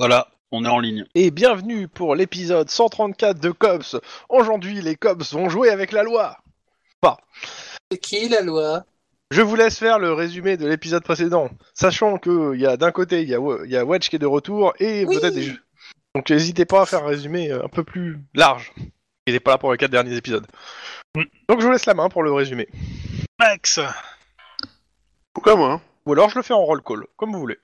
Voilà, on est en ligne. Et bienvenue pour l'épisode 134 de Cops. Aujourd'hui, les Cops vont jouer avec la loi. C'est qui la loi Je vous laisse faire le résumé de l'épisode précédent, sachant que il y a d'un côté il y a, Wa- il y a Wedge qui est de retour et Oui. peut-être des jeux. Donc n'hésitez pas à faire un résumé euh, un peu plus large. Il n'est pas là pour les quatre derniers épisodes. Mm. Donc je vous laisse la main pour le résumé. Max Pourquoi moi hein Ou alors je le fais en roll call, comme vous voulez.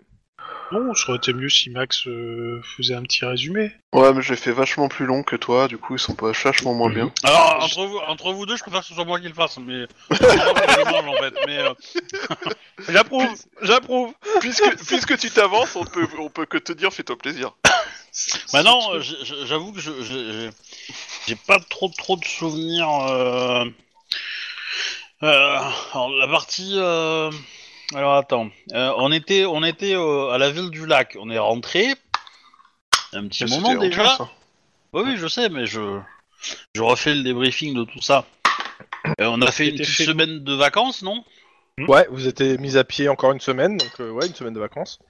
Non, ça aurait été mieux si Max euh, faisait un petit résumé. Ouais, mais j'ai fait vachement plus long que toi, du coup ils sont pas vachement moins bien. Alors, entre vous, entre vous deux, je préfère que ce soit moi qui le fasse, mais. Je mange, en fait, mais. euh, J'approuve, j'approuve. puisque, puisque tu t'avances, on peut, on peut que te dire fais-toi plaisir. Maintenant, euh, j'- j'- j'avoue que je- je- j'ai- j'ai pas trop trop de souvenirs. euh, euh, alors, la partie. euh, Alors attends, Euh, on était on était euh, à la ville du lac, on est rentré. Un petit moment déjà. Oui, oui, je sais, mais je, je refais le débriefing de tout ça. Euh, on a fait une C'était petite fait- semaine de vacances, non Hmm. Ouais, vous étiez mis à pied encore une semaine, donc euh, ouais, une semaine de vacances.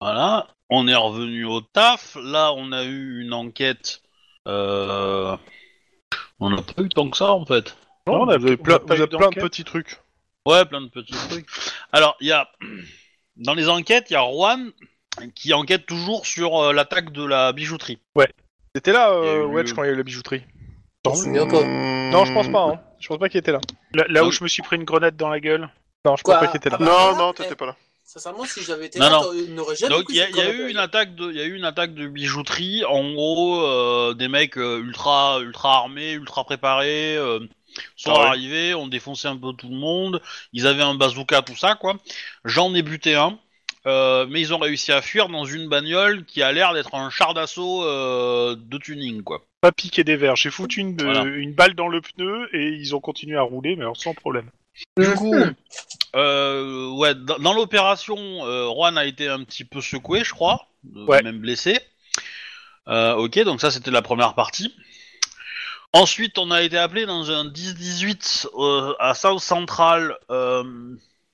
Voilà, on est revenu au taf. Là, on a eu une enquête. euh, On n'a pas eu tant que ça en fait. Non, on a- vous avez plein, on a pas vous avez eu plein de d'enquête. petits trucs. Ouais, plein de petits trucs. Alors, il y a. Dans les enquêtes, il y a Juan qui enquête toujours sur euh, l'attaque de la bijouterie. T'étais là, euh, Il y a eu- Wedge, quand il y a eu la bijouterie Je me souviens pas. Hmm. Non, Hmm. je pense pas. Hein. Je pense pas qu'il était là. Là, là où Non. je me suis pris une grenade dans la gueule. Non, je pense Quoi pas qu'il était là. Non, non, t'étais pas là. Sincèrement, si j'avais été Non, là, non. t'aurais- il n'aurait jamais Donc, il pris y a, cette il y a corde à eu une paille. attaque de, il y a eu une attaque de bijouterie. En gros, euh, des mecs euh, ultra, ultra armés, ultra préparés. euh, sont Ah ouais. arrivés, ont défoncé un peu tout le monde, ils avaient un bazooka, tout ça, quoi. J'en ai buté un, euh, mais ils ont réussi à fuir dans une bagnole qui a l'air d'être un char d'assaut euh, de tuning, quoi. Pas piqué des verres. J'ai foutu une, Voilà. une balle dans le pneu et ils ont continué à rouler, mais alors sans problème. Du coup, euh, ouais, dans, dans l'opération, euh, Juan a été un petit peu secoué, je crois, euh, Ouais. même blessé. Euh, ok, donc ça c'était la première partie. Ensuite, on a été appelé dans un 10-18 euh, à South Central euh,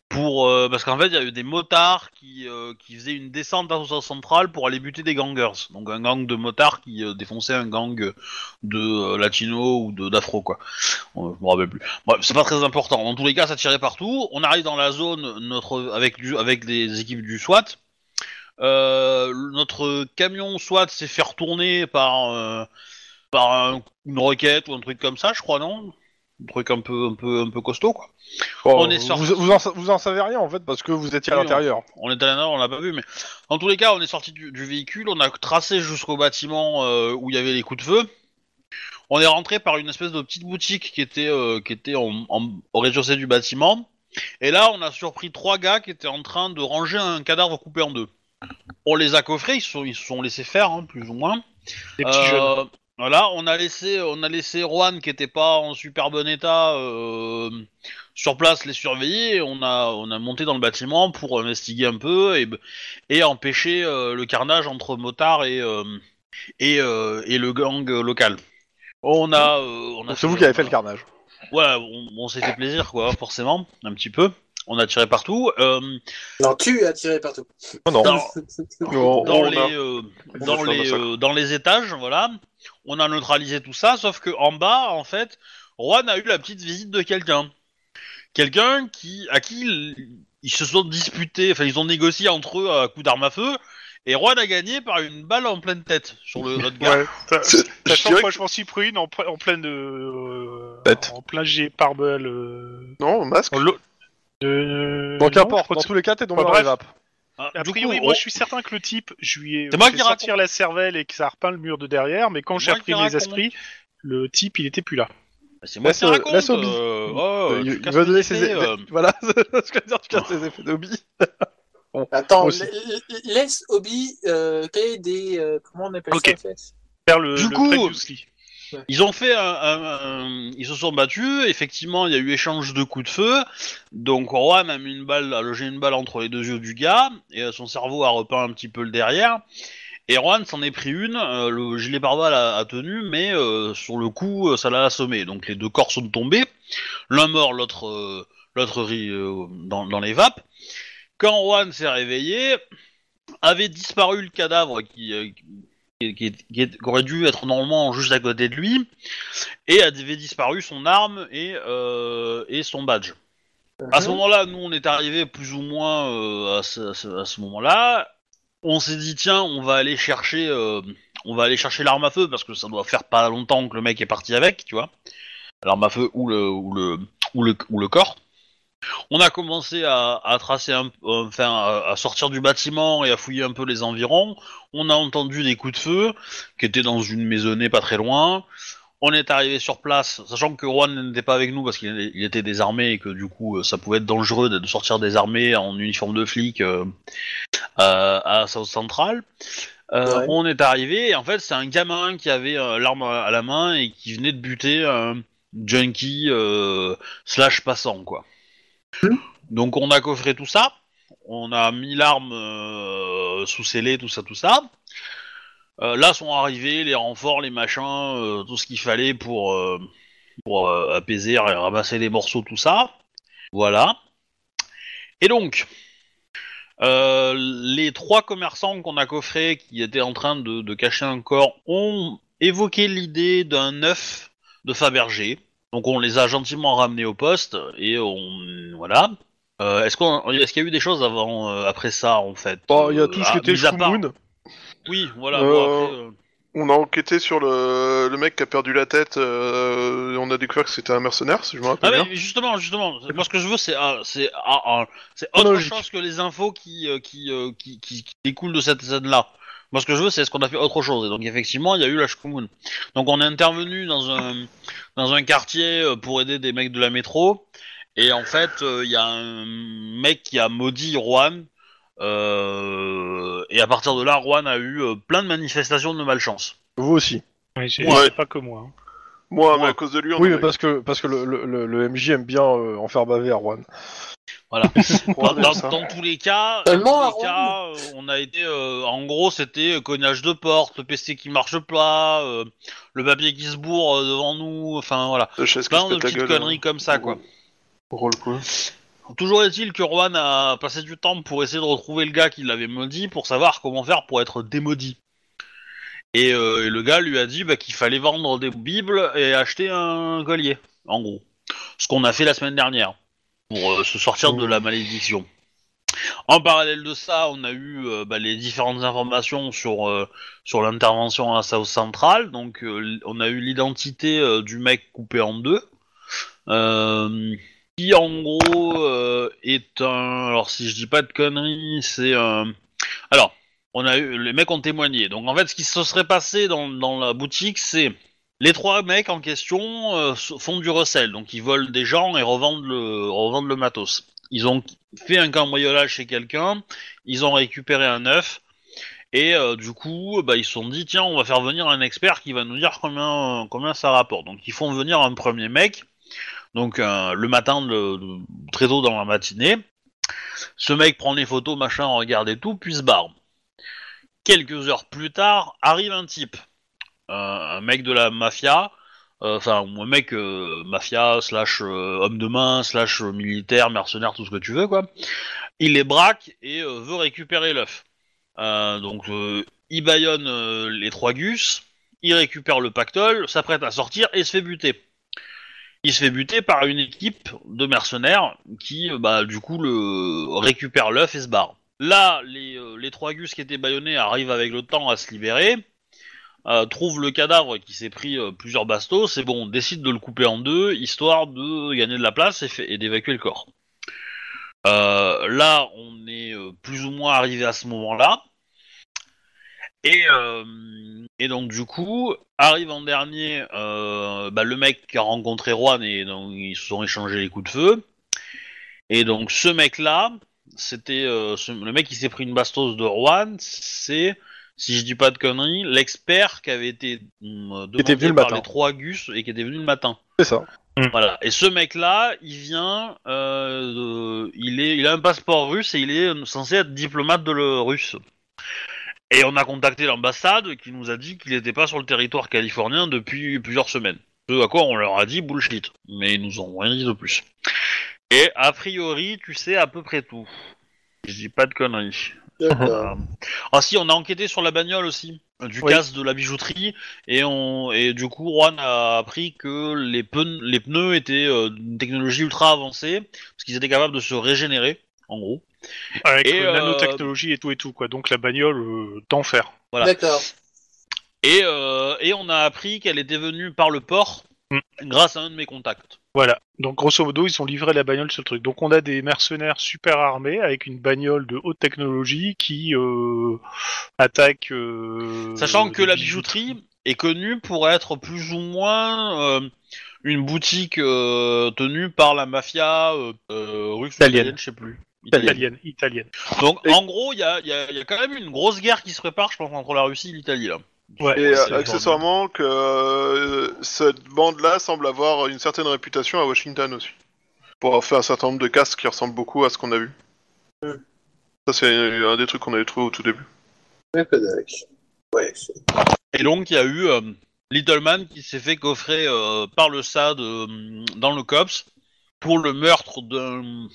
pour euh, parce qu'en fait il y a eu des motards qui, euh, qui faisaient une descente à South Central pour aller buter des gangers, donc un gang de motards qui euh, défonçait un gang de euh, latino ou de d'afro quoi. Euh, je me rappelle plus. Bref, c'est pas très important. Dans tous les cas, ça tirait partout. On arrive dans la zone notre, avec, du, avec des équipes du SWAT. Euh, notre camion SWAT s'est fait retourner par, euh, par un- une roquette ou un truc comme ça, je crois, non Un truc un peu, un peu, un peu costaud, quoi. Bon, Oh. On est sorti. Vous, vous en, sa- vous en savez rien en fait parce que vous étiez à Oui, l'intérieur. On est à l'intérieur, on l'a pas vu, mais en tous les cas, on est sorti du, du véhicule, on a tracé jusqu'au bâtiment euh, où il y avait les coups de feu. On est rentré par une espèce de petite boutique qui était, euh, qui était en, en- au rez-de-chaussée du bâtiment. Et là, on a surpris trois gars qui étaient en train de ranger un cadavre coupé en deux. On les a coffrés, ils se sont, ils se sont laissés faire, hein, plus ou moins. Des petits jeunes. Euh, Voilà, on a laissé, on a laissé Juan qui était pas en super bon état euh, sur place les surveiller. Et on a, on a monté dans le bâtiment pour investiguer un peu et, et empêcher euh, le carnage entre motards et euh, et, euh, et le gang euh, local. On a, euh, on a C'est vous qui avez fait le carnage. Voilà, on, on s'est fait plaisir quoi, forcément, un petit peu. On a tiré partout. euh, Non, tu as tiré partout. Oh non. Non. Non, dans oh, on les a- euh, on a dans fait un les massacre. euh, dans les étages, voilà. On a neutralisé tout ça, sauf que en bas, en fait, Juan a eu la petite visite de quelqu'un, quelqu'un qui à qui il- ils se sont disputés, enfin ils ont négocié entre eux à coup d'arme à feu. Et Juan a gagné par une balle en pleine tête sur le notre gars. Ouais. t'as- C'est- Sachant je dirais que moi, je m'en suis pris une en, pre- en pleine. euh, Tête. En plein jet par balle. euh, Non, masque de- Donc non, importe. je Euh, crois que Dans tous les cas, t'es dans Bah, le bref. rap. Ah, A du priori, coup, moi, on- je suis certain que le type, je lui ai C'est moi fait qui sortir la cervelle et que ça a repeint le mur de derrière, mais quand C'est j'ai moi qui repris mes raconte. esprits, le type, il était plus là. bah, C'est moi La qui so- raconte. la Sobi. euh, oh, il, tu il casses veut mon donner ses e- idée, effets. euh. Voilà, c'est ce que je veux dire, tu casses ses effets d'Obi. Attends, Aussi. la- la- laisse Obi euh, créer des. euh, comment on appelle Ok. ça en fait Faire le, Du le coup- previously. Ils ont fait un, un- un- ils se sont battus. Effectivement, il y a eu échange de coups de feu. Donc Juan a mis une balle, a logé une balle entre les deux yeux du gars et euh, son cerveau a repeint un petit peu le derrière. Et Juan s'en est pris une. euh, le gilet pare-balles a, a tenu, mais euh, sur le coup, euh, ça l'a assommé. Donc les deux corps sont tombés. L'un mort, l'autre, euh, l'autre rit euh, dans, dans les vapes. Quand Juan s'est réveillé, avait disparu le cadavre qui, euh, qui, qui- qui- qui aurait dû être normalement juste à côté de lui, et avait disparu son arme et, euh, et son badge. À ce moment-là, nous, on est arrivé plus ou moins euh, à ce, à ce- à ce moment-là. On s'est dit tiens, on va aller chercher, euh, on va aller chercher l'arme à feu parce que ça doit faire pas longtemps que le mec est parti avec, tu vois, l'arme à feu ou le ou le ou le ou le corps. On a commencé à, à tracer, un, euh, enfin, à, à sortir du bâtiment et à fouiller un peu les environs. On a entendu des coups de feu qui étaient dans une maisonnée pas très loin. On est arrivé sur place, sachant que Juan n'était pas avec nous parce qu'il il était désarmé et que du coup euh, ça pouvait être dangereux de sortir désarmé en uniforme de flic euh, à, à South Central. Euh, Ouais. On est arrivé et en fait c'est un gamin qui avait euh, l'arme à la main et qui venait de buter un junkie euh, slash passant quoi. Donc on a coffré tout ça, on a mis l'arme euh, sous scellé, tout ça, tout ça. Euh, là sont arrivés les renforts, les machins, euh, tout ce qu'il fallait pour, euh, pour euh, apaiser et ramasser les morceaux, tout ça. Voilà. Et donc, euh, les trois commerçants qu'on a coffrés qui étaient en train de, de cacher un corps ont évoqué l'idée d'un œuf de Fabergé. Donc on les a gentiment ramenés au poste et on voilà. Euh, est-ce qu'on est-ce qu'il y a eu des choses avant euh, après ça en fait Bon, Bah, il y a Euh, tout ah, ce qui était mis à part- Shumuun. Oui, voilà. Euh, bon, après, euh, On a enquêté sur le, le mec qui a perdu la tête. euh, et on a découvert que c'était un mercenaire, si je me rappelle Ah bien. mais justement, justement, moi ce que je veux c'est ah, c'est ah, ah, c'est autre Chronologique. chose que les infos qui euh, qui, euh, qui, qui, qui découlent de cette scène là. Moi ce que je veux c'est est-ce qu'on a fait autre chose et donc effectivement il y a eu la Shkumun. Donc on est intervenu dans un dans un quartier euh, pour aider des mecs de la métro et en fait euh, il y a un mec qui a maudit Juan euh, et à partir de là Juan a eu euh, plein de manifestations de malchance. Vous aussi. Ouais, j'ai- Ouais. c'est pas que moi. hein. Moi, Ouais. mais à cause de lui, on Oui, a- mais parce que, parce que le, le, le, le MJ aime bien euh, en faire baver à Juan. on a Dans, ça. dans tous les cas, dans Seulement à tous les cas, euh, on a été. euh, en gros, c'était euh, cognage de porte, le PC qui marche pas, euh, le papier qui se bourre euh, devant nous, enfin voilà. De chaise qui se Plein de pète la petites gueule. hein. conneries comme ça, quoi. Rôle, quoi. Toujours est-il que Juan a passé du temps pour essayer de retrouver le gars qui l'avait maudit pour savoir comment faire pour être démaudit. Et, euh, et le gars lui a dit bah, qu'il fallait vendre des bibles et acheter un collier, en gros. Ce qu'on a fait la semaine dernière, pour euh, se sortir de la malédiction. En parallèle de ça, on a eu euh, bah, les différentes informations sur, euh, sur l'intervention à South Central. Donc euh, l- on a eu l'identité euh, du mec coupé en deux. Euh, qui en gros euh, est un. Alors si je dis pas de conneries, c'est un. Alors, on a eu les mecs ont témoigné. Donc en fait, ce qui se serait passé dans, dans la boutique, c'est les trois mecs en question euh, s- font du recel, donc ils volent des gens et revendent le revendent le matos. Ils ont fait un cambriolage chez quelqu'un, ils ont récupéré un œuf. Et euh, du coup, bah, ils se sont dit, tiens, on va faire venir un expert qui va nous dire combien, combien ça rapporte. Donc ils font venir un premier mec donc euh, le matin, le- le- très tôt dans la matinée, ce mec prend les photos, machin, regarde et tout, puis se barre. Quelques heures plus tard, arrive un type, euh, un mec de la mafia, euh, enfin ou un mec euh, mafia slash euh, homme de main slash euh, militaire, mercenaire, tout ce que tu veux quoi. Il les braque et euh, veut récupérer l'œuf. Euh, donc euh, il baillonne euh, les trois gus, il récupère le pactole, s'apprête à sortir et se fait buter il se fait buter par une équipe de mercenaires qui, euh, bah, du coup, le récupère l'œuf et se barre. Là, les, euh, les trois gus qui étaient baïonnés arrivent avec le temps à se libérer, euh, trouvent le cadavre qui s'est pris euh, plusieurs bastos, c'est bon, on décide de le couper en deux, histoire de gagner de la place et, fait- et d'évacuer le corps. Euh, là, on est euh, plus ou moins arrivé à ce moment-là. Et, euh, et donc, du coup, arrive en dernier euh, bah, le mec qui a rencontré Juan et donc ils se sont échangés les coups de feu. Et donc, ce mec-là, c'était euh, ce- le mec qui s'est pris une bastos de Juan, c'est, si je dis pas de conneries, l'expert qui avait été hum, Qui était demandé venu le par matin. les trois Gus et qui était venu le matin. C'est ça. Voilà. Et ce mec-là, il vient, euh, de- il est, il a un passeport russe et il est censé être diplomate de le russe. Et on a contacté l'ambassade qui nous a dit qu'il n'était pas sur le territoire californien depuis plusieurs semaines. Ce à quoi on leur a dit bullshit, mais ils nous ont rien dit de plus. Et a priori, tu sais à peu près tout. Je dis pas de conneries. D'accord. Euh, Ah si, on a enquêté sur la bagnole aussi, euh, du Oui. casse de la bijouterie, et on et du coup Juan a appris que les pneus, les pneus étaient euh, d'une technologie ultra avancée, parce qu'ils étaient capables de se régénérer, en gros. Avec Et, euh, euh, nanotechnologie et tout et tout, quoi. Donc la bagnole euh, d'enfer. Voilà. D'accord. Et, euh, et on a appris qu'elle était venue par le port Mm. grâce à un de mes contacts. Voilà. Donc grosso modo, ils ont livré la bagnole ce truc. Donc on a des mercenaires super armés avec une bagnole de haute technologie qui euh, attaque. euh, Sachant que des la bijoux- bijouterie est connue pour être plus ou moins euh, une boutique euh, tenue par la mafia euh, euh, russe ou Italienne. italienne, je sais plus. italienne, italienne. Donc Et- en gros, il y a, il y a- il y a quand même une grosse guerre qui se prépare, je pense, entre la Russie et l'Italie là. Ouais. Et c'est euh, le genre accessoirement que euh, cette bande-là semble avoir une certaine réputation à Washington aussi. Pour avoir fait un certain nombre de casques qui ressemblent beaucoup à ce qu'on a vu. Hmm. Ça c'est un des trucs qu'on avait trouvé au tout début. D'accord, d'accord. Ouais. c'est- Et donc il y a eu euh, Little Man qui s'est fait coffrer euh, par le SAD euh, dans le COPS pour le meurtre d'un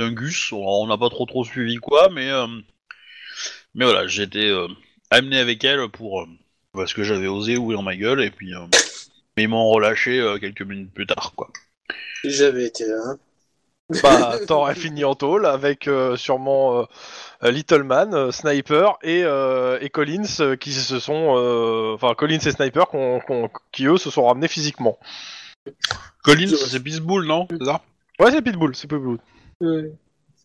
d'un Gus. On on n'a pas trop trop suivi quoi, mais euh, mais voilà, j'ai été euh, amené avec elle pour euh, parce que j'avais osé ouvrir ma gueule et puis euh, mais ils m'ont relâché euh, quelques minutes plus tard quoi. Si j'avais été là. hein. Bah, t'aurais fini en tôle avec euh, sûrement euh, euh, Little Man, euh, Sniper et, euh, et Collins euh, qui se sont. euh, Enfin, Collins et Sniper qu'on- qu'on- qui eux se sont ramenés physiquement. Collins, c'est Pitbull non C'est ça Ouais, c'est Pitbull, c'est Pitbull. Ouais.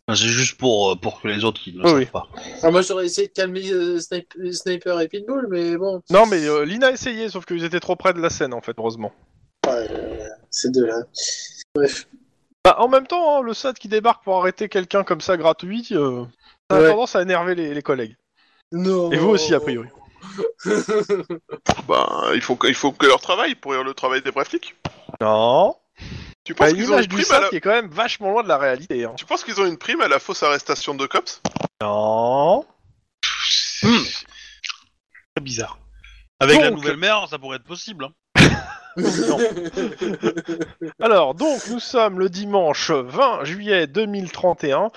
C'est juste pour euh, pour que les autres qui ne le Oui, savent oui. pas. Alors moi j'aurais essayé de calmer euh, Snipe- Sniper et Pitbull, mais bon. Non, mais euh, Lina a essayé, sauf qu'ils étaient trop près de la scène en fait, heureusement. Ces deux-là. Bah, en même temps, hein, le SAD qui débarque pour arrêter quelqu'un comme ça gratuit, euh, ça a Ouais. tendance à énerver les, les collègues. Non. Et vous aussi, a priori. Bah, il faut, que- il faut que leur travail pour le travail des vrais flics. Non. Tu penses Bah, qu'ils ont l'image une du prime à SAD la... qui est quand même vachement loin de la réalité. Hein. Tu penses qu'ils ont une prime à la fausse arrestation de cops Non. C'est Hmm. très bizarre. Avec la Donc- nouvelle mère, ça pourrait être possible. hein. Alors, donc, nous sommes le dimanche 20 juillet 2031,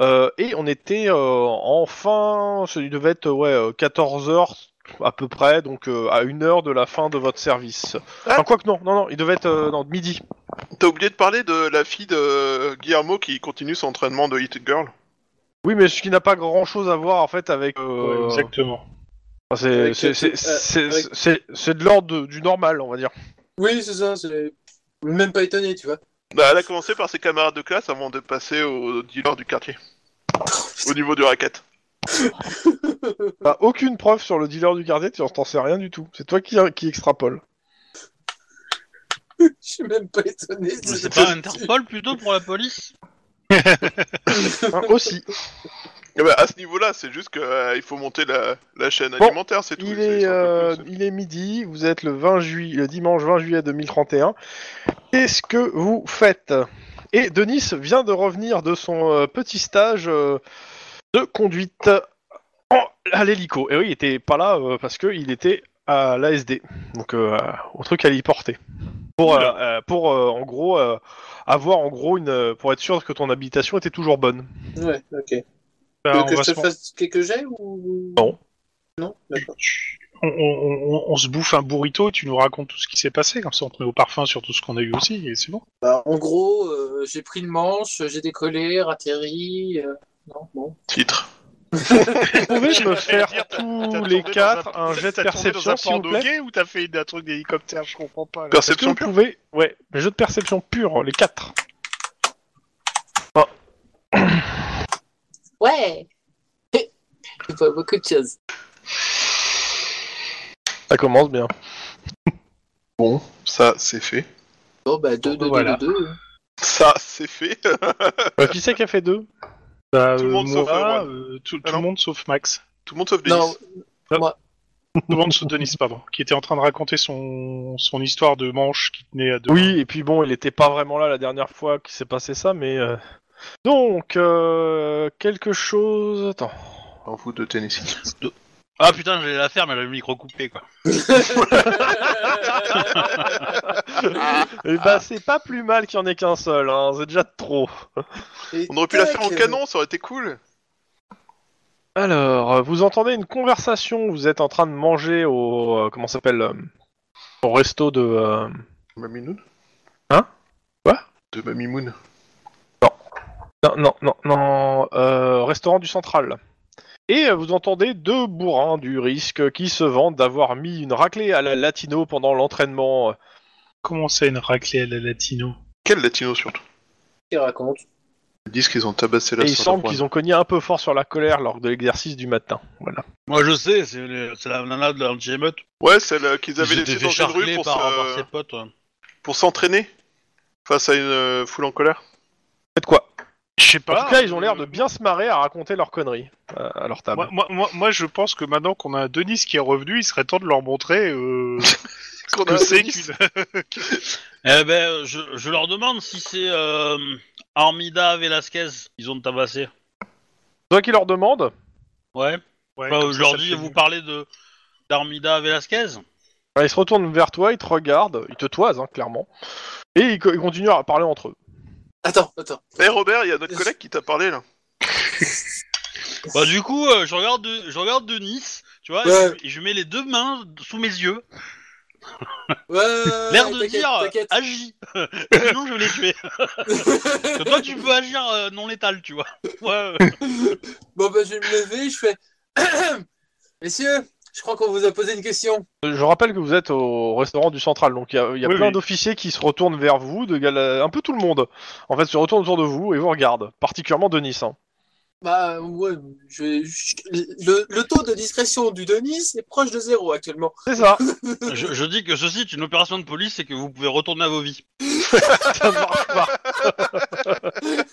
euh, et on était euh, en fin, ça devait être ouais, 14h à peu près, donc euh, à une heure de la fin de votre service. Enfin, quoi que non, non, non, il devait être euh, non, midi. T'as oublié de parler de la fille de Guillermo qui continue son entraînement de Hit Girl. Oui, mais ce qui n'a pas grand-chose à voir, en fait, avec... Ouais, euh, exactement. enfin, c'est- Avec- c'est- c'est- euh, c'est- avec- C'est c'est de l'ordre de- du normal, on va dire. oui, c'est ça, c'est même pas étonné, tu vois. Bah, elle a commencé par ses camarades de classe avant de passer au dealer du quartier. Au niveau du racket. T'as aucune preuve sur le dealer du quartier, tu t'en sais rien du tout. C'est toi qui, qui extrapole. Je suis même pas étonné. Mais C'est pas Interpol plutôt pour la police Hein, aussi. Eh ben, à ce niveau-là, c'est juste qu'il faut monter la, la chaîne Bon, alimentaire, c'est tout. Il C'est- est, c'est un peu euh, plus- il est midi, vous êtes le, 20 juillet, le dimanche 20 juillet 2031. Qu'est-ce que vous faites Et Denis vient de revenir de son euh, petit stage euh, de conduite en- à l'hélico. Et oui, il était pas là euh, parce qu'il était à l'ASD, donc euh, au truc à l'y porter. Pour, euh, euh, pour euh, en gros, euh, avoir en gros une. euh, pour être sûr que ton habitation était toujours bonne. Ouais, ok. Bah, que on, je va se te fasse que, que j'ai ou Non. Non, d'accord. on, on- on- on se bouffe un burrito et tu nous racontes tout ce qui s'est passé, comme ça on te met au parfum sur tout ce qu'on a eu aussi, et c'est bon. Bah, en gros, euh, j'ai pris le manche, j'ai décollé, atterri. euh, Non, bon. Titre. Vous pouvez me faire dire, tous tombé les dans un- quatre un, jet de T'as tombé dans perception, un s'il vous porno plaît gay ou t'as fait un truc d'hélicoptère Je comprends pas. là. Est-ce que Perception vous pure. pouvez Ouais, le jeu de perception pure, les quatre. Enfin, Ouais. Tu vois beaucoup de choses. Ça commence bien. Bon, ça c'est fait. Bon, bah, 2, 2, 2, Voilà. 2, 2. Ça c'est fait. Euh, qui c'est qui a fait deux Bah, Tout le euh, monde sauf, moi, euh, euh, tout, tout Ah le non. monde sauf Max. Tout le monde sauf Denis. Non, Tout le monde sauf Denis, pardon. Qui était en train de raconter son, son histoire de manche qui tenait à deux. Oui, et puis bon, il était pas vraiment là la dernière fois qu'il s'est passé ça, mais... euh, Donc, euh, quelque chose... Attends. En vous de Tennessee. Ah putain, j'allais la faire, mais j'avais le micro coupé quoi. Eh bah, c'est pas plus mal qu'il y en ait qu'un seul, hein, c'est déjà trop. hein. Et On aurait pu la faire en tac. canon, ça aurait été cool. Alors, euh, vous entendez une conversation, vous êtes en train de manger au... euh, comment ça s'appelle euh, Au resto de... euh, Mamie Moon Hein Quoi De Mamie Moon. Non, non, non, non, euh, restaurant du Central. Et euh, vous entendez deux bourrins du risque qui se vantent d'avoir mis une raclée à la latino pendant l'entraînement. Comment ça, une raclée à la latino Quel latino surtout Tu racontes. Ils disent qu'ils ont tabassé la Et il semble qu'ils ont cogné un peu fort sur la colère lors de l'exercice du matin. Voilà. Moi je sais, c'est le- c'est la nana de l'anti-émeute. Ouais, celle qu'ils avaient Ils laissée étaient dans fait une rue charcler pour par, par se- ses potes. ouais. pour s'entraîner face à une euh, foule en colère. Faites quoi Je sais En pas. tout cas, ils ont l'air euh, de bien se marrer à raconter leurs conneries euh, à leur table. Moi, moi, moi, moi, je pense que maintenant qu'on a un Denis qui est revenu, il serait temps de leur montrer euh, Qu'on que a c'est Denis. qu'une. Eh ben, je, je leur demande si c'est euh, Armida Velasquez qu'ils ont tabassé. Toi qui leur demande, Ouais. Ouais, Bah, comme je ça, leur ça dis, fait vous mieux. parlez de d'Armida Velasquez euh, ils se retournent vers toi, ils te regardent, ils te toisent hein, clairement, et ils, co- ils continuent à parler entre eux. Attends, attends. Eh Robert, il y a notre collègue qui t'a parlé là. Bah du coup, euh, je regarde, de, je regarde de Nice, tu vois, Ouais. et je- et je mets les deux mains sous mes yeux, Ouais, ouais, l'air ouais, de t'inquiète, dire euh, t'inquiète. agis, sinon je vais les tuer. Parce que toi, tu peux agir euh, non létal, tu vois. Ouais, euh, Bon, bah, je vais me lever, je fais. Messieurs, je crois qu'on vous a posé une question. Euh, Je rappelle que vous êtes au restaurant du Central, donc il y a, il y a Oui, plein oui. d'officiers qui se retournent vers vous, de gal- un peu tout le monde, en fait, se retourne autour de vous et vous regarde, particulièrement Denis. hein. Bah, ouais, je, je- le, le taux de discrétion du Denis est proche de zéro actuellement. C'est ça, je, je dis que ceci est une opération de police et que vous pouvez retourner à vos vies. ça ne marche pas.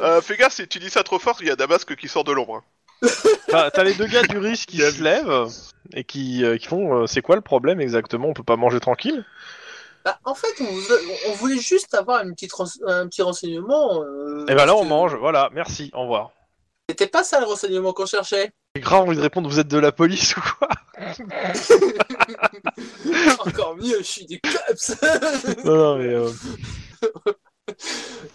Euh, fais gaffe, si tu dis ça trop fort, il y a Damasque qui sort de l'ombre. hein. Enfin, T'as les deux gars du risque qui Il y a- se lèvent et qui, euh, qui font euh, c'est quoi le problème exactement On peut pas manger tranquille Bah, en fait, on, vous a- on voulait juste avoir une petite ren- un petit renseignement. euh, Et ben là, parce on que mange, voilà, merci, au revoir. C'était pas ça le renseignement qu'on cherchait. J'ai grave envie de répondre vous êtes de la police ou quoi Encore mieux, je suis du cops. Non, non, mais. euh,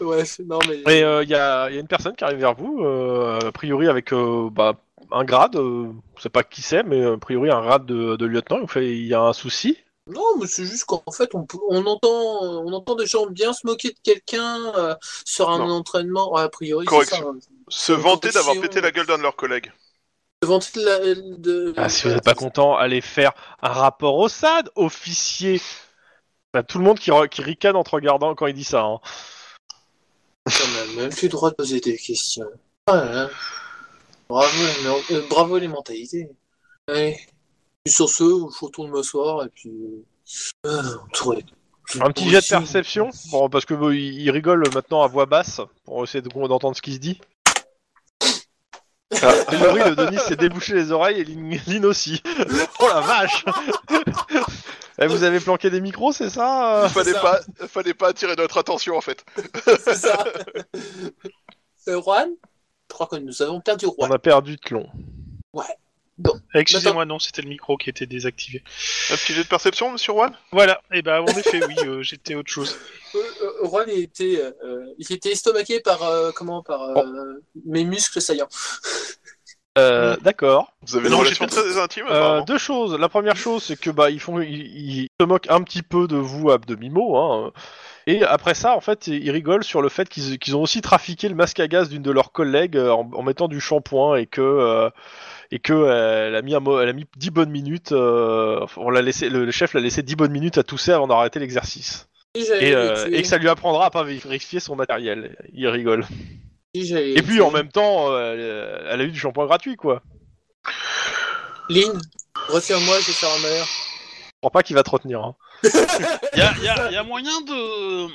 ouais, c'est- non, mais. Et il y, a, y a une personne qui arrive vers vous, euh, a priori avec euh, bah, un grade, euh, je sais pas qui c'est, mais euh, a priori un grade de, de lieutenant. Il fait il y a un souci. Non, mais c'est juste qu'en fait, on, peut- on entend, on entend des gens bien se moquer de quelqu'un euh, sur un Non. entraînement. Ouais, a priori, c'est ça. Correction. hein. Se vanter d'avoir Correction. pété la gueule d'un de leurs collègues. Se vanter de la- de- Ah, si vous n'êtes pas content, allez faire un rapport au SAD, officier. T'as tout le monde qui, re- qui ricane en te regardant quand il dit ça. hein. On a même plus le droit de poser des questions. Ah là là. Bravo, les men- euh, bravo les mentalités. Allez. Et sur ce, je retourne m'asseoir et puis. euh, on tourne- Un petit jet de perception, bon, parce que bon, il, il rigole maintenant à voix basse pour essayer de- d'entendre ce qui se dit. Ah, a priori, le Denis s'est débouché les oreilles et Lynn Lynn aussi. Oh la vache Eh, Vous avez planqué des micros, c'est ça euh Fallait ça. pas, fallait pas attirer notre attention en fait. C'est ça. Euh, Juan Je crois que nous avons perdu On Juan. a perdu Tlon. Ah, Excusez-moi, non, c'était le micro qui était désactivé. Un petit jet de perception, monsieur Juan Voilà, et ben en effet, oui, euh, j'étais autre chose. bah. Euh, euh, Juan il était, euh, il était estomaqué par euh, comment par euh, Oh. mes muscles saillants. Euh, D'accord. Vous avez une Non, relation j'étais- très intime Euh, apparemment. deux choses. La première chose, c'est que bah ils font, ils, ils se moquent un petit peu de vous à demi-mot. Hein. Et après ça, en fait, ils rigolent sur le fait qu'ils qu'ils ont aussi trafiqué le masque à gaz d'une de leurs collègues euh, en, en mettant du shampoing et que euh, et que euh, elle a mis un mo- elle a mis dix bonnes minutes. euh, enfin, on l'a laissé, le, le chef l'a laissé dix bonnes minutes à tousser avant d'arrêter l'exercice. Et, j'avais Et, les euh, tuer. et que ça lui apprendra à pas vérifier son matériel. Ils rigolent. Si, j'allais- Et puis en même temps, euh, elle- elle a eu du shampoing gratuit quoi. Lynn, retiens-moi, je vais faire un malheur. Je crois pas qu'il va te retenir. hein. Il y a, y a- y a moyen de.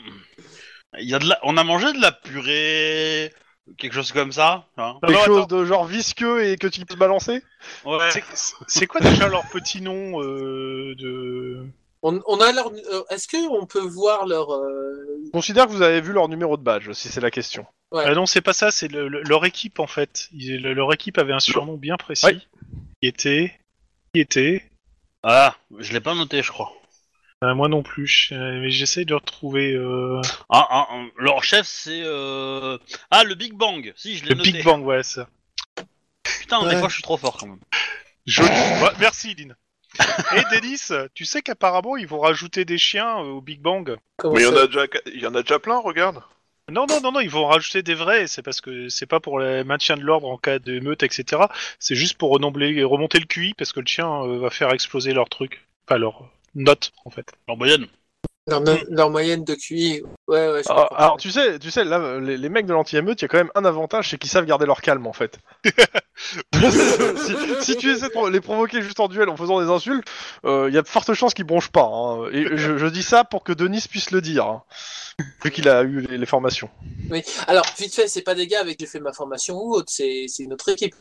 Y a de la... On a mangé de la purée, quelque chose comme ça. hein Non, Quelque non, chose de genre visqueux et que tu peux balancer ouais. C'est- C'est quoi déjà leur petit nom euh, de... On, on a leur. euh, Est-ce qu'on peut voir leur. euh, Je considère que vous avez vu leur numéro de badge, si c'est la question. Ah non, c'est pas ça, c'est le- le- leur équipe en fait. Ils- le- leur équipe avait un surnom bien précis. Ouais. Qui était Qui était Ah, je l'ai pas noté, je crois. Euh, Moi non plus, euh, mais j'essaie de retrouver euh, Ah, ah, ah, leur chef, c'est. euh, Ah, le Big Bang. Si, je l'ai le noté. Big Bang, ouais, ça. Putain, des Ouais. fois, je suis trop fort quand même. Joli. Ouais, merci, Lynn. Et Denis, tu sais qu'apparemment ils vont rajouter des chiens euh, au Big Bang. comment Mais il y, en ça- a déjà... il y en a déjà plein, regarde. Non, non, non, non, ils vont rajouter des vrais. C'est parce que c'est pas pour le maintien de l'ordre en cas d'émeute, etc. C'est juste pour renombler- remonter le QI parce que le chien euh, va faire exploser leur truc, enfin leur note en fait. Leur moyenne. Leur, no- leur moyenne de QI. Ouais, ouais, je Ah, comprends. alors tu sais, tu sais, là, les, les mecs de l'anti-émeute, il y a quand même un avantage, c'est qu'ils savent garder leur calme en fait. si, si tu essaies de pro- les provoquer juste en duel en faisant des insultes, euh, il y a de fortes chances qu'ils bronchent pas. hein. Et je, je dis ça pour que Denis puisse le dire, hein, vu qu'il a eu les, les formations. Oui. Alors, vite fait, c'est pas des gars avec qui j'ai fait ma formation ou autre, c'est c'est notre équipe.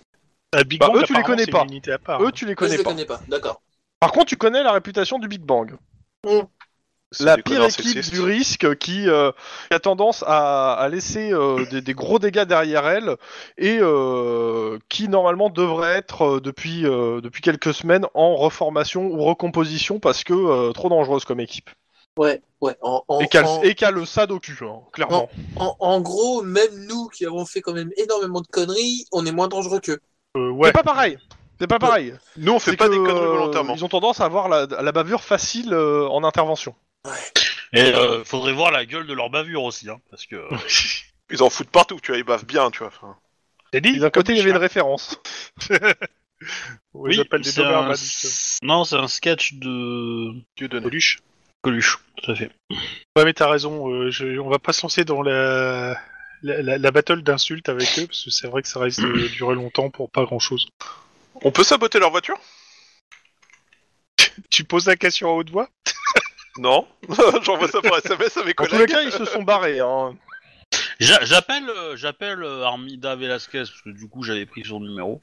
Ah, Big Bah, Bang, eux, tu les apparemment, connais c'est pas. une unité à part. Eux, tu les Moi, Ah. connais je les pas. connais pas, d'accord. Par contre, tu connais la réputation du Big Bang. C'est La des pire connards équipe sexistes. du risque qui, euh, qui a tendance à, à laisser euh, des, des gros dégâts derrière elle et euh, qui normalement devrait être euh, depuis, euh, depuis quelques semaines en reformation ou recomposition parce que euh, trop dangereuse comme équipe. Ouais, ouais. En, en- et qu'elle en- et qu'elle a le SAD au cul, hein, clairement. en- en gros, même nous qui avons fait quand même énormément de conneries, on est moins dangereux qu'eux. Euh, ouais. C'est pas pareil. C'est pas pareil. Nous, on fait C'est pas des que, conneries euh, volontairement. Ils ont tendance à avoir la, la bavure facile euh, en intervention. Et euh, faudrait voir la gueule de leur bavure aussi, hein, parce que. Ils en foutent partout, tu vois, ils bavent bien, tu vois. enfin. T'as dit Et D'un côté, il y avait une référence. On les appelle des c'est un... Doberman. Non, c'est un sketch de Dieu donné. Coluche. Coluche, tout à fait. Ouais, mais t'as raison. euh, je- On va pas se lancer dans la. La, la- la battle d'insultes avec eux, parce que c'est vrai que ça risque de durer longtemps pour pas grand chose. On peut saboter leur voiture Tu poses la question à haute voix Non. J'envoie ça par SMS à mes En tous les collègues. cas, ils se sont barrés. hein. J'a- J'appelle, euh, j'appelle euh, Armida Velasquez parce que du coup j'avais pris son numéro.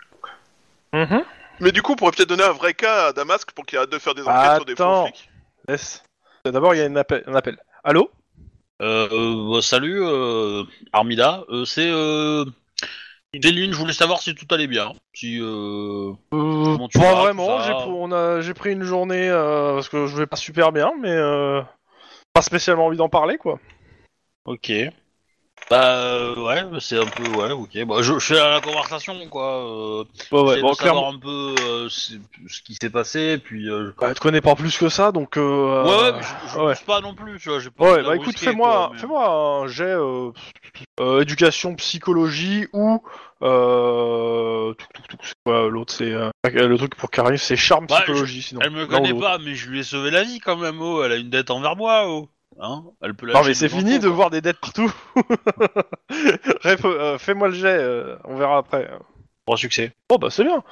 Mais du coup, on pourrait peut-être donner un vrai cas à Damasque pour qu'il arrête de faire des enquêtes sur des Attends. faux flics. Yes. D'abord, il y a une appe- un appel. Allô Euh, euh, bah, salut euh, Armida, Euh, c'est euh, Céline. Je voulais savoir si tout allait bien, si euh, comment tu Pas vas, vraiment, tout ça. j'ai pr- on a- j'ai pris une journée euh, parce que je vais pas super bien, mais euh, pas spécialement envie d'en parler quoi. Ok. Bah euh, ouais, c'est un peu ouais, ok. Bah, je, je fais à la conversation quoi. Euh, j'essaie de bon, savoir clairement, un peu euh, c'est- ce qui s'est passé, puis. euh, bah, je te connais pas plus que ça donc. euh, Ouais, ouais, mais je, je ouais. pousse pas non plus, tu vois. j'ai pas Ouais, envie de bah la écoute, brusquer, fais-moi quoi, mais- fais-moi un jet euh, euh, éducation, psychologie ou. Euh, touc, touc, touc, c'est quoi, l'autre c'est. euh, le truc pour Karim, c'est charme, Bah, psychologie sinon. Elle me L'un ou connaît l'autre. pas, mais je lui ai sauvé la vie quand même, oh. Elle a une dette envers moi, oh. Hein Elle peut Non lâcher mais c'est des fini enfants, de quoi. voir des dettes partout. Bref, euh, fais-moi le jet, euh, on verra après. Trois succès. Bon bah c'est bien.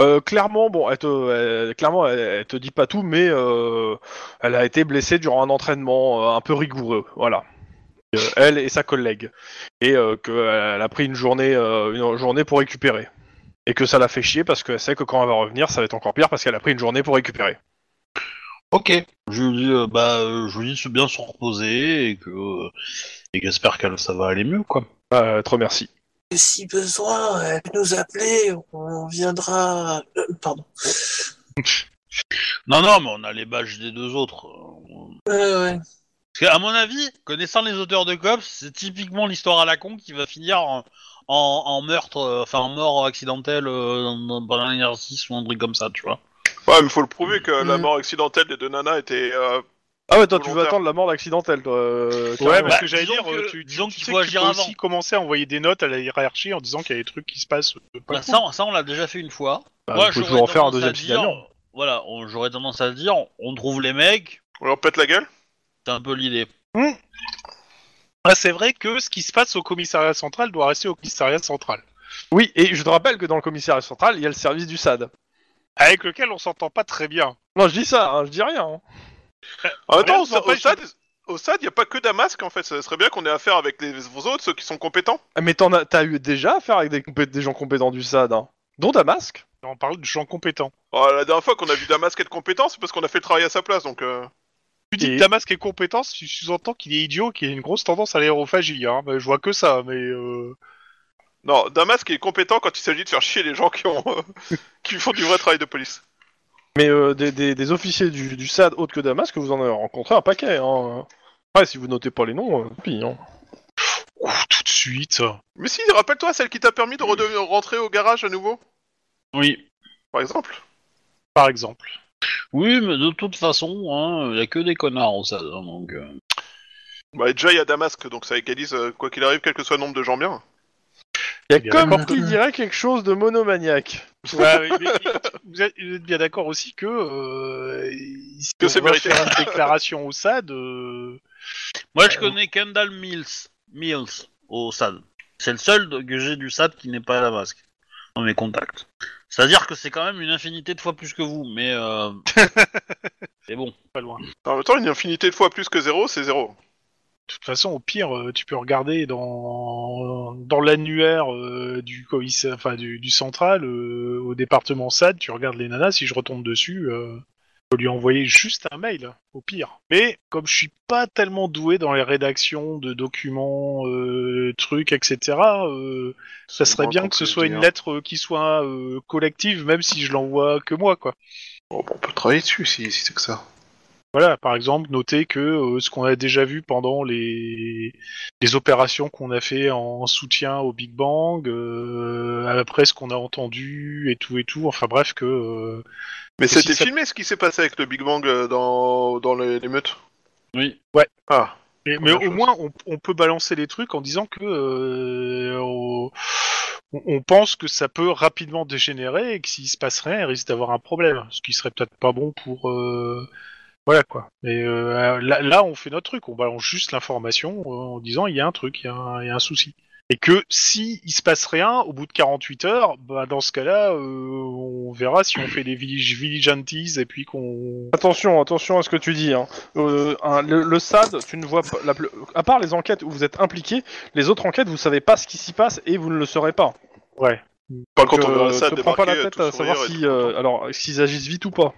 Euh, clairement, bon, elle te, elle- clairement, elle, elle te dit pas tout, mais euh, elle a été blessée durant un entraînement euh, un peu rigoureux, voilà. Euh, elle et sa collègue, et qu'elle a pris une journée, euh, une journée pour récupérer, et que ça l'a fait chier parce qu'elle sait que quand elle va revenir, ça va être encore pire parce qu'elle a pris une journée pour récupérer. Ok. Je lui dis, euh, bah, euh, je lui dis de bien se reposer et que. euh, et j'espère que ça va aller mieux, quoi. Euh, elle te remercie. Et si besoin, elle peut nous appeler, on viendra. Euh, pardon. Non, non, mais on a les badges des deux autres. Parce Ouais, ouais. qu'à mon avis, connaissant les auteurs de cops, c'est typiquement l'histoire à la con qui va finir en, en, en meurtre, euh, enfin en mort accidentelle euh, dans- dans- pendant l'exercice ou un truc comme ça, tu vois. Ouais, mais faut le prouver que la Mm. mort accidentelle des deux nanas était. euh, Ah ouais, toi tu veux Volontaire. attendre la mort d'accidentelle, toi. euh, Ouais, carrément. parce Bah, que j'allais disons dire, que- euh, tu, disons tu qu'il sais faut que tu agir peux avant. aussi commencer à envoyer des notes à la hiérarchie en disant qu'il y a des trucs qui se passent. euh, pas Bah, cool. ça, on- ça, on l'a déjà fait une fois. Bah, Moi, vous pouvez j'aurais toujours en faire un tendance deuxième à dire- signalement. Voilà, on- j'aurais tendance à dire, on trouve les mecs, On leur pète la gueule c'est un peu l'idée. Ah, c'est vrai que ce qui se passe au commissariat central doit rester au commissariat central. Oui, et je te rappelle que dans le commissariat central, il y a le service du SAD. Avec lequel on s'entend pas très bien. Non, je dis ça, hein, je dis rien. hein. En Rien même ne temps, Ah, au, au s'empêche- SAD, au SAD, il n'y a pas que Damasque en fait. Ça serait bien qu'on ait affaire avec les vos autres, ceux qui sont compétents. Ah, Mais t'en as, t'as eu déjà affaire avec des, compé- des gens compétents du SAD, hein. dont Damasque. On parle de gens compétents. Oh, la dernière fois qu'on a vu Damasque être compétent, c'est parce qu'on a fait le travail à sa place. Donc, euh, Tu dis Et- que Damasque est compétent, tu sous-entends qu'il est idiot, qu'il a une grosse tendance à l'aérophagie. Hein. Mais je vois que ça, mais... euh, non, Damasque est compétent quand il s'agit de faire chier les gens qui ont euh, qui font du vrai travail de police. Mais euh, des, des- des officiers du, du SAD autres que Damasque, vous en avez rencontré un paquet. Hein. Ouais, si vous notez pas les noms, euh, tant pis. Hein. ouf, tout de suite. Mais si, rappelle-toi celle qui t'a permis de redevenir- rentrer au garage à nouveau, Oui. par exemple. Par exemple. Oui, mais de toute façon, hein, il n'y a que des connards au SAD. hein, donc, euh. Bah, et déjà il y a Damasque, donc ça égalise euh, quoi qu'il arrive, quel que soit le nombre de gens bien. Il y a Bien comme d'accord. qui dirait quelque chose de monomaniaque. Ouais, oui, mais vous, êtes, vous êtes bien d'accord aussi que... euh, si Que on c'est va mérité. faire une déclaration au SAD... euh, Moi, je connais Kendall Mills, Mills au SAD. C'est le seul de- que j'ai du SAD qui n'est pas à la masque dans mes contacts. C'est-à-dire que c'est quand même une infinité de fois plus que vous, mais euh, c'est bon. Pas loin. En même temps, une infinité de fois plus que zéro, c'est zéro. De toute façon, au pire, euh, tu peux regarder dans, dans l'annuaire euh, du, commissaire- enfin, du, du central, euh, au département SAD, tu regardes les nanas, si je retombe dessus, euh, je peux lui envoyer juste un mail, au pire. Mais comme je suis pas tellement doué dans les rédactions de documents, euh, trucs, etc., euh, ça serait bien que ce soit une lettre euh, qui soit euh, collective, même si je l'envoie que moi, quoi. Bon, on peut travailler dessus si, si c'est que ça. Voilà, par exemple, noter que euh, ce qu'on a déjà vu pendant les, les opérations qu'on a fait en soutien au Big Bang, euh, après ce qu'on a entendu et tout et tout, enfin bref, que euh, Mais Et c'était si ça- filmé ce qui s'est passé avec le Big Bang euh, dans, dans les, les meutes. Oui. Ah, Mais, mais Première au chose. moins, on, on peut balancer les trucs en disant que euh, on, on pense que ça peut rapidement dégénérer et que s'il se passe rien, il risque d'avoir un problème, ce qui serait peut-être pas bon pour. euh, voilà quoi. Mais euh, là, là, on fait notre truc, on balance juste l'information euh, en disant il y a un truc, il y a un, il y a un souci. Et que si il se passe rien, au bout de 48 heures, bah, dans ce cas-là, euh, on verra si on fait des village, vigilantes et puis qu'on. Attention, attention à ce que tu dis. Hein. Euh, un- le, le SAD, tu ne vois pas. la ple- à part les enquêtes où vous êtes impliqués, les autres enquêtes, vous savez pas ce qui s'y passe et vous ne le saurez pas. Ouais. Pas quand Donc, on euh, verra ça te prends pas la débarquer, tête tout à savoir sourire et si, tout euh, content. alors s'ils agissent vite ou pas.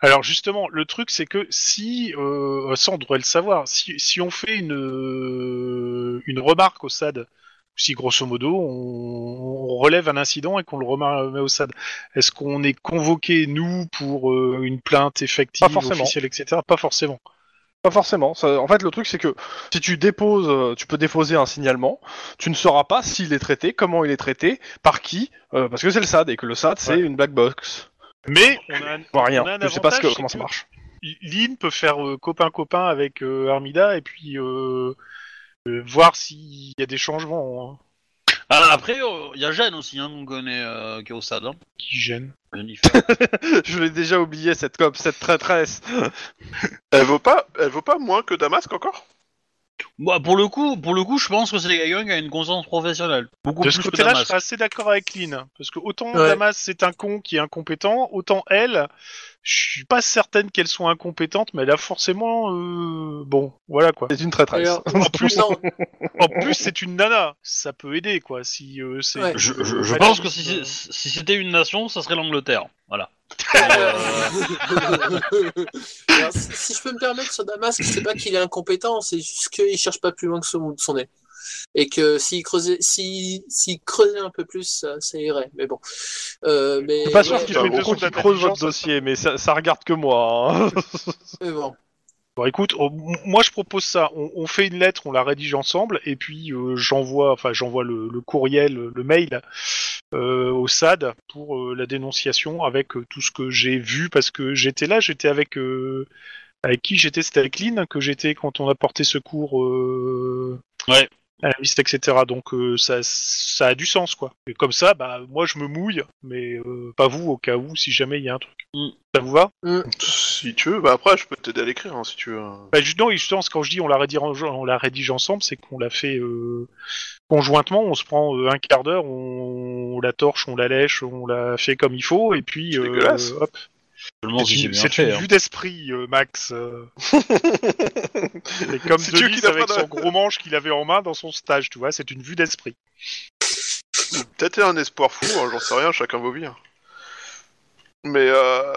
Alors justement, le truc c'est que si, euh, ça on devrait le savoir, si, si on fait une, euh, une remarque au SAD, si grosso modo on, on relève un incident et qu'on le remet au SAD, est-ce qu'on est convoqué nous pour euh, une plainte effective, Pas forcément. officielle, etc. Pas forcément. Pas forcément. Ça- en fait, le truc c'est que si tu déposes, euh, tu peux déposer un signalement. Tu ne sauras pas s'il est traité, comment il est traité, par qui, euh, parce que c'est le SAD et que le SAD c'est Ouais. une black box. Mais on a un- Je vois rien. On a un Je sais pas ce que- avantage, comment c'est ça que- marche. Lynn peut faire euh, copain-copain avec euh, Armida et puis euh, euh, voir s'il y a des changements hein, Alors, après, euh, il y a Jeanne aussi, hein, qu'on connaît, euh, qui est au SAD. Hein. qui gênent. Jennifer. Je l'ai déjà oublié cette cop, cette traîtresse. Elle vaut pas, elle vaut pas moins que Damasque encore Bah, pour le coup, pour le coup, je pense que c'est quelqu'un qui a une conscience professionnelle. Beaucoup De plus ce que côté-là, je Damas. serais assez d'accord avec Lynn. Parce que autant Ouais. Damas, c'est un con qui est incompétent, autant elle, je suis pas certaine qu'elle soit incompétente, mais elle a forcément. euh, Bon, voilà quoi. C'est une traîtresse. Alors, En plus, non, en plus c'est une nana. Ça peut aider quoi. Si euh, c'est. Ouais. Je, je- je Allez, pense que si, euh, c'est- si c'était une nation, ça serait l'Angleterre. Voilà. Alors, si, si je peux me permettre sur Damasque, c'est pas qu'il est incompétent, c'est juste qu'il cherche pas plus loin que son, son nez. Et que s'il creusait, si, s'il creusait un peu plus, ça, ça irait. Mais bon. Euh, mais, Je suis pas sûr ouais, qu'il t'as soit beaucoup trop qui creuse d'intelligence, votre ça. dossier, mais ça, ça regarde que moi. hein. mais bon. Bon, écoute, on- moi je propose ça. On, on fait une lettre, on la rédige ensemble, et puis euh, j'envoie, enfin j'envoie le, le courriel, le mail euh, au SAD pour euh, la dénonciation avec euh, tout ce que j'ai vu parce que j'étais là, j'étais avec euh, avec qui j'étais, c'était avec Lynn que j'étais quand on a porté secours. euh, Ouais. à la liste, etc. Donc euh, ça, ça a du sens, quoi. Et comme ça, bah moi je me mouille, mais euh, pas vous au cas où, si jamais il y a un truc. Mm. Ça vous va Si tu veux, bah après, je peux t'aider à l'écrire hein, si tu veux. bah, justement, et justement, quand je dis on la rédige, on la rédige ensemble, c'est qu'on la fait euh, conjointement. On se prend euh, un quart d'heure, on, on la torche, on la lèche, on la fait comme il faut, et puis euh, C'est dégueulasse. hop. Seulement si C'est c'est une, bien c'est fait, une hein. vue d'esprit, euh, Max. euh. c'est comme C'est Dieu Denis qui n'a avec pas de- son gros manche qu'il avait en main dans son stage, tu vois. C'est une vue d'esprit. Peut-être un espoir fou, hein, j'en sais rien, chacun vaut bien. Mais euh...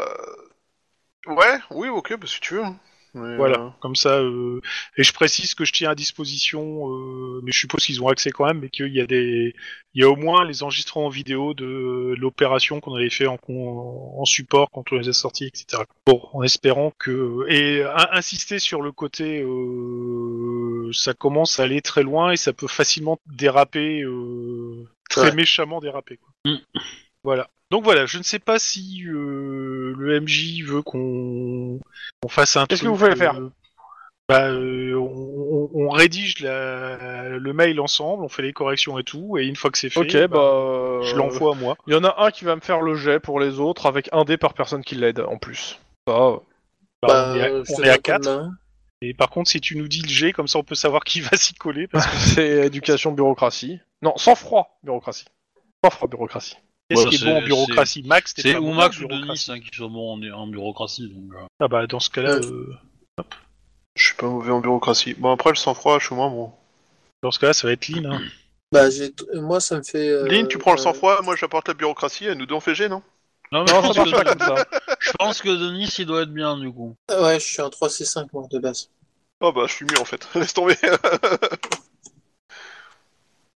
Ouais, oui, ok, bah, si tu veux. hein. Mais, Voilà, euh, comme ça. euh, Et je précise que je tiens à disposition, euh, mais je suppose qu'ils ont accès quand même, mais qu'il y a des, il y a au moins les enregistrements en vidéo de euh, l'opération qu'on avait fait en, con- en support quand on les a sortis, etc. Bon, en espérant que et euh, in- insister sur le côté, euh, ça commence à aller très loin et ça peut facilement déraper, euh, très Ouais. méchamment déraper. Quoi. Mm. Voilà. Donc voilà, je ne sais pas si euh, le MJ veut qu'on qu'on fasse un Qu'est-ce que truc, vous voulez faire euh, bah, euh, on, on- on rédige la- le mail ensemble, on fait les corrections et tout, et une fois que c'est fait, Ok, bah. bah, euh, je l'envoie à moi. Il y en a un qui va me faire le jet pour les autres, avec un dé par personne qui l'aide en plus. Ah, Bah, on est à, je te on donne est à un coup de 4, main. et par contre, si tu nous dis le G, comme ça on peut savoir qui va s'y coller. parce c'est éducation bureaucratie. Non, sans froid bureaucratie. Sans froid bureaucratie. que Qu'est-ce Ouais, qui est bon en c'est- bureaucratie Max, t'es C'est pas ou bon en Max ou bureaucratie. Denis hein, qui sont bons en, en bureaucratie. Donc, euh. Ah bah, dans ce cas-là, Ouais. euh, Je suis pas mauvais en bureaucratie. Bon, après, le sang-froid, je suis moins bon. dans ce cas-là, ça va être Lynn. hein. Bah, j'ai- moi, ça me fait. euh, Lynn, tu prends le euh, sang-froid, moi j'apporte la bureaucratie, et nous deux on fait G, non Non, mais Non, je, pense ça marche que, pas comme ça. je pense que Denis il doit être bien du coup. ah Ouais, je suis un 3C5 moi de base. Oh bah, je suis mieux en fait, laisse tomber.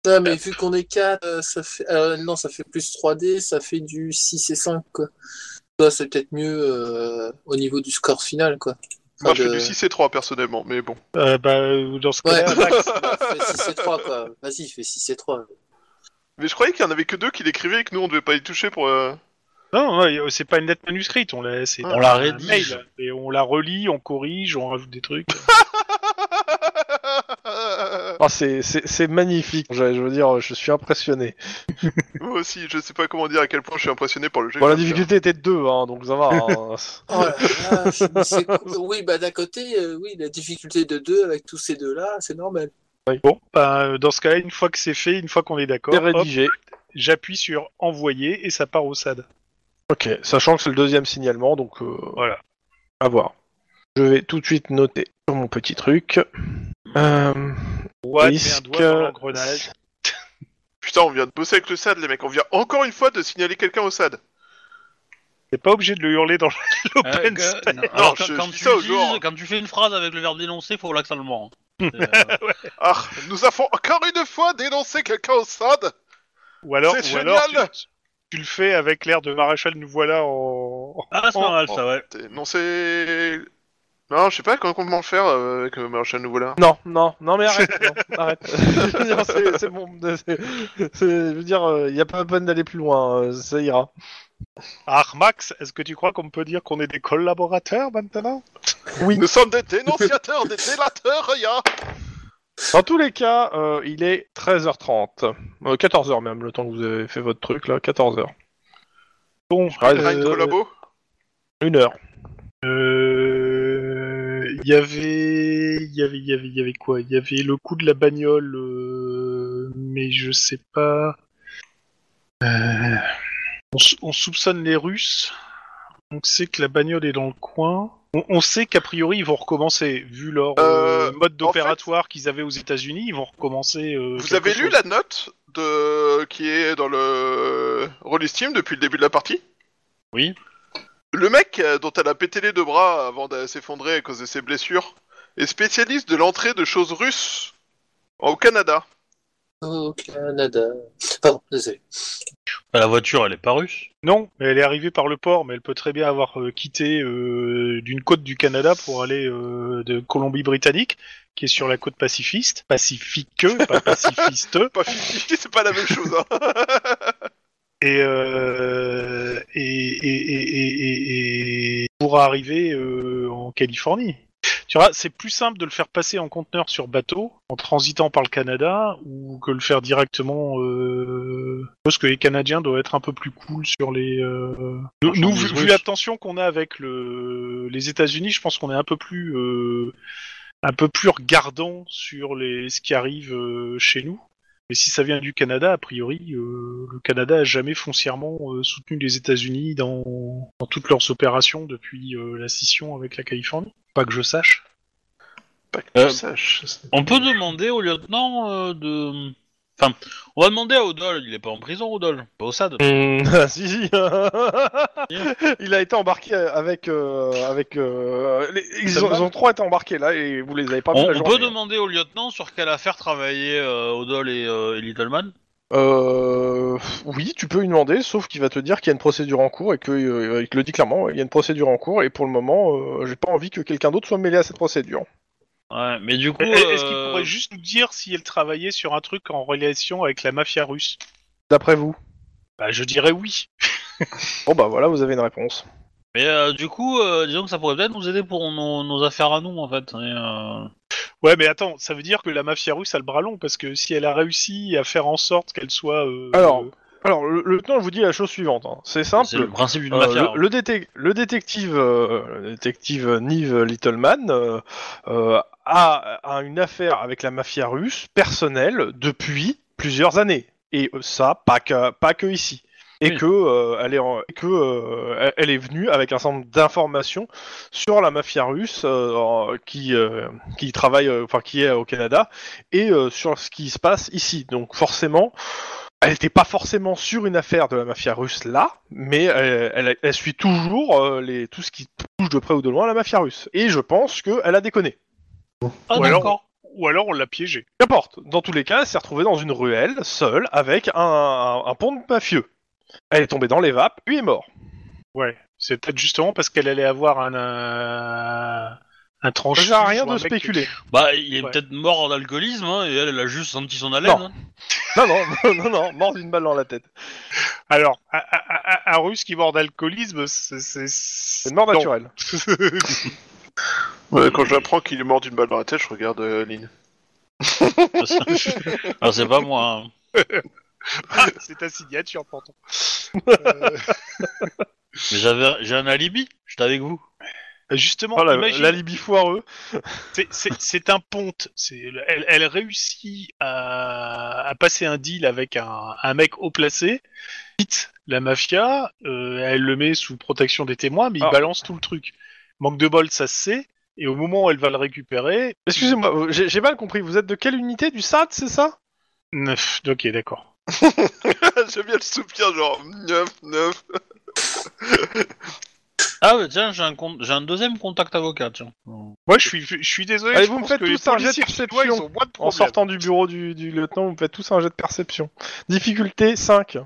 Non, mais vu qu'on est 4, ça fait. euh, non, ça fait plus 3D, ça fait du 6C5, quoi. Bah, c'est peut-être mieux euh, au niveau du score final, quoi. Moi, je fais de- du 6 et 3 personnellement, mais bon. Euh, bah, euh, dans ce Ouais, cas-là, Max, bah, fais 6C3, quoi. Vas-y, fais 6C3. Mais je croyais qu'il y en avait que deux qui l'écrivaient et que nous on devait pas y toucher pour. euh, non, non, c'est pas une lettre manuscrite, on la, c'est Ah, dans on la un rédige. mail, et on la relit, on corrige, on rajoute des trucs. Ah, c'est- c'est c'est magnifique. Je, je veux dire, je suis impressionné. Moi aussi, je sais pas comment dire à quel point je suis impressionné par le jeu. Bon, que la je vais faire. difficulté était de deux, hein, donc ça va. hein. Oh là là, mais c'est cool. Oui, bah d'un côté, euh, oui, la difficulté de 2 avec tous ces deux-là, c'est normal. Bon, bah, euh, dans ce cas-là, une fois que c'est fait, une fois qu'on est d'accord, C'est hop, rédigé. j'appuie sur envoyer et ça part au SAD. Ok, sachant que c'est le deuxième signalement, donc euh, Voilà. à voir. Je vais tout de suite noter sur mon petit truc. Euh, Ouais, met un risque- doigt dans l'engrenage. Putain, on vient de bosser avec le SAD, les mecs, on vient encore une fois de signaler quelqu'un au SAD. T'es pas obligé de le hurler dans Euh, l'open. que- non, Non, alors, je- quand, je quand dis tu ça aux gens, hein. utilises- quand tu fais une phrase avec le verbe dénoncer, faut l'accent allemand. hein. C'est, euh, Ah, nous avons encore une fois dénoncé quelqu'un au SAD ou alors, C'est ou alors génial tu, tu le fais avec l'air de maréchal, nous voilà en. Ah, c'est Oh, pas mal oh. ça, ouais. Dénoncé. Non, je sais pas comment comment le faire euh, avec euh, Marshall Nouveau là. Non, non, non, mais arrête, non, arrête. Je veux dire, c'est- c'est bon. c'est- c'est- je veux dire, il n'y a pas peine d'aller plus loin, euh, ça ira. Armax, est-ce que tu crois qu'on peut dire qu'on est des collaborateurs maintenant Oui. Nous sommes des dénonciateurs, des délateurs, ya Dans tous les cas, euh, il est 13h30. Euh, 14h même, le temps que vous avez fait votre truc là, 14h. Bon, reste- Hein, une Euh, collabo Une heure. euh, il y avait, il y avait, il y avait, il y avait quoi Il y avait le coup de la bagnole, euh, mais je sais pas. Euh, on, sou- on soupçonne les Russes. On sait que la bagnole est dans le coin. On, on sait qu'a priori ils vont recommencer, vu leur euh, Euh, mode en fait- d'opératoire qu'ils avaient aux États-Unis, ils vont recommencer. euh, Vous quelque avez lu chose. la note de... qui est dans le Rollis Team depuis le début de la partie Oui. Le mec euh, dont elle a pété les deux bras avant de s'effondrer à cause de ses blessures est spécialiste de l'entrée de choses russes au Canada. Au Canada. euh, Pardon, désolé. Bah, la voiture, elle est pas russe. Non, mais elle est arrivée par le port, mais elle peut très bien avoir euh, quitté euh, d'une côte du Canada pour aller euh, de Colombie-Britannique, qui est sur la côte pacifiste, pacifique, pas pacifiste, Pas fini, c'est pas la même chose. Hein. et, euh, et, et, et, et- et- et pour arriver euh, en Californie. Tu vois, c'est plus simple de le faire passer en conteneur sur bateau, en transitant par le Canada, ou que le faire directement. Euh... Je pense que les Canadiens doivent être un peu plus cool sur les. euh, Nous, Marchandises nous, vu, vu russes. la tension qu'on a avec le... les États-Unis, je pense qu'on est un peu plus. euh, Un peu plus regardant sur les... ce qui arrive euh, chez nous. Et si ça vient du Canada, a priori, euh, le Canada a jamais foncièrement euh, soutenu les États-Unis dans, dans toutes leurs opérations depuis euh, la scission avec la Californie. Pas que je sache. Pas que Euh, tu saches. On peut demander au lieutenant euh, de. Enfin, on va demander à Odol, il est pas en prison, Odol, pas au SAD. Ah, si, si. Il a été embarqué avec. euh, avec euh, les- ils, ont, ils ont trois été embarqués là et vous les avez pas On, vus Oh, la on peut journée. demander au lieutenant sur quelle affaire travaillaient euh, Odol et, euh, et Littleman. Euh, oui, tu peux lui demander, sauf qu'il va te dire qu'il y a une procédure en cours et que euh, il te le dit clairement. ouais, Il y a une procédure en cours et pour le moment, euh, j'ai pas envie que quelqu'un d'autre soit mêlé à cette procédure. Ouais, mais du coup. Est-ce qu'il euh, pourrait juste nous dire si elle travaillait sur un truc en relation avec la mafia russe D'après vous. Bah, je dirais oui. Bon bah voilà, vous avez une réponse. Mais euh, du coup, euh, disons que ça pourrait peut-être nous aider pour nos, nos affaires à nous, en fait. et, euh, Ouais, mais attends, ça veut dire que la mafia russe a le bras long parce que si elle a réussi à faire en sorte qu'elle soit. euh, Alors, euh, Alors le, le lieutenant vous dit la chose suivante. hein. C'est C'est simple. le principe d'une Euh, mafia. hein. le, le détec- le détective, euh, le détective Nive Littleman euh, euh, a, a une affaire avec la mafia russe personnelle depuis plusieurs années. Et euh, ça, pas que, pas que ici. Et Oui. que, euh, elle est en- et que euh, elle- elle est venue avec un certain nombre d'informations sur la mafia russe euh, en- qui, euh, qui travaille, euh, enfin qui est au Canada, et euh, sur ce qui se passe ici. Donc forcément, elle n'était pas forcément sur une affaire de la mafia russe là, mais elle, elle- elle suit toujours euh, les, tout ce qui touche de près ou de loin à la mafia russe. Et je pense qu'elle a déconné. Ah, ou alors- d'accord. Ou alors on l'a piégée. Qu'importe, dans tous les cas, elle s'est retrouvée dans une ruelle, seule, avec un, un- un pont de mafieux. Elle est tombée dans les vapes, lui est mort. Ouais, c'est peut-être justement parce qu'elle allait avoir un. euh, un Ça tranche. sert à rien de spéculer. Bah, il est Ouais. peut-être mort en alcoolisme, hein, et elle, elle a juste senti son haleine. Non. hein. Non, non, non, non, mort d'une balle dans la tête. Alors, un, un- un- un russe qui mord d'alcoolisme, c'est. c'est- C'est C'est une mort non. naturelle. Ouais, quand j'apprends qu'il est mort d'une balle dans la tête, je regarde euh, Lynn. Ah, c'est pas moi. hein. Ah, c'est ta signature, pourtant. Euh, Mais j'avais, j'ai un alibi, j'étais avec vous. justement, Oh, la- imagine- L'alibi foireux. C'est- C'est c'est un ponte. C'est- Elle, elle réussit à, à passer un deal avec un, un mec haut placé, quitte la mafia, euh, elle le met sous protection des témoins, mais Ah. il balance tout le truc. Manque de bol, ça se sait, et au moment où elle va le récupérer... Excusez-moi, j'ai j'ai mal compris, vous êtes de quelle unité Du SAD, c'est ça Neuf. Ok, d'accord. J'aime bien le soupir, genre 9, 9. Ah, mais tiens, j'ai un, con- j'ai un deuxième contact avocat, tiens. Moi, je suis, je suis désolé. Allez, je vous me pense faites que les tous un jet de policiers chinois, ils perception ont moins de En problèmes. sortant du bureau du, du lieutenant, vous me faites tous un jet de perception. Difficulté 5.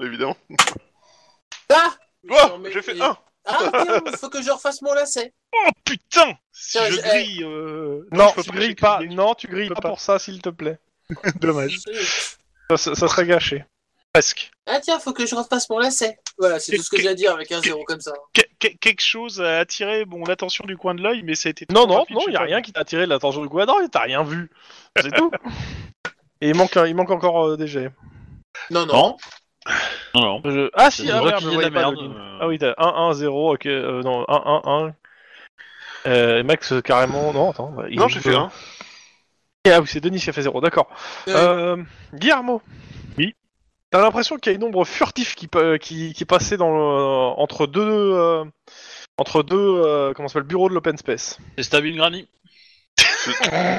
Évidemment. Ah Oh, Non, mais- j'ai fait mais- 1. Ah, merde, faut que je refasse mon lacet. Putain Si Tiens, je je- grille... euh, Non, je peux tu pas, grilles j'ai pas. grillé. Non, tu grilles peux pas pas. pour ça, s'il te plaît. Dommage. Ça, ça- ça serait gâché. Presque. Ah tiens, faut que je refasse mon lacet. Voilà, c'est tout ce que j'ai à dire avec un zéro comme ça. Que- que- quelque chose a attiré mon attention du coin de l'œil, mais ça a été. Non, trop non, rapide, non, j'ai il y a pas rien vu. qui t'a attiré l'attention du quadrant, t'as rien vu. C'est tout. Et il manque, un- il manque encore euh, des jets. Non, Non non. Non, non. Je- Ah si, C'est ah, vrai merde, qu'il je y a de la voyais pas merde, le login. euh. Ah oui, t'as 1, 1, 0, ok, euh, non, 1, 1, 1. Euh, Max, euh, carrément, non, attends. bah, il Non, est j'ai où, fait euh, 1. Ah oui, c'est Denis qui a fait 0, d'accord. Euh, Guillermo. Oui. T'as l'impression qu'il y a une ombre furtive qui, pa- qui, qui passait dans le- entre deux euh, entre deux euh, comment ça s'appelle bureau de l'open space. C'est Stabine Granny.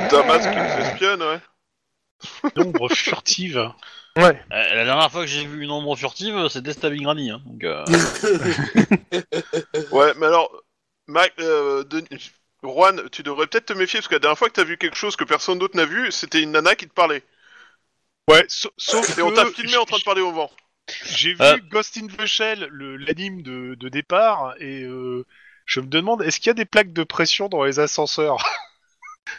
Damas qui nous espionne, ouais. L'ombre furtive. Euh, la dernière fois que j'ai vu une ombre furtive, c'était Stabine Granny. Hein. Donc, euh, Ouais, mais alors, Mac, euh, Denis- Juan, tu devrais peut-être te méfier parce que la dernière fois que t'as vu quelque chose que personne d'autre n'a vu, c'était une nana qui te parlait. Ouais, sa- sauf Et on t'a que filmé en train de parler au vent. J'ai Euh. vu Ghost in the Shell, le- l'anime de, de départ, et euh, je me demande est-ce qu'il y a des plaques de pression dans les ascenseurs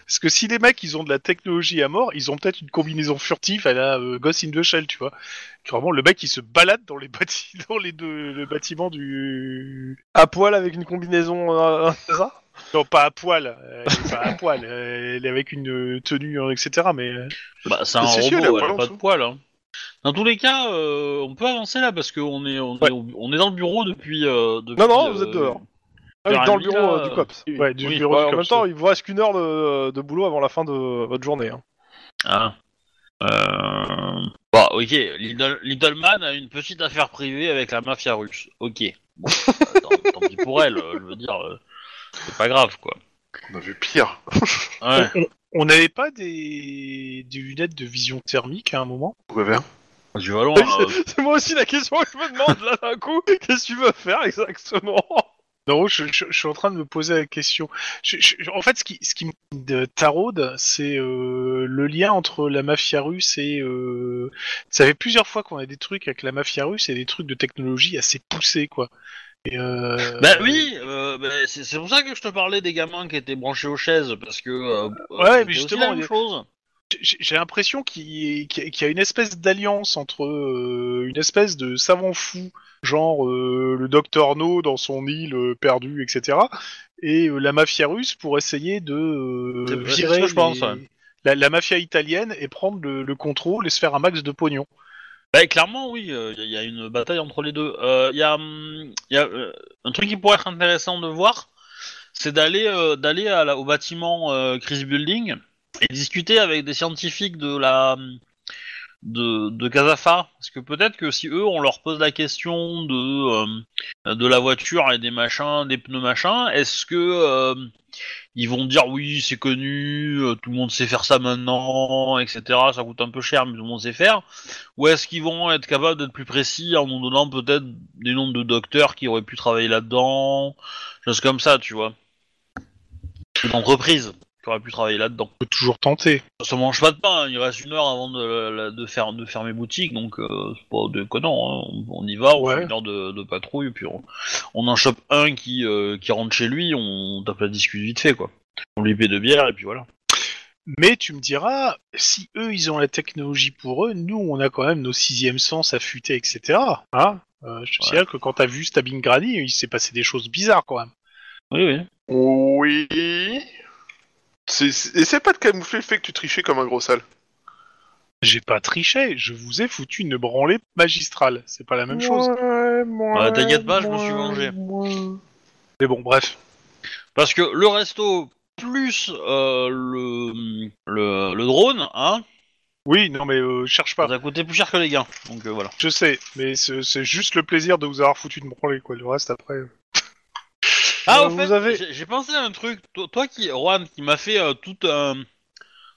Parce que si les mecs, ils ont de la technologie à mort, ils ont peut-être une combinaison furtive à la euh, Ghost in the Shell, tu vois. Que Vraiment, le mec, il se balade dans les, bâti- dans les deux, le bâtiment du... À poil avec une combinaison, euh, c'est ça Non, pas à poil. euh, elle est pas à poil. euh, elle est avec une euh, tenue, euh, etc. Mais... euh, Bah, c'est un Mais c'est sûr, il a robot, pas elle a en pas de dessous. poil. Hein. Dans tous les cas, euh, on peut avancer là parce qu'on est, on, est, au- on est dans le bureau depuis. euh, depuis, Non, non, euh, vous êtes dehors. Ah une oui, heure et dans le demie, bureau là, euh, du COPS. Ouais, du Oui, bureau Ouais, du en même COPS. temps, il vous reste qu'une heure de, de boulot avant la fin de votre journée. hein. Ah. Euh... Bon, ok, Little, Little Man a une petite affaire privée avec la mafia russe. Ok. Bon, bah, tant, tant pis pour elle, euh, je veux dire, euh, c'est pas grave quoi. On a vu pire. Ouais. On- On n'avait pas des... des lunettes de vision thermique à un moment Ouais, bien. Du volant, euh, C'est moi aussi la question que je me demande là d'un coup. Qu'est-ce que tu veux faire exactement Non, je, je- je suis en train de me poser la question. Je- je- en fait, ce qui, ce qui me taraude, c'est euh, le lien entre la mafia russe et... euh, Ça fait plusieurs fois qu'on a des trucs avec la mafia russe et des trucs de technologie assez poussés, quoi. Et, euh, Bah oui, euh, bah, c'est c'est pour ça que je te parlais des gamins qui étaient branchés aux chaises, parce que... euh, Ouais, c'était mais aussi justement, la même il- chose. J'ai j'ai l'impression qu'il qu'il y a- qu'il y a une espèce d'alliance entre euh, une espèce de savant fou, genre euh, le docteur No dans son île euh, perdue, etc., et euh, la mafia russe pour essayer de euh, C'est- c'est ce virer que je pense, les- ouais. la, la mafia italienne et prendre le, le contrôle et se faire un max de pognon. Bah clairement, oui, il y, a une bataille entre les deux. Il y a, hum, y a, euh, un truc qui pourrait être intéressant de voir, c'est d'aller euh, d'aller à la- au bâtiment euh, Chris Building et discuter avec des scientifiques de la hum, de, de Casafa, parce que peut-être que si eux on leur pose la question de euh, de la voiture et des machins, des pneus machins, est-ce que euh, ils vont dire oui c'est connu, euh, tout le monde sait faire ça maintenant, etc. Ça coûte un peu cher mais tout le monde sait faire. Ou est-ce qu'ils vont être capables d'être plus précis en nous donnant peut-être des noms de docteurs qui auraient pu travailler là-dedans, choses comme ça, tu vois. Ou d'entreprises qui auraient pu travailler là-dedans. On peut toujours tenter. Ça mange pas de pain, hein, il reste une heure avant de, de, faire, de fermer boutique, donc euh, c'est pas déconnant. hein. On, on y va, on Ouais. fait une heure de, de patrouille, puis on, on en chope un qui, euh, qui rentre chez lui, on tape la discute vite fait, quoi. On lui paie de bière, et puis voilà. Mais tu me diras, si eux ils ont la technologie pour eux, nous on a quand même nos sixièmes sens affûtés, etc. Hein Euh, je te Ouais. signale que quand t'as vu Stabbing Granny, il s'est passé des choses bizarres quand même. Oui, oui. Oui. C'est- c'est- Essaie pas de camoufler le fait que tu trichais comme un gros sale. J'ai pas triché, je vous ai foutu une branlée magistrale. C'est pas la même chose. Ouais, Bah, T'inquiète pas, je me suis vengé. Mais bon, bref. Parce que le resto plus euh, le, le, le drone, hein, Oui, non, mais euh, cherche pas. ça a coûté plus cher que les gains. Donc euh, voilà. Je sais, mais c'est c'est juste le plaisir de vous avoir foutu une branlée, quoi. Le reste après. euh. Ah, au vous fait, avez- j'ai- j'ai pensé à un truc. Toi, toi qui, Juan, qui m'a fait euh, tout un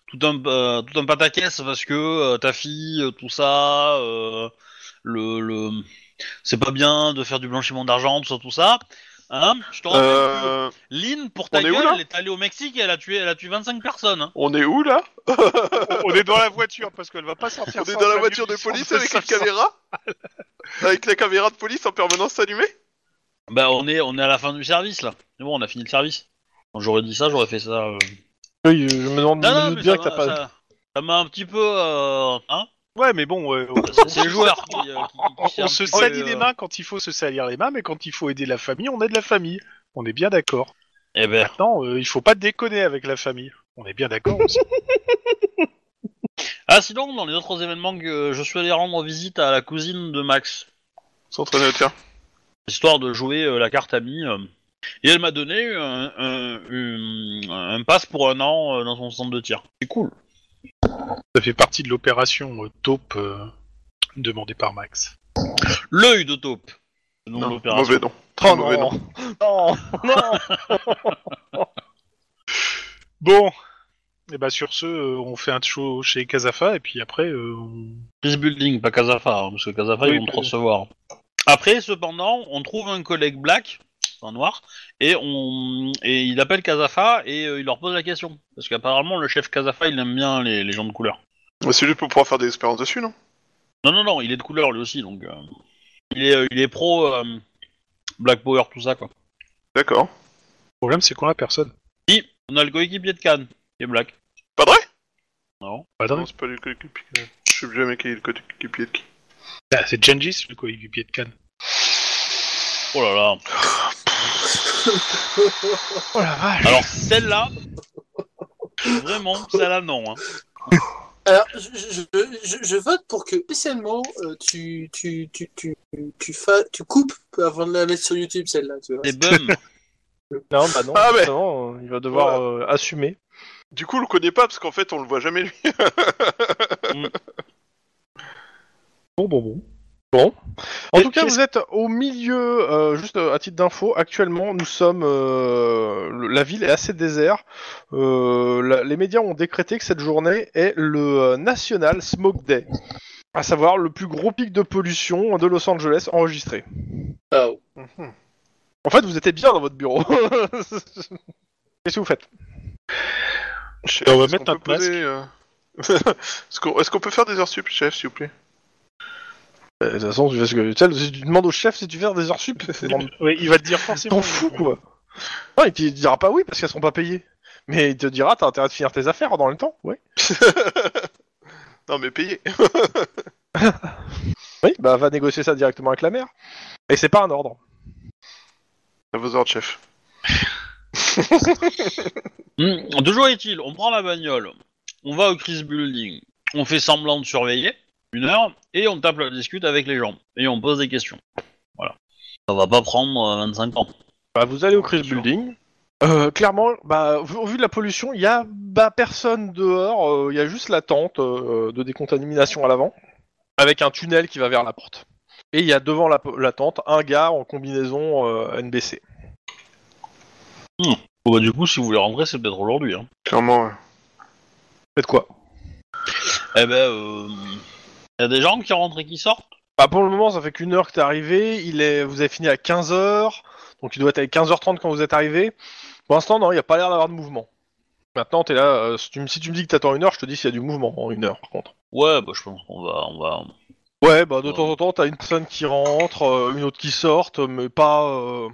tout un euh, tout un pataquès parce que euh, ta fille, euh, tout ça, euh, le le c'est pas bien de faire du blanchiment d'argent, tout ça, tout ça. Hein Je te rappelle que Euh, Lynn, pour ta on est où, gueule, là elle est allée au Mexique et elle a tué elle a tué 25 personnes. hein. on est où là On est dans la voiture parce qu'elle va pas sortir. On est sans dans la sa voiture de munition police avec sa- une caméra Avec la caméra de police en permanence allumée Bah on est on est à la fin du service là. C'est bon, on a fini le service. Quand j'aurais dit ça, j'aurais fait ça. euh, Oui, je me demande Non, non, me doute mais bien ça que t'as m'a- pas. ça- ça m'a un petit peu. euh, hein Ouais, mais bon, euh, on- C'est les joueurs qui. euh, qui- qui- on, qui- on un se petit peu, salit euh, les mains quand il faut se salir les mains, mais quand il faut aider la famille, on aide la famille. On est bien d'accord. Eh ben, Maintenant, euh, il faut pas déconner avec la famille. On est bien d'accord aussi. Ah, sinon, dans les autres événements, que je suis allé rendre visite à la cousine de Max, S'entraîner au tir. histoire de jouer euh, la carte amie. euh, et elle m'a donné un, un, une- un pass pour un an euh, dans son centre de tir. C'est cool. Ça fait partie de l'opération euh, taupe euh, demandée par Max. L'œil de taupe. Le nom de Non, l'opération. Mauvais nom. Oh Très non, mauvais nom. non, non. Bon, et bah sur ce, euh, on fait un show chez Casafa et puis après, euh, on... Peace Building, pas Casafa, hein, parce que Casafa, Oui, ils vont te pardon. recevoir. Après, cependant, on trouve un collègue black, un noir, et, on, et il appelle Casafa et euh, il leur pose la question. Parce qu'apparemment, le chef Casafa, il aime bien les, les gens de couleur. Bah, C'est juste pour pouvoir faire des expériences dessus, non Non, non, non, il est de couleur lui aussi, donc. euh, il, est, euh, il est pro euh, Black Power, tout ça, quoi. D'accord. le problème c'est qu'on a personne. Si, on a le coéquipier de Cannes. et Black. Pas vrai Non. Pas dingue. Non, c'est pas du coéquipier. Je sais jamais qui est le coéquipier de qui. Ah, c'est Gengis, le coéquipier de Cannes. Oh là là. Oh la vache Alors celle-là, vraiment, celle-là non. Hein. Alors, je, je, je- je vote pour que spécialement euh, tu, tu, tu, tu, tu, fa- tu coupes avant de la mettre sur YouTube celle-là, tu vois. Des bums. Non, bah non, Ah, mais- justement, euh, il va devoir euh, assumer. Du coup, on le connaît pas parce qu'en fait, on le voit jamais lui. Bon, bon, bon. Bon. En Et tout cas, qu'est-ce- vous êtes au milieu, euh, juste euh, à titre d'info, actuellement, nous sommes. euh, le- la ville est assez déserte. Euh, la- les médias ont décrété que cette journée est le euh, National Smoke Day, à savoir le plus gros pic de pollution de Los Angeles enregistré. Ah, ouais. En fait, vous étiez bien dans votre bureau. Qu'est-ce que vous faites Chef, on va est-ce mettre qu'on notre peut poser, euh, Est-ce qu'on est-ce qu'on peut faire des heures sup, chef, s'il vous plaît Euh, De toute façon, tu, tu demandes au chef si tu fais des heures sup. Oui, il va te dire forcément. T'en fous quoi Non, il te dira pas oui parce qu'elles sont pas payées. Mais il te dira t'as intérêt de finir tes affaires dans le temps, oui. Non, mais payé. Oui, bah va négocier ça directement avec la mère. Et c'est pas un ordre. À vos ordres, chef. Hmm, Toujours est-il, on prend la bagnole, on va au Chris Building, on fait semblant de surveiller, une heure, et on tape la discute avec les gens, et on pose des questions. Voilà. Ça va pas prendre euh, 25 ans. Bah vous allez au Chris Sûr. Building. Euh, clairement, bah, vu- au vu de la pollution, il y a bah, personne dehors, euh, il y a juste la tente euh, de décontamination à l'avant, avec un tunnel qui va vers la porte. Et il y a devant la, la tente un gars en combinaison euh, NBC. Bon, bah, du coup, si vous voulez rentrer, c'est peut-être aujourd'hui. Hein. Clairement, euh, ouais. Faites quoi Eh ben, euh, y a des gens qui rentrent et qui sortent Bah pour le moment, ça fait qu'une heure que t'es arrivé. Il est, vous avez fini à 15h, donc il doit être à 15h30 quand vous êtes arrivé. Pour l'instant, non, il n'y a pas l'air d'avoir de mouvement. Maintenant, t'es là. euh, si, tu, me- si tu me dis que t'attends une heure, je te dis s'il y a du mouvement en une heure, par contre. Ouais, bah, je pense qu'on va, on va. Ouais, bah de Ouais. temps en temps, t'as une personne qui rentre, euh, une autre qui sort, mais pas euh,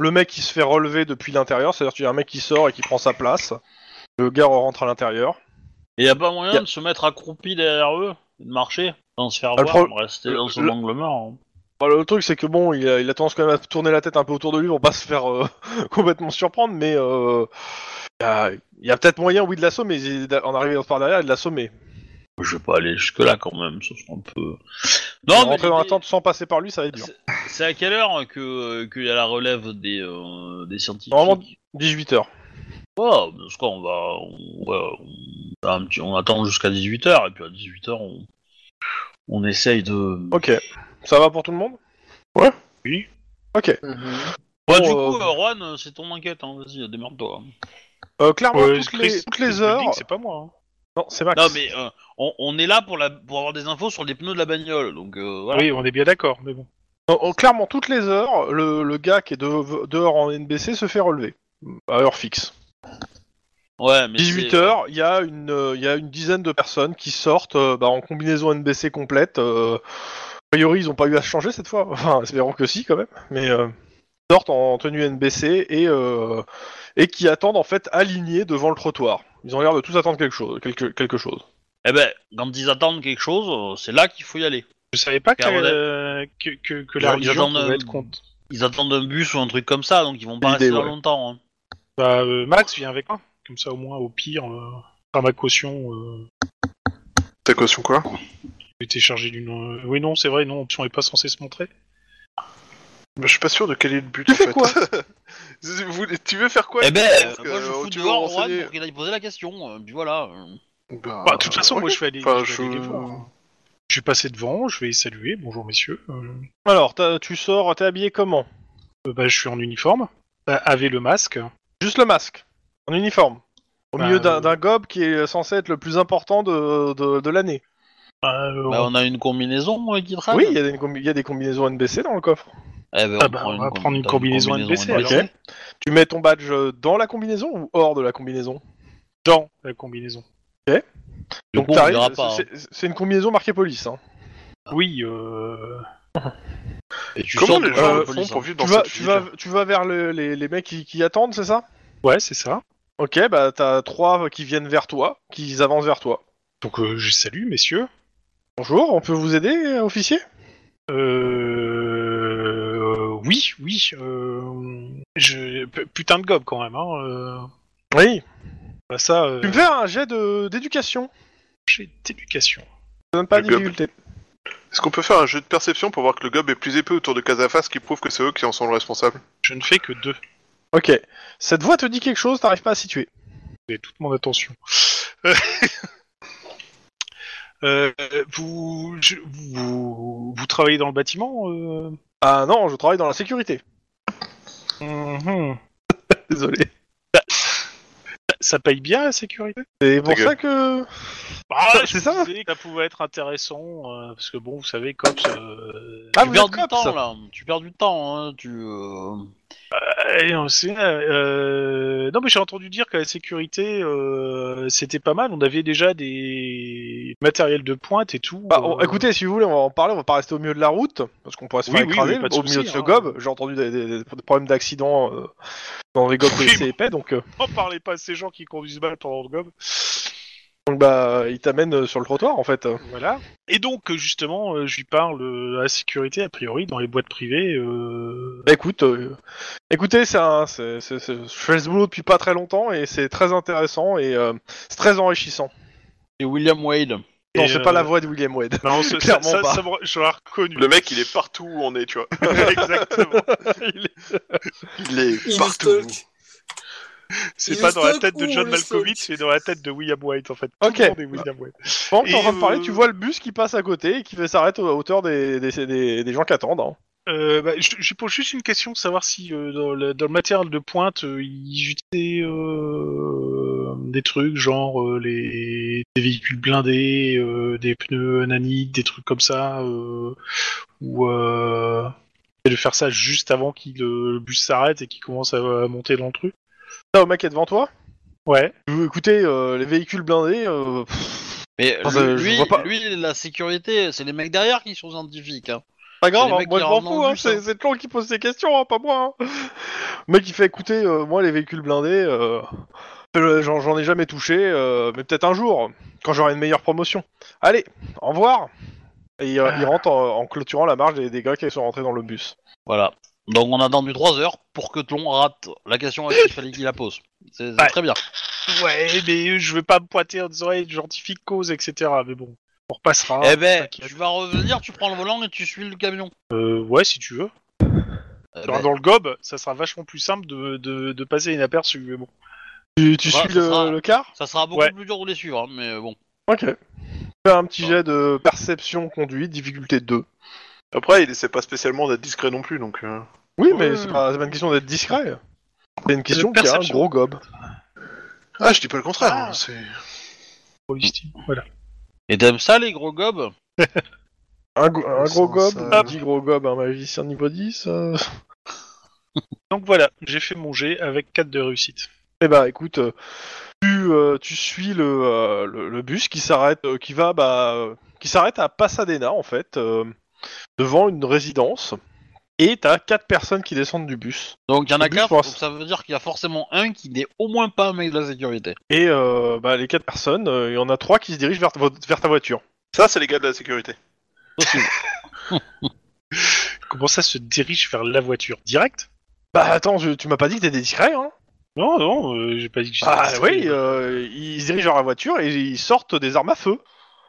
le mec qui se fait relever depuis l'intérieur. C'est-à-dire, tu as un mec qui sort et qui prend sa place. Le gars rentre à l'intérieur. Et y a pas moyen Y a- de se mettre accroupi derrière eux, de marcher, sans se faire Ah, le voir, pro- de rester le- dans son le- angle mort. hein. Bah, le truc, c'est que bon, il a, il a tendance quand même à tourner la tête un peu autour de lui pour pas se faire euh, complètement surprendre, mais euh, il y a, il y a peut-être moyen, oui, de l'assommer, il- d'a- en arrivant par derrière, et de l'assommer. Je vais pas aller jusque-là quand même, ce serait un peu. Non, rentrer dans la l'idée- tente sans passer par lui, ça va être dur. C'est- C'est à quelle heure que euh, qu'il y a la relève des, euh, des scientifiques Normalement- 18h. Oh, mais ce quoi, on va on, ouais, on, a un petit- on attend jusqu'à 18h et puis à 18h on, on essaye de. Ok. Ça va pour tout le monde Ouais. Oui. Ok. Mhm. Bah, du bon, coup, euh, euh, Juan, c'est ton enquête, hein, vas-y, démerde-toi. Euh, clairement, Ouais, toutes, Chris- les, toutes les Chris heures. Building, C'est pas moi. hein. Non, c'est Max. Non, mais euh, on, on est là pour, la, pour avoir des infos sur les pneus de la bagnole, donc euh, voilà. Oui, on est bien d'accord, mais bon. Euh, euh, clairement, toutes les heures, le, le gars qui est de- dehors en NBC se fait relever. À heure fixe. Ouais, mais 18h, il y, a une, euh, il y a une dizaine de personnes qui sortent euh, bah, en combinaison NBC complète. euh, a priori, ils n'ont pas eu à se changer cette fois. Enfin, espérons que si, quand même. Mais euh, ils sortent en tenue NBC et, euh, et qui attendent, en fait, alignés devant le trottoir. Ils ont l'air de tous attendre quelque chose. Quelque, quelque chose. Eh ben, quand ils attendent quelque chose, euh, c'est là qu'il faut y aller. Je savais pas que, Car on a- euh, que, que, que la Ils religion attendent, pouvait euh, être contre. Ils attendent un bus ou un truc comme ça, donc ils vont pas L'idée, rester là ouais. longtemps. hein. Bah, euh, Max vient avec moi. Comme ça, au moins, au pire, euh, par ma caution, euh, Ta caution quoi j'étais chargé d'une. euh, Oui, non, c'est vrai, non, on est pas censé se montrer. Bah, Je suis pas sûr de quel est le but. Tu en fais fait. quoi Vous voulez- Tu veux faire quoi Eh ben, Parce euh, que, moi je euh, fous tu veux dehors Juan renseigner pour qu'il aille poser la question. euh, puis voilà. euh. Bah, Bah, de toute façon, moi, ok. je vais aller. Enfin, je, vais aller je- les voir, hein. Je vais passer devant, je vais saluer. Bonjour, messieurs. Euh, Alors, t'as- tu sors, t'es habillé comment euh, bah, je suis en uniforme, euh, avec le masque. Juste le masque, en uniforme. Au Bah, milieu d'un euh, d'un gobe qui est censé être le plus important de, de- de l'année. Bah, euh, Bah, on a une combinaison euh, qui traîne. Oui, il y a des combi- il y a des combinaisons NBC dans le coffre. Eh ben, Ah bah, on va com- prendre une t'as combinaison NBC, alors. NBC. Ok. Tu mets ton badge euh, dans la combinaison ou hors de la combinaison dans la combinaison. Du Donc coup, on t'arrives, verra pas, hein. c'est- c'est- c'est une combinaison marquée police. hein. Oui, euh... hein. Et tu Comment sors les de la gens euh, font police, pour hein. vivre Tu dans vas, cette tu, ville vas, tu vas vers le- les, les mecs qui, qui attendent, c'est ça ouais, c'est ça. Ok, bah t'as trois qui viennent vers toi, qui avancent vers toi. Donc euh, je salue, messieurs. Bonjour, on peut vous aider, euh, officier Euh... Oui, oui. euh, Je... p- Putain de gobe quand même. Hein. euh, Oui. bah ça, euh, Tu me fais un jet de- d'éducation. j'ai d'éducation. Ça donne pas de Le gobe. difficulté. Est-ce qu'on peut faire un jeu de perception pour voir que le gob est plus épais autour de Casafas qui prouve que c'est eux qui en sont le responsable Je ne fais que deux. Ok. Cette voix te dit quelque chose, t'arrives pas à situer. J'ai toute mon attention. Euh, vous, je- vous, vous travaillez dans le bâtiment euh Ah non, je travaille dans la sécurité. Mhm. Désolé. Ça paye bien la sécurité C'est pour gueule. ça que. Ah, Ça, je c'est me ça disais que ça pouvait être intéressant, euh, parce que bon, vous savez, Cops, euh, Ah, tu vous perds êtes du cops. temps là, tu perds du temps, hein, tu. euh, eh, on sait, euh, non mais j'ai entendu dire que la sécurité, euh, c'était pas mal, on avait déjà des matériels de pointe et tout. Bah, on- euh, écoutez, si vous voulez, on va en parler. On va pas rester au milieu de la route parce qu'on pourrait se Oui, faire oui, écraser oui, pas de au souci, milieu de ce hein. gob. J'ai entendu des, des- des problèmes d'accident euh, dans les gobs Oui, c'est épais, donc, euh, n'en parlez pas à ces gens qui conduisent mal pendant le gobe. donc bah il t'amène euh, sur le trottoir en fait. Voilà. Et donc, euh, justement, euh, je lui parle euh, à la sécurité, a priori, dans les boîtes privées. euh, Bah écoute, euh, écoutez, c'est un, c'est- c'est- c'est- je fais ce boulot depuis pas très longtemps et c'est très intéressant et euh, c'est très enrichissant. C'est William Wade. Non, et, c'est euh, pas la voix de William Wade. Non, ça, ça, Clairement ça, pas. ça me- je l'ai reconnu. Le mec, il est partout où on est, tu vois. Exactement. Il est Il nous partout. stalk. C'est Il pas nous dans la stalk tête de ou on John le Malkovich, stalk c'est dans la tête de William White, en fait. Tout Ok. le monde est William White. Pendant que t'es en Et, train de parler, euh, tu vois le bus qui passe à côté et qui fait- s'arrête à hauteur des, des, des- des gens qui attendent. hein. Euh, bah, je, je pose juste une question, de savoir si euh, dans, le, dans le matériel de pointe, euh, ils utilisaient euh, des trucs genre euh, les des véhicules blindés, euh, des pneus ananiques, des trucs comme ça, euh, ou euh, et de faire ça juste avant que le, le bus s'arrête et qu'il commence à, à monter dans le truc. Là, au mec qui est devant toi, Ouais. euh, écoutez, euh, les véhicules blindés, euh, pff, Mais Non, ça, lui, je vois pas. lui, la sécurité, c'est les mecs derrière qui sont scientifiques. Hein. Pas grave, C'est les hein, mecs moi qui je m'en rentrent dans fous, le hein, bus, c'est hein. c'est Tlon qui pose ses questions, hein, pas moi. Hein. Le Mec, il fait écouter, euh, moi les véhicules blindés, euh, euh, j'en j'en ai jamais touché, euh, mais peut-être un jour, quand j'aurai une meilleure promotion. Allez, au revoir Et il, euh, il rentre en, en clôturant la marche des, des gars qui sont rentrés dans le bus. Voilà. Donc on a attendu 3 heures pour que Tlon rate la question à qui il fallait qu'il la pose. C'est c'est Ouais. très bien. Ouais, mais je vais pas me pointer en disant hey, gentifique cause, etc. Mais bon, Ah, on repassera. hein. eh ben, t'inquiète. tu vas revenir, tu prends le volant et tu suis le camion. Euh, ouais, si tu veux. Eh Dans, ben, dans le gob, ça sera vachement plus simple de, de, de passer inaperçu. Mais bon. Tu, tu Ouais, suis ça le, sera- le car ça sera beaucoup Ouais. plus dur de les suivre, hein, mais bon. Ok. Fais un petit Ouais. jet de perception conduite, difficulté 2. Après, il essaie pas spécialement d'être discret non plus, donc. euh, Oui, Ouais. mais c'est pas, c'est pas une question d'être discret. C'est une question qui a un perception. gros gob. Ah, je dis pas le contraire. Ah. hein, c'est- Holistique, Voilà. Et t'aimes ça les gros gobs Un, go- un Ouais, gros ça- gob, ça- 10 gros gob, un magicien niveau 10. euh, Donc voilà, j'ai fait mon G avec 4 de réussite. Eh bah écoute, euh, tu, euh, tu suis le, euh, le, le bus qui s'arrête, euh, qui va, bah, euh, qui s'arrête à Pasadena en fait, euh, devant une résidence. Et t'as quatre personnes qui descendent du bus. Donc il y en a Au plus, je 4, pense. donc ça veut dire qu'il y a forcément un qui n'est au moins pas un mec de la sécurité. Et euh, bah, les quatre personnes, euh, il y en a trois qui se dirigent vers, ta- vers ta voiture. Ça, c'est les gars de la sécurité. Possible. Comment ça se dirige vers la voiture Direct Bah attends, je- tu m'as pas dit que t'étais discret, hein Non, non, euh, j'ai pas dit que j'étais Ah discret. oui, euh, ils se dirigent vers la voiture et ils sortent des armes à feu.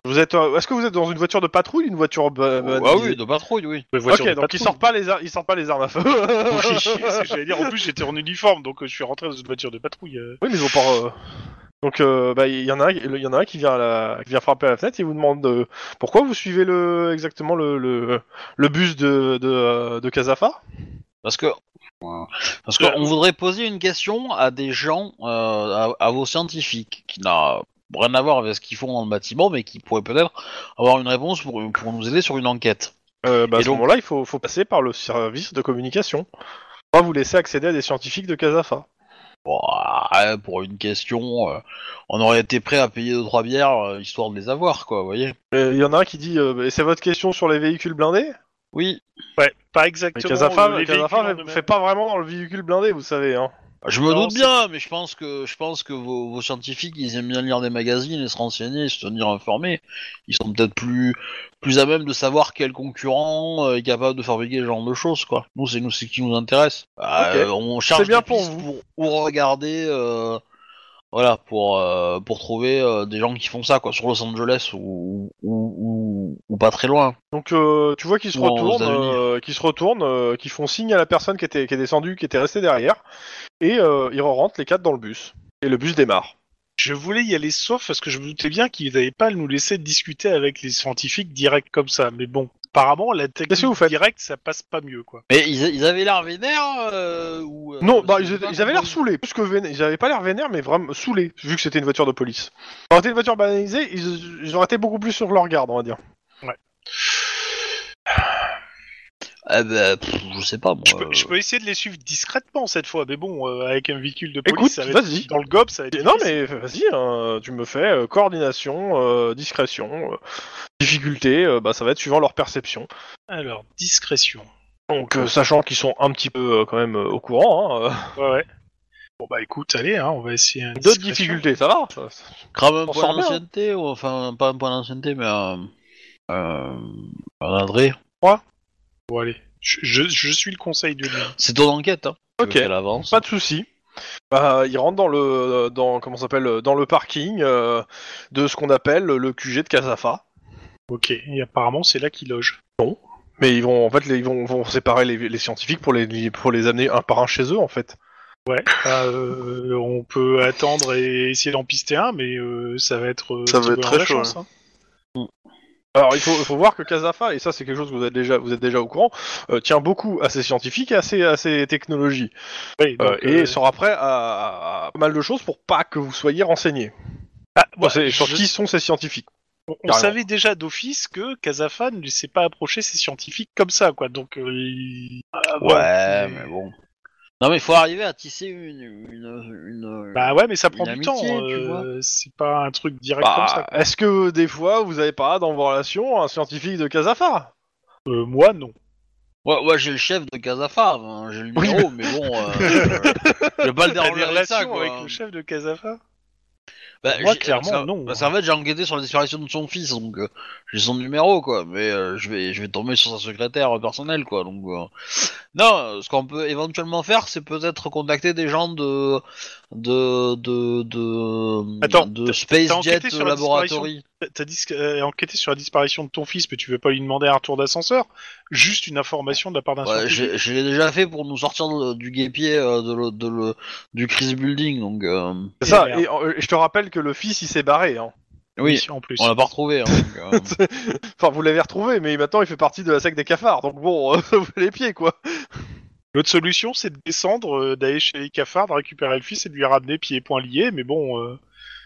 Vous êtes, euh, est-ce que vous êtes dans une voiture de patrouille, une voiture bah, bah, ah disée oui, de patrouille, oui. Les Ok, voitures donc de ils patrouille. sortent pas les, ar- ils sortent pas les armes à feu. Oui, c'est ce que j'allais dire. En plus, j'étais en uniforme, donc euh, je suis rentré dans une voiture de patrouille. euh. Oui, mais ils ont pas. euh, Donc, euh, bah, il y en a, un- il y en a un qui vient, à la... qui vient frapper à la fenêtre. Il vous demande euh, pourquoi vous suivez le exactement le, le, le bus de de, euh, de Casafa. Parce que. Parce qu'on voudrait poser une question à des gens, euh, à, à vos scientifiques, qui n'a rien à voir avec ce qu'ils font dans le bâtiment, mais qui pourraient peut-être avoir une réponse pour, pour nous aider sur une enquête. Euh, bah, à Et ce donc- moment-là, il faut, faut passer par le service de communication. On va vous laisser accéder à des scientifiques de Casafa. Bon, ah, pour une question, euh, on aurait été prêt à payer deux trois bières euh, histoire de les avoir, quoi, vous voyez Euh, Il y en a un qui dit euh, Et c'est votre question sur les véhicules blindés Oui. Ouais, pas Mais exactement. Casafa, euh, les Casafa véhicules en fait, eux-mêmes. fait pas vraiment dans le véhicule blindé, vous savez. Hein. Je me Non, doute c'est- bien, mais je pense que je pense que vos, vos scientifiques, ils aiment bien lire des magazines et se renseigner, et se tenir informés. Ils sont peut-être plus plus à même de savoir quel concurrent euh, est capable de fabriquer ce genre de choses, quoi. Nous, c'est nous, c'est qui nous intéresse. Bah, Ok. euh, on cherche C'est bien des pour pistes vous. pour pour regarder, euh, voilà, pour euh, pour trouver euh, des gens qui font ça, quoi, sur Los Angeles ou ou, ou, ou pas très loin. Donc euh, tu vois qu'ils se Ou en retournent, États-Unis. euh, qu'ils se retournent, euh, qu'ils font signe à la personne qui était qui est descendue, qui était restée derrière, et euh, ils rentrent les quatre dans le bus. Et le bus démarre. Je voulais y aller sauf parce que je me doutais bien qu'ils n'allaient pas nous laisser discuter avec les scientifiques direct comme ça. Mais bon, apparemment, la technique Qu'est-ce que vous faites directe, ça passe pas mieux, quoi. Mais ils, ils avaient l'air vénères euh, ou euh, parce non, bah, que ils, j'ai étaient- pas ils avaient l'air compris. saoulés, plus que vénères. Ils avaient pas l'air vénères, mais vraiment saoulés, vu que c'était une voiture de police. Ça aurait été une voiture banalisée, ils, ils auraient été beaucoup plus sur leur garde, on va dire. Eh ben, pff, je sais pas moi. Je peux, je peux essayer de les suivre discrètement cette fois, mais bon, euh, avec un véhicule de police, Écoute, ça va être- vas-y. dans le gob, ça va être. Et Non difficile. mais vas-y, hein, tu me fais euh, coordination, euh, discrétion, euh, difficulté, euh, bah, ça va être suivant leur perception. Alors, discrétion. Donc euh, sachant qu'ils sont un petit peu euh, quand même euh, au courant, hein, euh, Ouais, ouais. Bon, bah écoute, allez, hein, on va essayer un. D'autres discrétion. difficultés, ça va ça- ça- Crame un On point hein. sort bien, d'ancienneté, ou enfin pas un point d'ancienneté, mais un. Euh, un adré. Bon, allez. Je, je- je suis le conseil de lui. C'est ton enquête, hein. Tu Ok. veux qu'elle avance. Pas de souci. Bah, ils rentrent dans le dans comment ça s'appelle dans le parking euh, de ce qu'on appelle le QG de Casafa. Ok, et apparemment, c'est là qu'il loge. Mais ils vont en fait les- ils vont, vont séparer les, les scientifiques pour les pour les amener un par un chez eux en fait. Ouais, bah, euh, on peut attendre et essayer d'en pister un, mais euh, ça va être. euh, Ça va petit être bonheur très à la chaud, chance, hein. Alors il faut, il faut voir que Casafa et ça c'est quelque chose que vous êtes déjà vous êtes déjà au courant euh, tient beaucoup à ses scientifiques et à ses, à ses technologies Ouais, Euh, donc, et euh, sera prêt à, à- à pas mal de choses pour pas que vous soyez renseignés. ah, Bon, bah, c'est- sur je- qui sont ces scientifiques. On Carrément. savait déjà d'office que Kazafa ne laissait pas approcher ses scientifiques comme ça, quoi. Donc, euh, il- Ah, bon, Ouais, c'est- mais bon. Non, mais faut arriver à tisser une. une, une- Bah ouais, mais ça prend Une du amitié, temps. tu euh, vois. c'est pas un truc direct comme ça. Bah, quoi. Est-ce que des fois vous avez pas dans vos relations un scientifique de Casafa Euh, moi, non. Ouais, ouais, j'ai le chef de Casafar, hein, j'ai le numéro, mais bon. Euh, je vais pas le T'as déranger des avec relations ça, quoi. hein. avec le chef de Kazafa Bah, Moi, j'ai- clairement, parce que- non. hein. Parce qu'en fait, j'ai enquêté sur la disparition de son fils, donc euh, j'ai son numéro, quoi. Mais euh, je vais, je vais tomber sur sa secrétaire euh, personnelle, quoi. Donc, euh, non, euh, ce qu'on peut éventuellement faire, c'est peut-être contacter des gens de, de, de, de, Attends, de t'as- Space t'as Jet enquêté sur la Laboratory. T'as dis- euh, enquêté sur la disparition de ton fils, mais tu veux pas lui demander un retour d'ascenseur Juste une information de la part d'un Ouais, scientifique j'ai- je l'ai déjà fait pour nous sortir de- du guépier euh, de, le- de le- du Chris Building, donc euh, C'est ça, Eh et euh, je te rappelle que le fils il s'est barré. Hein. oui, en plus. on l'a pas retrouvé. hein, donc, euh, Enfin, vous l'avez retrouvé, mais maintenant il fait partie de la secte des cafards, donc bon, vous les pieds quoi. L'autre solution, c'est de descendre, euh, d'aller chez les cafards, de récupérer le fils et de lui ramener pieds et poings liés, mais bon... euh,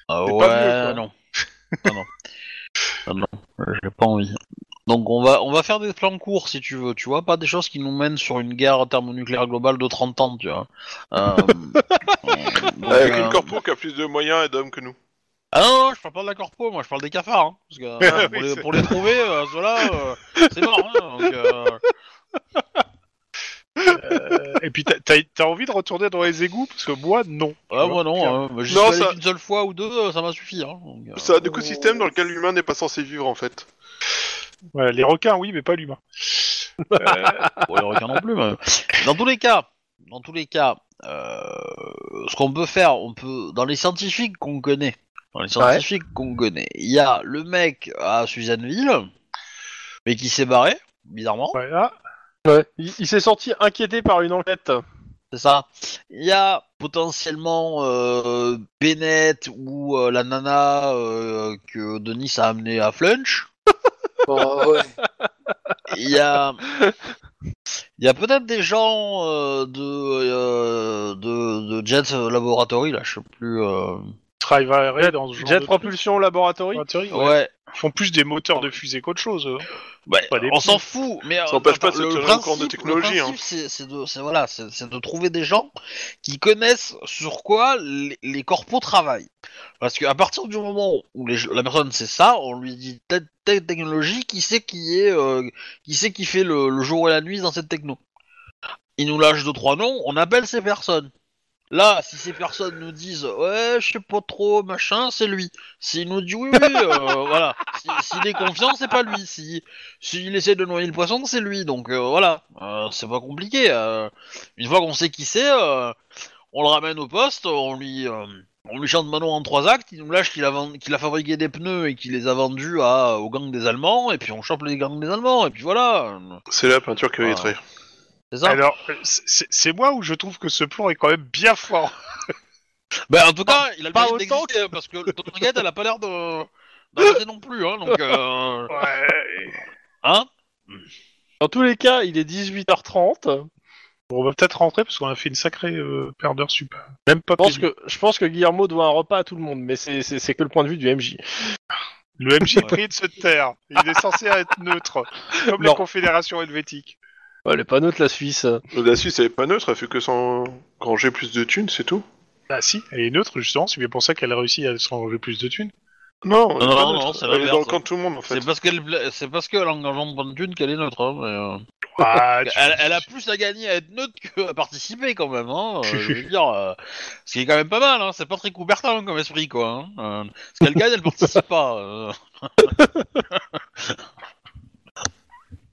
Ah C'est ouais, pas mieux, quoi. non. Ah non, non. Non, non, euh, j'ai pas envie. Donc on va on va faire des plans courts si tu veux, tu vois, pas des choses qui nous mènent sur une guerre thermonucléaire globale de 30 ans, tu vois. Euh, euh, donc, Avec euh, une corpo qui a plus de moyens et d'hommes que nous. Ah non, non, je parle pas de la corpo, moi je parle des cafards. hein, parce que, euh, pour, Oui, les, c'est- pour les trouver, euh, ceux-là, euh, c'est mort. hein, donc, euh, Euh, et puis, t'as- t'as t'as envie de retourner dans les égouts Parce que moi, non. ah, moi non, euh, j'y suis Non, allé ça- une seule fois ou deux, euh, ça m'a suffi. Hein, donc, euh, C'est un écosystème dans lequel l'humain n'est pas censé vivre en fait. Voilà, les requins, oui, mais pas l'humain. Pour les requins non plus. mais- Dans tous les cas, dans tous les cas, euh, ce qu'on peut faire, on peut dans les scientifiques qu'on connaît, dans les scientifiques qu'on connaît, il y a le mec à Suzanneville, mais qui s'est barré bizarrement, Voilà. Il, il s'est senti inquiété par une enquête. c'est ça. Il y a potentiellement euh, Bennett ou euh, la nana euh, que Denis a amené à Flunch. Bon, ouais. Il y a, il y a peut-être des gens euh, de, euh, de de Jet Laboratory là, je sais plus. euh, Ils travailleraient dans ce genre Jet de Propulsion Laboratory laboratorie, ouais. Ouais. Ils font plus des moteurs de fusée qu'autre chose. hein. eux. Ouais, Pas des Bah, on fous. s'en fout, mais euh, empêche pas de se le, tenir au principe, courant de le technologie, hein. principe, c'est- c'est de, c'est- voilà, c'est c'est de trouver des gens qui connaissent sur quoi les, les corpos travaillent. Parce qu'à partir du moment où les- la personne sait ça, on lui dit telle, telle technologie, qui sait qui est, euh, qui sait qui fait le, le jour et la nuit dans cette techno. Ils nous lâchent deux trois noms, on appelle ces personnes. Là, si ces personnes nous disent ouais, je sais pas trop, machin, c'est lui. S'il nous dit oui, oui, euh, voilà. Si- S'il est confiant, c'est pas lui. Si s'il essaie de noyer le poisson, c'est lui. Donc euh, voilà, Euh, c'est pas compliqué. euh. une fois qu'on sait qui c'est, euh, on le ramène au poste, on lui euh, on lui chante Manon en trois actes, il nous lâche qu'il a, vend- qu'il a fabriqué des pneus et qu'il les a vendus à, aux gangs des Allemands, et puis on chope les gangs des Allemands, et puis voilà. C'est la peinture que Ah. les traits. C'est ça. Alors, euh, c'est- c'est c'est moi où je trouve que ce plan est quand même bien fort. Ben, en tout cas, il a le pas mérite autant d'exister, hein, parce que ton enquête, elle a pas l'air de... d'arrêter non plus, hein, donc... euh, Hein Dans tous les cas, il est 18h30. Bon, on va peut-être rentrer parce qu'on a fait une sacrée euh, paire d'heures sup. Même pas Je pense, payé. que, je pense que Guillermo doit un repas à tout le monde, mais c'est- c'est c'est que le point de vue du MJ. Le MJ Ouais. prie de se taire. Il est censé être neutre, comme Non. les confédérations helvétiques. Ouais, elle est pas neutre, la Suisse. euh, La Suisse, elle est pas neutre, elle fait que sans granger plus de thunes, c'est tout. Ah si, elle est neutre justement, c'est bien pour ça qu'elle a réussi à s'enlever plus de thunes. Non, elle est Non, pas non, neutre. non, c'est Elle est dans le l'inverse. camp de tout le monde, en fait. C'est parce qu'elle pla- c'est parce qu'elle engage en bonne thune qu'elle est neutre, hein, mais, euh, Ah, tu- elle, elle a plus à gagner à être neutre qu'à participer, quand même, hein, euh, je veux dire, euh, ce qui est quand même pas mal, hein, c'est pas très Coubertin comme esprit, quoi, hein, euh, ce qu'elle gagne, elle participe pas, euh.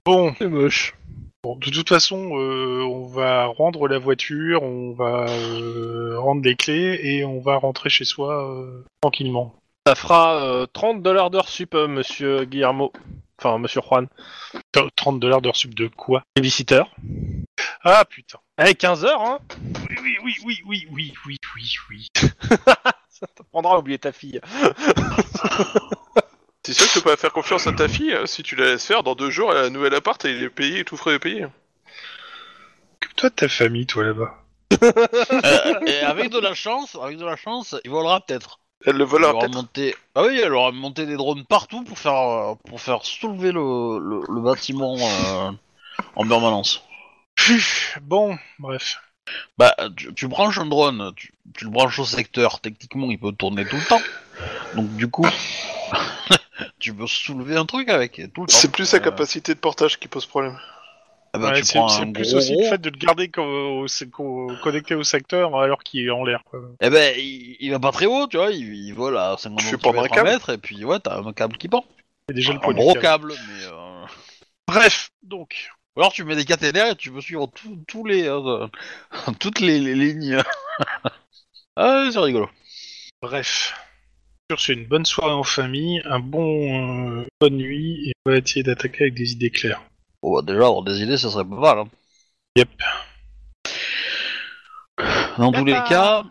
Bon, C'est moche. Bon, de toute façon, euh, on va rendre la voiture, on va euh, rendre les clés et on va rentrer chez soi euh, tranquillement. Ça fera euh, 30 dollars d'heure sup, euh, monsieur Guillermo. Enfin, monsieur Juan. T- 30 dollars d'heure sub de quoi Babysitter. Ah putain. Eh, 15 heures, hein Oui, oui, oui, oui, oui, oui, oui, oui, oui. Ça t'apprendra à oublier ta fille. C'est sûr que tu peux pas faire confiance à ta fille, euh, si tu la laisses faire, dans deux jours, elle a un nouvel appart et il est payé, tout frais est payé. Occupe-toi de ta famille, toi là-bas. Euh, et avec de la chance, avec de la chance, il volera peut-être. Elle le Elle volera aura peut-être. monté... Ah oui, elle aura monté des drones partout pour faire euh, pour faire soulever le, le, le bâtiment euh, en permanence. Pfff, Bon, bref. Bah, tu, tu branches un drone, tu, tu le branches au secteur. Techniquement, il peut tourner tout le temps. Donc du coup, tu peux soulever un truc avec tout le temps. C'est plus sa Euh, capacité de portage qui pose problème. ah bah, Ouais, tu c'est prends c'est un plus gros aussi le gros. fait de le garder co- au- c'est co- connecté au secteur hein, alors qu'il est en l'air. quoi. Eh ben, il, il va pas très haut, tu vois. Il, il vole à 50 Tu fais prendre un centimètres, câble. mètre, et puis ouais, t'as un câble qui pend. C'est déjà le Un point du gros câble. câble, mais. euh, Bref, donc. Ou alors tu mets des caténaires et tu peux suivre tout- tous les, euh, toutes les, les lignes. ah, c'est rigolo. Bref. Sur ce, une bonne soirée en famille, un bon euh, bonne nuit et on va essayer d'attaquer avec des idées claires. Bon, bah, déjà, avoir des idées, ça serait pas mal. hein. Yep. Dans tous les cas,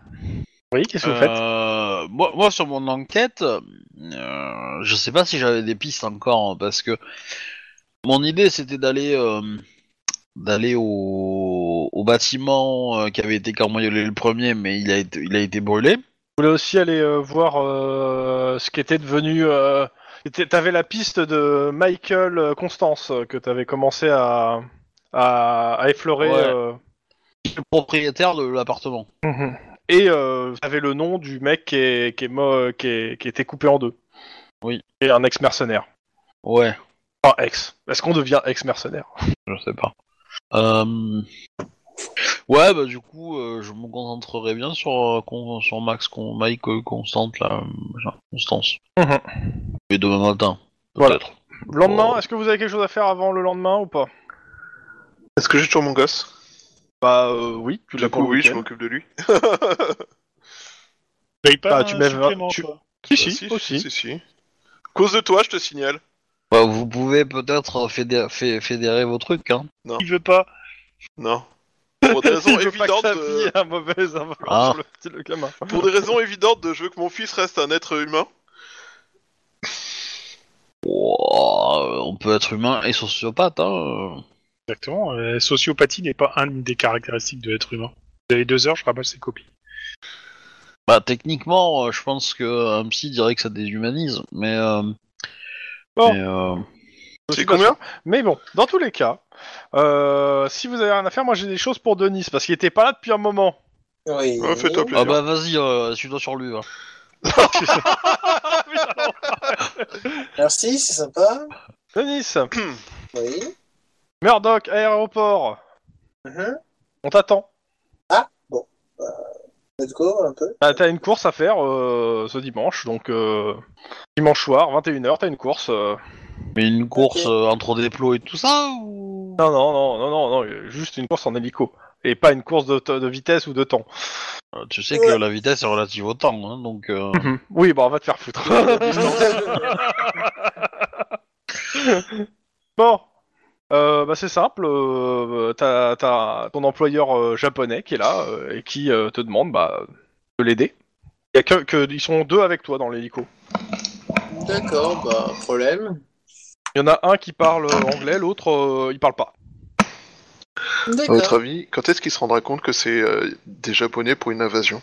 Oui, qu'est-ce que vous faites euh, moi, moi, sur mon enquête, euh, je sais pas si j'avais des pistes encore hein, parce que mon idée c'était d'aller euh, d'aller au, au bâtiment euh, qui avait été cambriolé le premier, mais il a été, il a été brûlé. Vous voulez aussi aller euh, voir euh, ce qui était devenu. euh, était- T'avais la piste de Michael euh, Constance euh, que t'avais commencé à, à, à effleurer. Ouais. euh. le propriétaire de l'appartement. Mhm. Et euh, t'avais le nom du mec qui, est, qui, est mo- qui, est- qui était coupé en deux. Oui. Et un ex-mercenaire. Ouais, Enfin, ex. Est-ce qu'on devient ex-mercenaire je sais pas. Euh, Ouais, bah du coup, euh, je me concentrerai bien sur, euh, Con- sur Max, Con- Mike, euh, Constante, là, euh, machin, Constance. Mhm. Et demain matin, Voilà. peut-être. Le lendemain, Oh. est-ce que vous avez quelque chose à faire avant le lendemain ou pas Est-ce que j'ai toujours mon gosse Bah euh, oui, tu Du l'as coup, oui, je m'occupe de lui. Paye pas Ah, tu un mets vingt- supplément, tu- toi. Si, Bah, si, aussi. Si, si. Cause de toi, je te signale. Bah, vous pouvez peut-être euh, fédé- fé- fédérer vos trucs, hein. Il veut pas. Non. Pour des raisons Il veut pas que évidentes. sa de- fille ait un mauvais influence Ah. sur le petit le gamin. euh, Pour des raisons évidentes de je veux que mon fils reste un être humain. Ouah, on peut être humain et sociopathe, hein. euh. Exactement. euh, La sociopathie n'est pas une des caractéristiques de l'être humain. Vous avez deux heures, je ramasse les copies. Bah, techniquement, euh, je pense que un psy dirait que ça déshumanise, mais... euh, Bon. mais, euh, Je C'est suis pas combien sûr. Mais bon, dans tous les cas, euh, si vous avez rien à faire, moi j'ai des choses pour Denis parce qu'il était pas là depuis un moment. Oui. Ouais, fais-toi plaisir. Ah bah, vas-y, euh, suis-toi sur lui, va. Merci, c'est sympa. Denis, Oui. Murdoch, aéroport, Mhm. on t'attend. T'as de quoi, un peu Bah, t'as une course à faire euh, ce dimanche, donc euh, dimanche soir, 21h, t'as une course. euh. Mais une course euh, entre des plots et tout ça ou... Non, non, non, non, non, non, euh, juste une course en hélico. Et pas une course de, de vitesse ou de temps. Euh, Tu sais que la vitesse est relative au temps, hein, donc. euh, Oui, bah on va te faire foutre. bon, Euh, bah, c'est simple. euh, t'as, t'as ton employeur euh, japonais qui est là euh, et qui euh, te demande bah, de l'aider. Y a que, que- ils sont deux avec toi dans l'hélico. D'accord, bah, problème. Il y en a un qui parle anglais, l'autre euh, il parle pas. À votre D'accord. avis, quand est-ce qu'il se rendra compte que c'est euh, des Japonais pour une invasion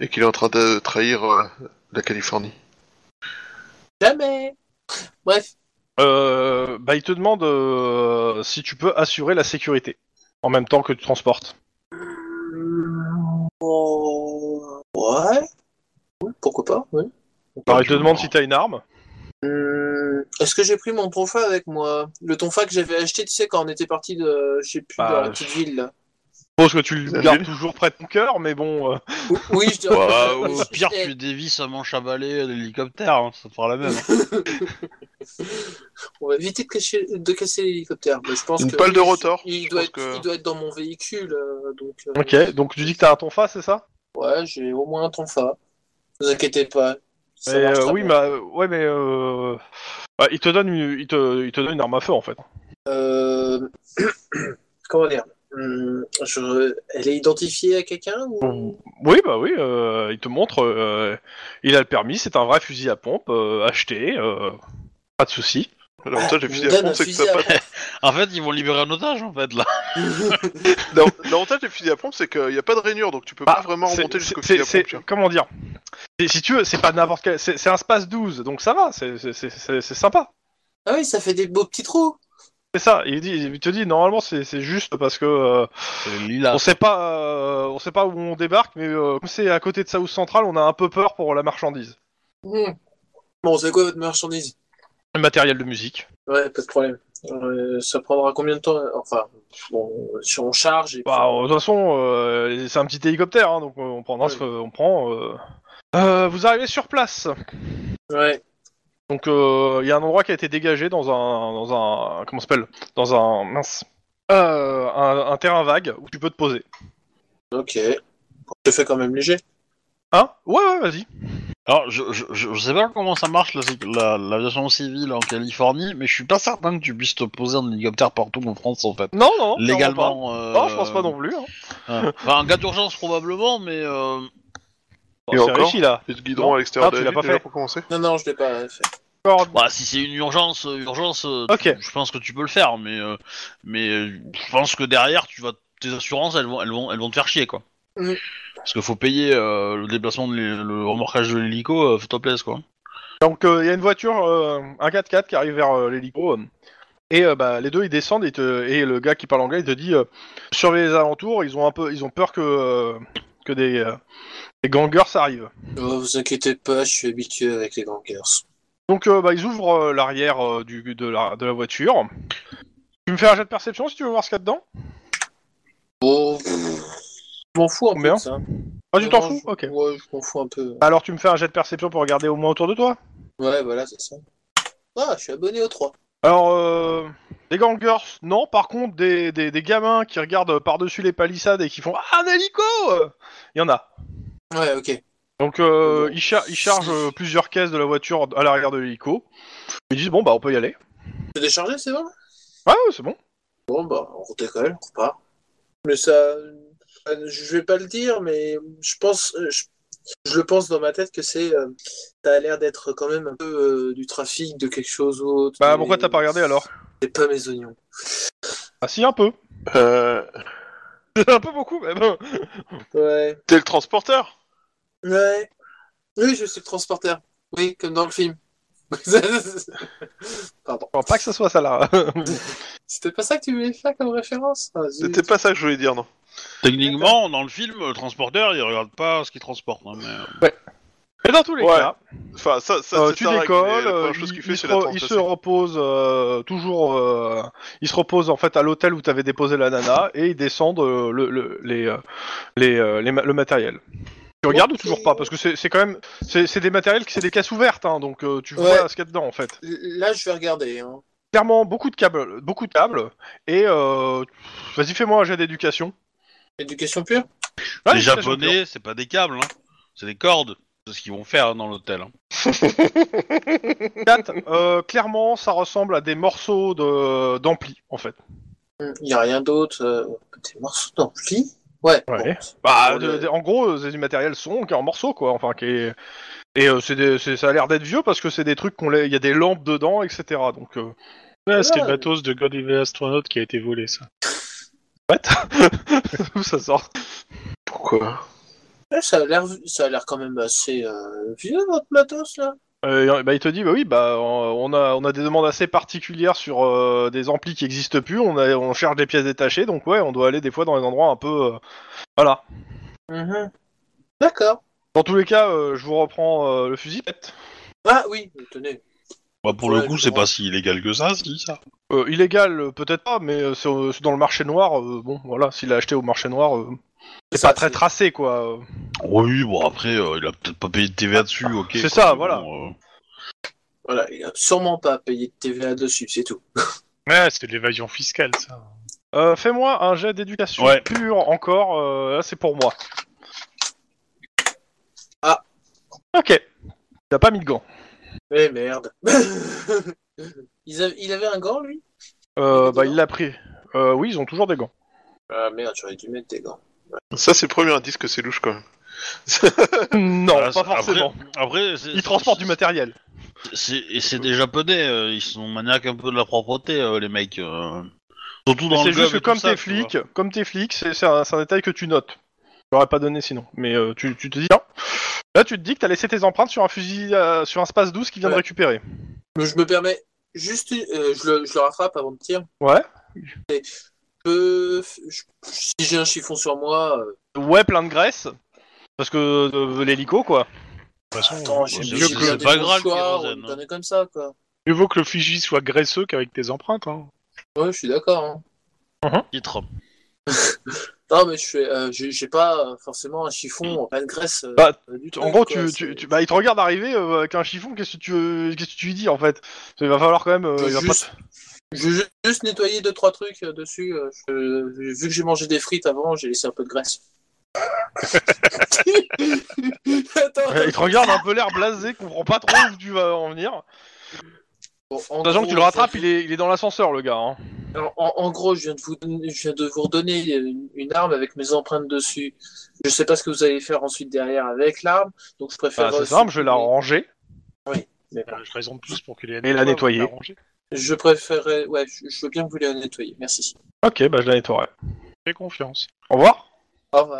et qu'il est en train de trahir euh, la Californie Jamais Bref, Euh, bah, il te demande euh, si tu peux assurer la sécurité en même temps que tu transportes. Oh, Ouais. Oui, Pourquoi pas, oui. Alors, il te demande si t'as une arme. Hum, Est-ce que j'ai pris mon tonfa avec moi Le tonfa que j'avais acheté, tu sais, quand on était parti de, je sais plus, Bah, dans la je- petite ville, là. Je suppose que tu le Salut. gardes toujours près de ton cœur, mais bon. euh, Oui, oui, je dois... bah, au pire, Eh, tu dévisses un manche à balai de l'hélicoptère, hein, ça fera la même. hein. On va éviter de, cacher- de casser l'hélicoptère. mais je pense Une que palle de rotor, Il je doit, pense être, que- il doit être dans mon véhicule, euh, donc. euh, Ok, donc tu dis que t'as un tonfa, c'est ça Ouais, j'ai au moins un tonfa. Ne vous inquiétez pas. ça Mais, marche euh, très oui, bien. mais euh, ouais, mais euh, bah, il te donne une, il te, il te donne une arme à feu en fait. Euh, Comment dire Hum, je... Elle est identifiée à quelqu'un ou... Oui, bah oui, euh, il te montre, euh, il a le permis, c'est un vrai fusil à pompe euh, acheté, euh, pas de souci. L'avantage des On fusils à donne pompe, un c'est que fusil t'as à pas- En fait, ils vont libérer un otage, en fait, là. L'avant- L'avantage des fusils à pompe, c'est qu'il n'y a pas de rainure, donc tu peux Bah, pas vraiment C'est- remonter c'est- jusqu'au c'est- fusil à c'est- pompe. tu vois. Comment dire Et Si tu veux, c'est pas n'importe quel, c'est c'est un space 12, donc ça va, c'est c'est- c'est- c'est- c'est sympa. Ah oui, ça fait des beaux petits trous. C'est ça, il, dit, il te dit normalement c'est c'est juste parce que euh, C'est lilas. on sait pas, euh, on sait pas où on débarque, mais euh, comme c'est à côté de South Central, on a un peu peur pour la marchandise, Hum. Bon, c'est quoi votre marchandise le matériel de musique. Ouais, pas de problème. Euh, ça prendra combien de temps euh, Enfin, bon, si on charge et puis- Bah, de toute façon, euh, c'est un petit hélicoptère, hein, donc euh, on prendra ce qu'on prend. euh. Euh, vous arrivez sur place. Ouais. Donc, euh, il y a un endroit qui a été dégagé dans un. Dans un comment ça s'appelle Dans un. Mince. Euh, un, un terrain vague où tu peux te poser. Ok. Je fais quand même léger. Hein Ouais, ouais, vas-y. Alors, je, je, je je sais pas comment ça marche la sé- la- l'aviation civile en Californie, mais je suis pas certain que tu puisses te poser en hélicoptère partout en France, en fait. Non, non, non. clairement Légalement. pas. euh, Non, je pense pas non plus. Hein. euh, enfin, en cas d'urgence, probablement, mais. euh, Et C'est encore réussi, là. Ils te guideront Non. à l'extérieur Ah, de tu la l'as ville, pas déjà, fait. pour commencer. Non, non, je l'ai pas fait. Encore- Bah, si c'est une urgence, euh, urgence, euh, Ok. tu- je pense que tu peux le faire, mais euh, mais euh, je pense que derrière, tu vas tes assurances, elles vont elles vont elles vont te faire chier quoi. Mm. Parce qu'il faut payer euh, le déplacement, de l'hé- le remorquage de l'hélico, euh, fais-toi plaisir quoi. Donc, euh, il y a une voiture, euh, un 4x4 qui arrive vers euh, l'hélico. euh, et euh, bah, les deux, ils descendent et, te- et le gars qui parle anglais, il te dit euh, surveillez les alentours, ils ont, un peu, ils ont peur que, euh, que des, euh, des gangers arrivent. Oh, vous inquiétez pas, je suis habitué avec les gangers. Donc, euh, bah, ils ouvrent euh, l'arrière euh, du- de, la, de la voiture. Tu me fais un jet de perception si tu veux voir ce qu'il y a dedans Bon, pff, je m'en fous un Combien peu. de ça. Ah, tu t'en Vraiment, fous Euh, je- Ok. Ouais, je m'en fous un peu. Alors, tu me fais un jet de perception pour regarder au moins autour de toi Ouais, voilà, c'est ça. Ah, je suis abonné aux trois. Alors, euh, des gangers, non. Par contre, des, des- des gamins qui regardent euh, par-dessus les palissades et qui font Ah, un hélico Il y en a. Ouais, ok. Donc euh, ils, char- ils chargent euh, plusieurs caisses de la voiture à l'arrière de l'hélico. Ils disent bon bah on peut y aller. C'est déchargé, c'est bon Ah ouais, c'est bon. Bon, bah, on redécolle, on repart. Mais ça, euh, je vais pas le dire, mais je pense, euh, je, je le pense dans ma tête que c'est, euh, ça a l'air d'être quand même un peu euh, du trafic, de quelque chose ou autre. Bah mais pourquoi t'as pas regardé alors C'est pas mes oignons. Ah si un peu. Euh, un peu beaucoup mais bon. Ouais. T'es le transporteur Ouais. Oui, je suis le transporteur. Oui, comme dans le film. Pardon. Enfin, pas que ce soit ça là. C'était pas ça que tu voulais faire comme référence Ah, zut. C'était pas ça que je voulais dire, non. Techniquement, dans le film, le transporteur, il regarde pas ce qu'il transporte. hein, mais, euh, Mais dans tous les Ouais, cas, Enfin, ça, ça euh, c'est tu ta règle, mais décolles, la euh, première il, chose qu'il il fait, se, c'est la re- tente. il ça, se c'est- repose euh, toujours, euh, il se repose en fait à l'hôtel où t'avais déposé la nana et ils descendent euh, le, le- les, euh, les, euh, les ma- le matériel. Tu regardes ou toujours pas Parce que c'est c'est quand même, c'est c'est des matériels qui c'est des caisses ouvertes, hein, donc euh, tu Ouais. vois ce qu'il y a dedans en fait. Là, je vais regarder. hein. Clairement, beaucoup de câbles, beaucoup de câbles. Et euh, vas-y, fais-moi un jet d'éducation. Éducation pure Ah, les éducation pure. Japonais, c'est pas des câbles, hein. c'est des cordes. C'est ce qu'ils vont faire hein, dans l'hôtel. hein. Quatre, euh, clairement, ça ressemble à des morceaux de d'ampli en fait. Il n'y a rien d'autre. euh, Des morceaux d'ampli Ouais. Ouais. bon, c'est- Bah, Ah, bon, de- le- de- en gros, euh, c'est du matériel son qui est en morceaux, quoi. Enfin, qui est... Et euh, c'est des- c'est- ça a l'air d'être vieux parce que c'est des trucs qu'on l'a- il y a des lampes dedans, etc. Donc, euh, Ouais, c'était Ah. le matos de God Evil Astronaut qui a été volé, ça. d'où ça sort Pourquoi Ouais, Eh, ça a l'air, ça a l'air quand même assez euh, vieux votre matos là. Euh, bah, Il te dit, bah oui, bah, on a, on a des demandes assez particulières sur euh, des amplis qui existent plus. On, a, on cherche des pièces détachées, donc ouais, on doit aller des fois dans des endroits un peu. euh, Voilà. Mhm. D'accord. Dans tous les cas, euh, je vous reprends euh, le fusil, peut-être. Ah oui, tenez. Bah, pour Ouais, le coup, je c'est comprends. pas si illégal que ça, si ça. Euh, illégal, euh, peut-être pas, mais euh, c'est euh, c'est dans le marché noir. euh, bon, voilà, s'il l'a acheté au marché noir, euh, c'est Ça, pas très tracé, quoi. euh. Oui, bon après, euh, il a peut-être pas payé de TVA dessus, ok. C'est quoi, ça, mais voilà. bon, euh, Voilà, il a sûrement pas payé de TVA dessus, c'est tout. Ouais, c'était de l'évasion fiscale, ça. Euh, Fais-moi un jet d'éducation Ouais. pure encore. euh, là, c'est pour moi. Ah. Ok. T'as pas mis de gants. Eh merde. Ils avaient- il avait un gant lui Euh, Des bah, gants il l'a pris. Euh, oui, ils ont toujours des gants. Ah merde, j'aurais dû mettre des gants. Ça, c'est le premier indice que c'est louche quand même. non, voilà, pas c'est- après- forcément. Après, c'est- Ils transportent du matériel. c'est- Et c'est des japonais, euh, ils sont maniaques un peu de la propreté, euh, les mecs. euh. Surtout dans C'est le juste gov que et tout comme ça, t'es tu flic, comme t'es flic, c'est c'est un, c'est un détail que tu notes. J'aurais pas donné sinon. Mais euh, tu, tu te dis non. Là, tu te dis que t'as laissé tes empreintes sur un fusil, euh, sur un space 12 qui vient de Ouais. récupérer. Mais je me permets juste, euh, je, le, je le rattrape avant de tirer. Ouais. Peu- je- si j'ai un chiffon sur moi, euh, Ouais, plein de graisse. Parce que euh, l'hélico, quoi. De toute façon, attends, euh, j'ai c'est j'ai mieux que bien le des Bagral mouchoirs, kérosène, on hein. me donnait comme ça quoi. mieux vaut que le Fiji soit graisseux qu'avec tes empreintes, hein. Ouais, je suis d'accord. hein. vois, Bah, titre. Non mais je fais, euh, j'ai j'ai pas euh, forcément un chiffon en pleine graisse. euh, Bah, du En truc, gros, quoi, tu, c'est- tu, tu- bah, il te regarde arriver euh, avec un chiffon, qu'est-ce que tu, veux- qu'est-ce que tu lui dis en fait Il va falloir quand même. euh, Je il va veux pas juste, je veux ju- juste nettoyer deux trois trucs euh, dessus. euh, je- vu que j'ai mangé des frites avant, j'ai laissé un peu de graisse. Attends, te- Ouais, il te regarde un peu l'air blasé, comprend pas trop où tu vas en venir. Oh, bon, en Sachant gros, que tu le rattrapes, il est, il est dans l'ascenseur le gars. hein. En, en- en gros, je viens de vous, donner- je viens de vous redonner une, une arme avec mes empreintes dessus. Je sais pas ce que vous allez faire ensuite derrière avec l'arme, donc je préfère. Bah, c'est euh, simple, je vais la supprimer- ranger. mais bon, Euh, Je raisonne plus pour qu'il ait Et la nettoyer. arrangé. Je préférerais, ouais, je, je veux bien que vous la nettoyez. Merci. Ok, bah je la nettoierai. Fais confiance. Au revoir. Au revoir.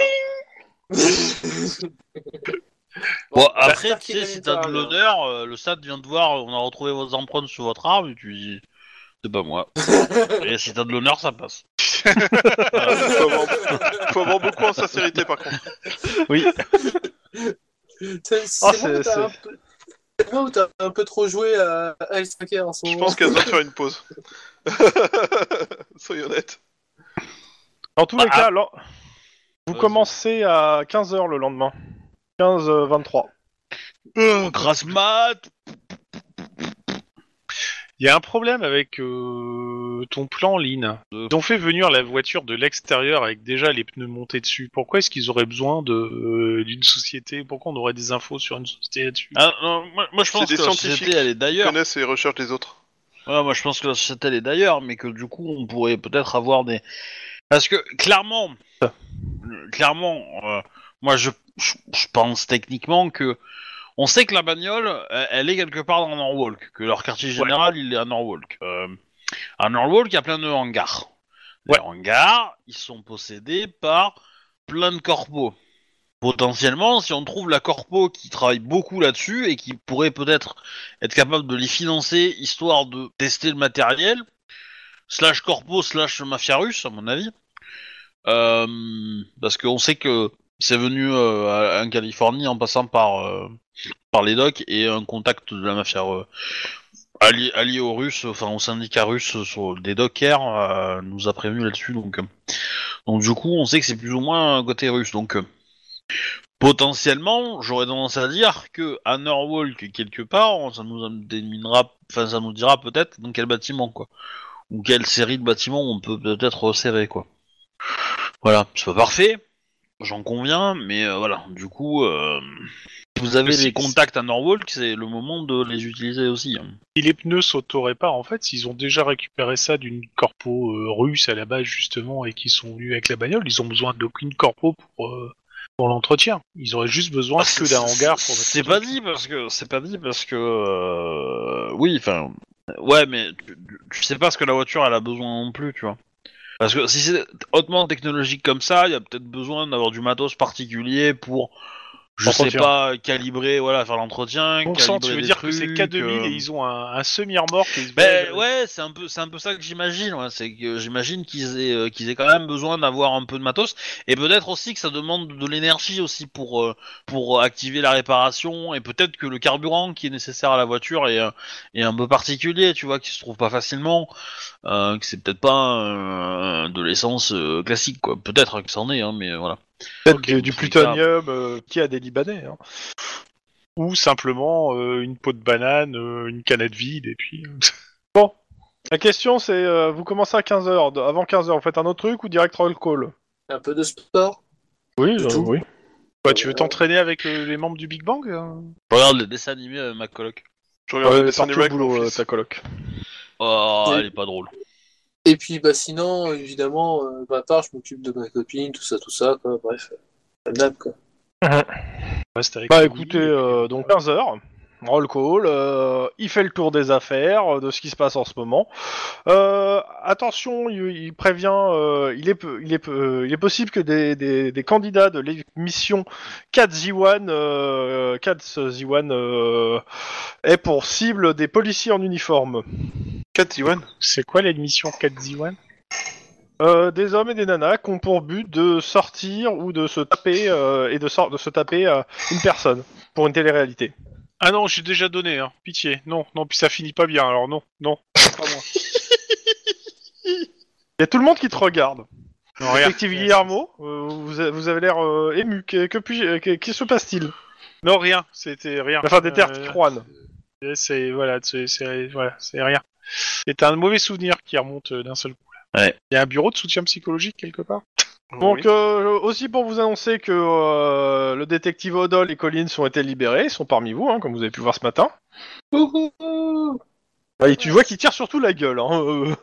Bon, bah, après, j'espère tu qu'il sais, a si mis t'as ça, de alors. l'honneur, euh, le SAT vient de voir, euh, on a retrouvé vos empreintes sous votre arme, et tu dis, c'est pas moi. et si t'as de l'honneur, ça passe. Voilà. faut, avoir... faut avoir beaucoup en sincérité par contre. C'est c'est Ah, moi c'est- où t'as un peu- c'est moi où t'as un peu trop joué à à Ice Hacker en ce Je moment. pense qu'elle doit faire une pause. Soyez honnête. Dans tous les Ah, cas, l'en- vous Vas-y. commencez à 15h le lendemain. 15-23. Euh, Grasse mat, Il y a un problème avec euh, ton plan, Lynn. Ils ont fait venir la voiture de l'extérieur avec déjà les pneus montés dessus. Pourquoi est-ce qu'ils auraient besoin de, euh, d'une société Pourquoi on aurait des infos sur une société là-dessus Ah, non, moi, moi, je C'est pense que des la société scientifiques elle est Ils d'ailleurs. connaissent et recherchent les autres. Ouais, moi je pense que la société elle est d'ailleurs, mais que du coup on pourrait peut-être avoir des. Parce que clairement, euh, clairement, euh, moi je, je, je pense techniquement que on sait que la bagnole euh, elle est quelque part dans Norwalk, que leur quartier général il est à Norwalk. Euh, à Norwalk il y a plein de hangars. Les Ouais. hangars ils sont possédés par plein de corpos. Potentiellement, si on trouve la corpo qui travaille beaucoup là-dessus et qui pourrait peut-être être capable de les financer histoire de tester le matériel, slash corpo, slash mafia russe, à mon avis. Euh, parce qu'on sait que C'est venu euh, à- en Californie en passant par, euh, par les docks et un contact de la mafia euh, allié, allié aux Russes, enfin au syndicat russe euh, sur, des dockers euh, nous a prévenu là-dessus. Donc, euh. donc du coup, on sait que c'est plus ou moins un côté russe. Donc euh, potentiellement, j'aurais tendance à dire que à Norwalk quelque part, on- ça nous déminera, enfin ça nous dira peut-être dans quel bâtiment quoi, ou quelle série de bâtiments on peut peut-être resserrer quoi. Voilà, c'est pas parfait, j'en conviens, mais euh, voilà, du coup, euh, si vous avez Mais c'est- les contacts à Norwalk, c'est le moment de les utiliser aussi. hein. Si les pneus s'auto-réparent, en fait, s'ils ont déjà récupéré ça d'une corpo euh, russe à la base, justement, et qu'ils sont venus avec la bagnole, ils ont besoin d'aucune corpo pour, euh, pour l'entretien. Ils auraient juste besoin que d'un hangar pour mettre Ah, C'est le pas truc. dit parce que c'est pas dit parce que euh, oui, enfin ouais, mais tu, tu sais pas ce que la voiture elle a besoin non plus, tu vois. Parce que si c'est hautement technologique comme ça, il y a peut-être besoin d'avoir du matos particulier pour je sais Entretien. pas calibrer, voilà, faire l'entretien. Bon sang, tu calibrer veux des dire que c'est trucs, K2000 euh, et ils ont un, un semi-remorque et ils Bah, se ben baladent. ouais, c'est un peu, c'est un peu ça que j'imagine. ouais. C'est que j'imagine qu'ils aient, euh, qu'ils aient quand même besoin d'avoir un peu de matos et peut-être aussi que ça demande de l'énergie aussi pour euh, pour activer la réparation et peut-être que le carburant qui est nécessaire à la voiture est, euh, est un peu particulier, tu vois, qui se trouve pas facilement, euh, que c'est peut-être pas euh, de l'essence euh, classique quoi. Peut-être que c'en est, hein, mais voilà. Peut-être Ok, du- du donc c'est plutonium euh, qui a des Libanais. hein. Ou simplement euh, une peau de banane, euh, une canette vide, et puis... euh. La question c'est, euh, vous commencez à 15h, avant 15h, vous faites un autre truc ou direct roll call Un peu de sport. Oui, euh, tout. oui. Bah, tu veux t'entraîner avec euh, les membres du Big Bang hein Je regarde les dessins animés avec ma coloc. Je regarde des dessins parti au animés avec mon boulot, euh, fils. ta coloc. Oh, Oui. elle est pas drôle. Et puis, bah, sinon, évidemment, euh, de ma part, je m'occupe de ma copine, tout ça, tout ça, quoi. Bref, euh, la nappe, quoi. Reste avec Bah lui, écoutez, et puis- euh, donc 15h, roll call, euh, il fait le tour des affaires, euh, de ce qui se passe en ce moment. Euh, attention, il, il prévient, euh, il, est, peu- il, est, peu- euh, il est possible que des, des- des candidats de l'émission 4Z1, euh, 4Z1 euh, aient pour cible des policiers en uniforme. 4 Iwan C'est quoi l'émission 4Z1 Euh, des hommes et des nanas qui ont pour but de sortir ou de se taper euh, et de, sor- de se taper euh, une personne pour une télé-réalité. Ah non, j'ai déjà donné, hein. pitié. Non, non, puis ça finit pas bien, alors non, non. Il y a tout le monde qui te regarde. Non, rien. Détective Guillermo, euh, vous, a- vous avez l'air euh, ému. Que, que puis- euh, que- que se passe-t-il Non, rien, c'était rien. Enfin, des terres Euh, Juan. C'est voilà, c'est c'est- voilà, c'est rien. C'est un mauvais souvenir qui remonte euh, d'un seul coup. là. Ouais. Il y a un bureau de soutien psychologique quelque part. Donc, euh, aussi pour vous annoncer que euh, le détective Odol et Collins ont été libérés, ils sont parmi vous, hein, comme vous avez pu voir ce matin. Wouhou Et tu vois qu'ils tirent surtout la gueule. hein, euh.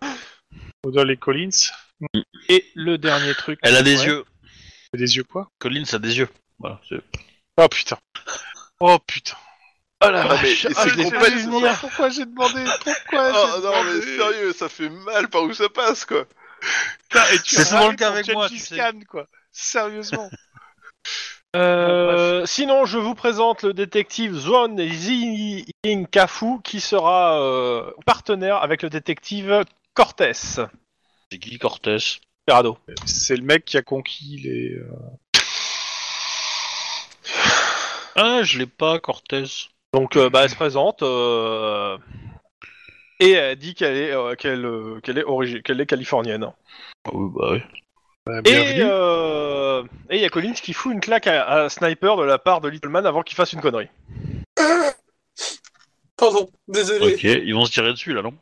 Odol et Collins. Et le dernier truc. Elle a des Ouais. yeux. Des yeux quoi Collins a des yeux. Voilà. c'est- Oh putain. Oh putain. Ah la Ah, mais vache, c'est ah, une je l'ai compagnie, fait c'est venir. Pourquoi j'ai demandé Pourquoi Oh j'ai non, mais demandé sérieux, ça fait mal par où ça passe, quoi. Putain, et tu C'est as souvent le râlé cas pour avec moi, Gengis tu sais. Khan, quoi. Sérieusement. Euh, sinon, je vous présente le détective Zwan Ying Kafu qui sera euh, partenaire avec le détective Cortés C'est qui Cortez Ferrado. C'est le mec qui a conquis les. euh, Ah, je l'ai pas, Cortez. Donc, euh, bah, elle se présente euh, et elle dit qu'elle est, euh, qu'elle, euh, qu'elle est, origi- qu'elle est californienne. Ah oui, bah oui. bah, Et bienvenue. euh, et il y a Collins qui fout une claque à, à Sniper de la part de Little Man avant qu'il fasse une connerie. Pardon, désolé. Ok, ils vont se tirer dessus là, non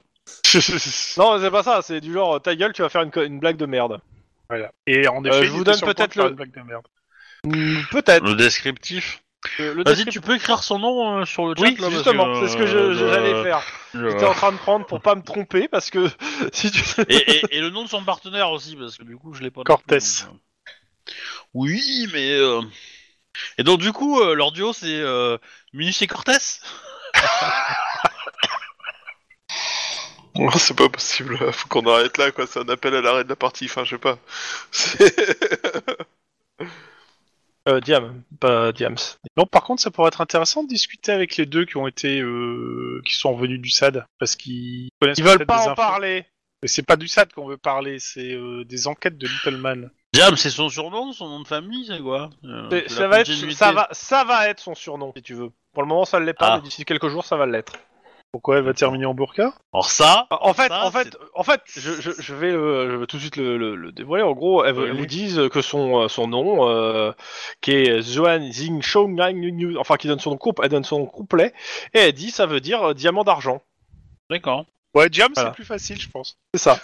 Non, c'est pas ça, c'est du genre ta gueule, tu vas faire une, co- une blague de merde. Voilà. Et en effet, euh, je il vous était donne sur le point peut-être de faire le- une blague de merde. Mm. Peut-être. Le descriptif. Euh, Le- le Vas-y, descriptif- tu peux écrire son nom euh, sur le chat Oui, là, parce justement, c'est ce que je- euh, je- j'allais faire. je- J'étais en train de prendre pour pas me tromper parce que si tu. et, et- et le nom de son partenaire aussi, parce que du coup, je l'ai pas. non Cortez. plus, donc, euh. Oui, mais. euh, Et donc, du coup, euh, leur duo, c'est euh, Minus et Cortez Non, c'est pas possible, faut qu'on arrête là, quoi. C'est un appel à l'arrêt de la partie, enfin, je sais pas. C'est- Euh, Diam, pas Diams. Non, par contre, ça pourrait être intéressant de discuter avec les deux qui ont été, euh, qui sont revenus du SAD, parce qu'ils connaissent Ils veulent peut-être pas des en infos. parler. Mais c'est pas du SAD qu'on veut parler, c'est euh, des enquêtes de Little Man. Diam, c'est son surnom, son nom de famille, c'est quoi Euh, C'est- c'est Ça la va, être, continuité. ça, va, ça va être son surnom, si tu veux. Pour le moment, ça ne l'est pas, Ah. mais d'ici quelques jours, ça va l'être. Pourquoi elle va terminer en burqa Alors ça, En fait, Ça, en fait, en fait, je, je- je vais, euh, je vais tout de suite le, le- le dévoiler. En gros, elles, Oui, elles oui. nous disent que son, euh, son nom, euh, qui est Zhuan Xing Shou Ngang Nyu Nyu, enfin qui donne son nom, couple- elle donne son nom complet, et elle dit ça veut dire euh, diamant d'argent. d'accord. Ouais, Jam, Voilà. c'est plus facile, je pense. C'est ça.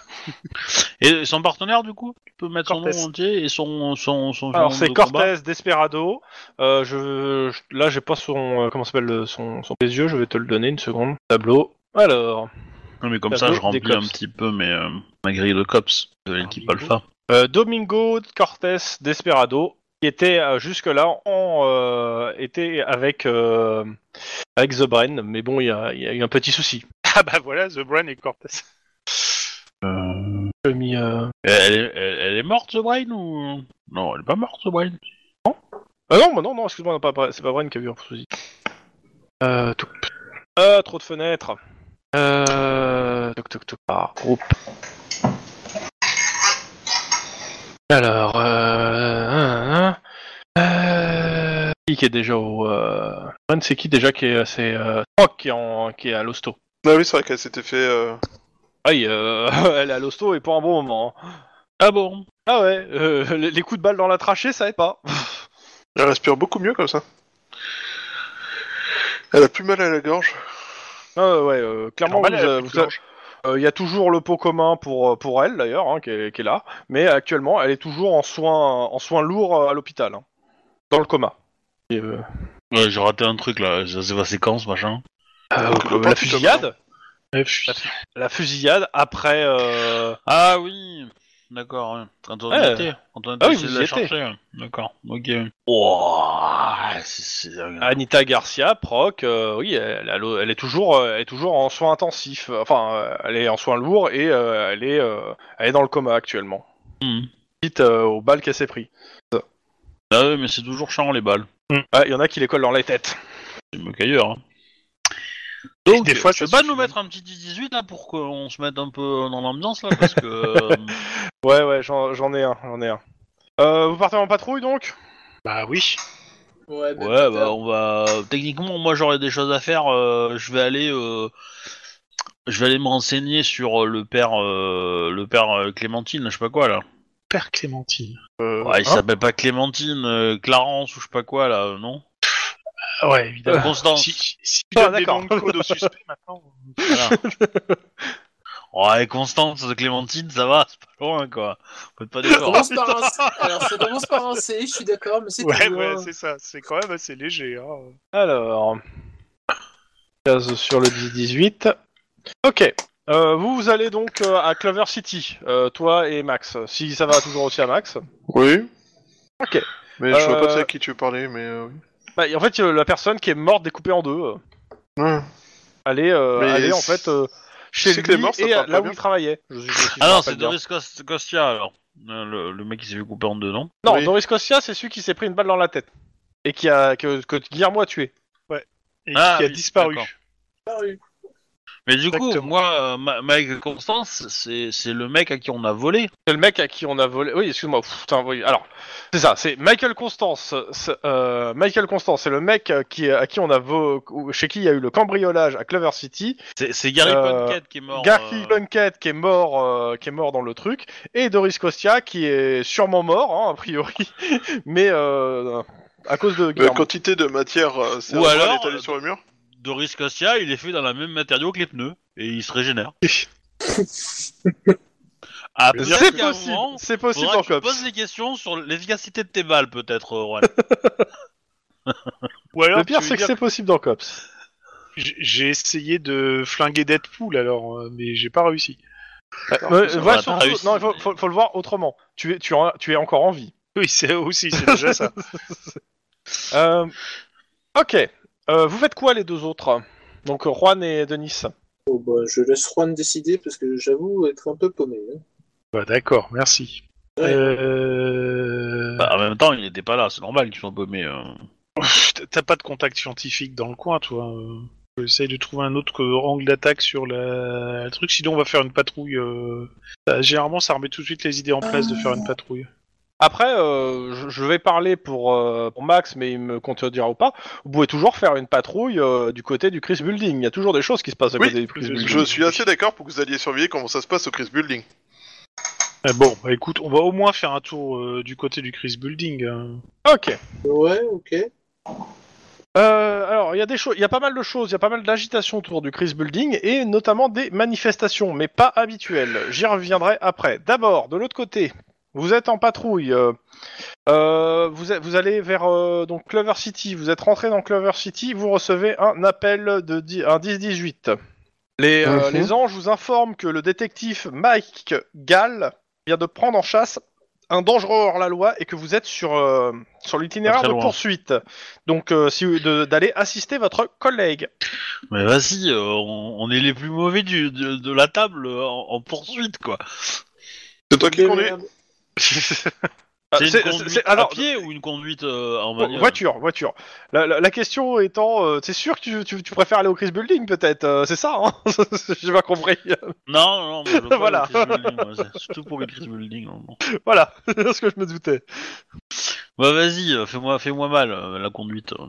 Et son partenaire, du coup, tu peux mettre son Cortez. nom entier et son son son. Alors son c'est de combat Cortez Desperado. Euh, je, je- là, j'ai pas son, euh, comment s'appelle euh, son, son des yeux. Je vais te le donner une seconde. Tableau. Alors, Non, mais comme La ça, grille je remplis des cops. un petit peu mes, euh, ma grille de cops de l'équipe Domingo. Alpha. euh, Domingo Cortez Desperado, qui était euh, jusque-là en euh, était avec euh, avec The Brain, mais bon, il y a, il y a eu un petit souci. Ah bah voilà, The Brain et Cortez. Je mis, euh, Elle est, elle, elle est morte, The Brain ou non Elle est pas morte, The Brain. Ah non, bah non, non, excuse-moi, non, pas Bra- c'est pas Brain qui a eu un souci. Euh, tout- Ah, trop de fenêtres. Euh... Toc, toc, toc. Ah, groupe. Alors, euh... hein, hein. Euh, Qui qui est déjà au... Euh... Brain, c'est qui déjà qui est... C'est euh... Franck qui est, en... qui est à l'hosto. Ah oui, c'est vrai qu'elle s'était fait. euh, Oui, euh... elle est à l'hosto et pour un bon moment. hein. Ah bon Ah ouais, euh, les les coups de balle dans la trachée, ça aide pas. Elle respire beaucoup mieux comme ça. Elle a plus mal à la gorge. Ah ouais, euh, clairement, Normal, vous, elle a euh, plus de vous- gorge. Il y a toujours le pot commun pour, euh, pour elle, d'ailleurs, hein, qui, est, qui est là. Mais actuellement, elle est toujours en soins, en soins lourds euh, à l'hôpital. hein. dans le coma. Et, euh, Ouais, J'ai raté un truc là. ça, C'est ma séquence, machin. donc, euh, le la pot, tu te fusillade Eh, fuis. La fusillade après... euh, Ah oui, d'accord. ouais. Quand on Ouais. était, quand on Ah oui, était, vous de y la étiez. chercher. ouais. D'accord. Ok. Ouah, c'est c'est dingue. Anita Garcia, Proc, euh, oui, elle, elle- elle est toujours, euh, elle est toujours en soins intensifs. Enfin, euh, elle est en soins lourds et euh, elle, est, euh, elle est dans le coma actuellement. Mhm. Suite euh, aux balles qu'elle s'est pris. Ah oui, mais c'est toujours chiant les balles. Mm. Ah, Il y en a qui les collent dans la tête. C'est mieux qu'ailleurs. hein. Donc, des fois, tu ça veux pas suffit Bah, nous même. mettre un petit 18 là pour qu'on se mette un peu dans l'ambiance là parce que euh, Ouais, ouais, j'en j'en ai un, j'en ai un. Euh, vous partez en patrouille donc Bah oui. Ouais, mais ouais plus bah tard. on va techniquement moi j'aurais des choses à faire euh, je vais aller euh, je vais aller me renseigner sur euh, le père euh, le père euh, Clémentine je sais pas quoi là Père Clémentine. Euh, ouais, il hein s'appelle pas Clémentine euh, Clarence ou je sais pas quoi là euh, non Ah ouais, évidemment. Constance Si, si si tu Ah, donnes des d'accord. noms de code aux suspects maintenant. voilà. ouais Constance Clémentine ça va c'est pas loin quoi peut pas Ça d'accord commence par un C. Alors, ça commence par un C, je suis d'accord, mais c'est Ouais, tout, ouais, hein. c'est ça. C'est quand même assez léger. Hein. Alors, case sur le 10-18. Ok. Euh, vous, vous allez donc euh, à Clover City, euh, toi et Max. Si ça va toujours aussi à Max. Oui. Ok. Mais je vois pas Euh, de ça à qui tu veux parler, mais euh, oui. Bah, en fait, euh, la personne qui est morte découpée en deux, euh, Ouais. elle est, euh, Mais elle est, en c'est- fait euh, chez c'est que lui les morts, ça et là part pas où bien. il travaillait. Je suppose, si je me ah non rappelle c'est bien. Doris Cos- Costia alors Euh, le, le mec qui s'est vu couper en deux non Non, Oui. Doris Costia, c'est celui qui s'est pris une balle dans la tête et qui a que, que Guillermo a tué. Et Ah, qui a oui, disparu. d'accord. Paru. Mais du coup, Exactement. moi, euh, ma- Mike Constance, c'est c'est le mec à qui on a volé. C'est le mec à qui on a volé. Oui, excuse-moi. Pff, putain, oui. Alors, c'est ça. C'est Michael Constance. c'est, euh, Michael Constance, c'est le mec euh, qui, à qui on a vo... ou- chez qui il y a eu le cambriolage à Clover City. C'est c'est Gary Euh, Plunkett qui est mort. Gary euh, Plunkett qui est mort, euh, qui est mort dans le truc, et Doris Costia qui est sûrement mort, hein, a priori, mais euh, à cause de La Guillermo. quantité de matière euh, Ou cérébrale alors, étalée euh, sur le mur. Doris Costia, il est fait dans la même matériau que les pneus et il se régénère. Ah, peut-être C'est qu'à un possible. moment, C'est possible faudra en que tu te cops. poses des questions sur l'efficacité de tes balles, peut-être, euh, Juan. Ou alors, Le pire, tu veux c'est que dire c'est possible dans cops. J- J'ai essayé de flinguer Deadpool alors, euh, mais j'ai pas réussi. Euh, on voilà, ça, a surtout- pas réussi, non, il faut, mais- faut- faut le voir autrement. Tu es, tu en- tu es encore en vie. Oui, c'est aussi, c'est déjà ça. Euh, ok. Euh, vous faites quoi les deux autres Donc euh, Juan et Denis. Bon, bah, je laisse Juan décider parce que j'avoue être un peu paumé. hein. Bah, d'accord, merci. Ouais. Euh... Bah, en même temps, il n'était pas là, c'est normal qu'ils soient paumés. euh. Pff, T'as pas de contact scientifique dans le coin, toi. euh. J'essaie de trouver un autre euh, angle d'attaque sur la- le truc, Bah, sinon on va faire une patrouille. euh. Ça, Généralement, ça remet tout de suite les idées en place de faire une patrouille. Après, euh, je, je vais parler pour, euh, pour Max, mais il me contredira ou pas. Vous pouvez toujours faire une patrouille euh, du côté du Chris Building. Il y a toujours des choses qui se passent à Oui, côté du Chris Building. Je suis assez d'accord pour que vous alliez surveiller comment ça se passe au Chris Building. Eh bon, bah, écoute, on va au moins faire un tour euh, du côté du Chris Building. hein. Ok. Ouais, ok. Euh, alors, il y a des choses, il y a pas mal de choses, il y a pas mal d'agitation autour du Chris Building et notamment des manifestations, mais pas habituelles. J'y reviendrai après. D'abord, de l'autre côté, vous êtes en patrouille. euh, euh, vous, a- vous allez vers euh, donc Clover City. Vous êtes rentré dans Clover City. Vous recevez un appel de dix- un 10-18. Les, euh, Mhm. les anges vous informent que le détective Mike Gall vient de prendre en chasse un dangereux hors la loi et que vous êtes sur, euh, sur Pas l'itinéraire très de loin. poursuite. Donc, euh, si, de- d'aller assister votre collègue. Mais vas-y, euh, on, on est les plus mauvais du, de, de la table euh, en, en poursuite, quoi. C'est toi qui conduis. Démerde. Ah, C'est une c'est- conduite c'est- alors, à pied ou une conduite euh, en vo- manuel voiture, voiture. La, la- la question étant, euh, c'est sûr que tu, tu- tu préfères aller au Chris Building, peut-être euh, C'est ça, hein J'ai pas compris. Non, non, non, moi, je veux pas Voilà. le Chris Building, moi, c'est surtout pour le Chris Building. non, non. voilà, c'est ce que je me doutais. Bah vas-y, euh, fais-moi fais-moi mal, euh, la conduite. euh,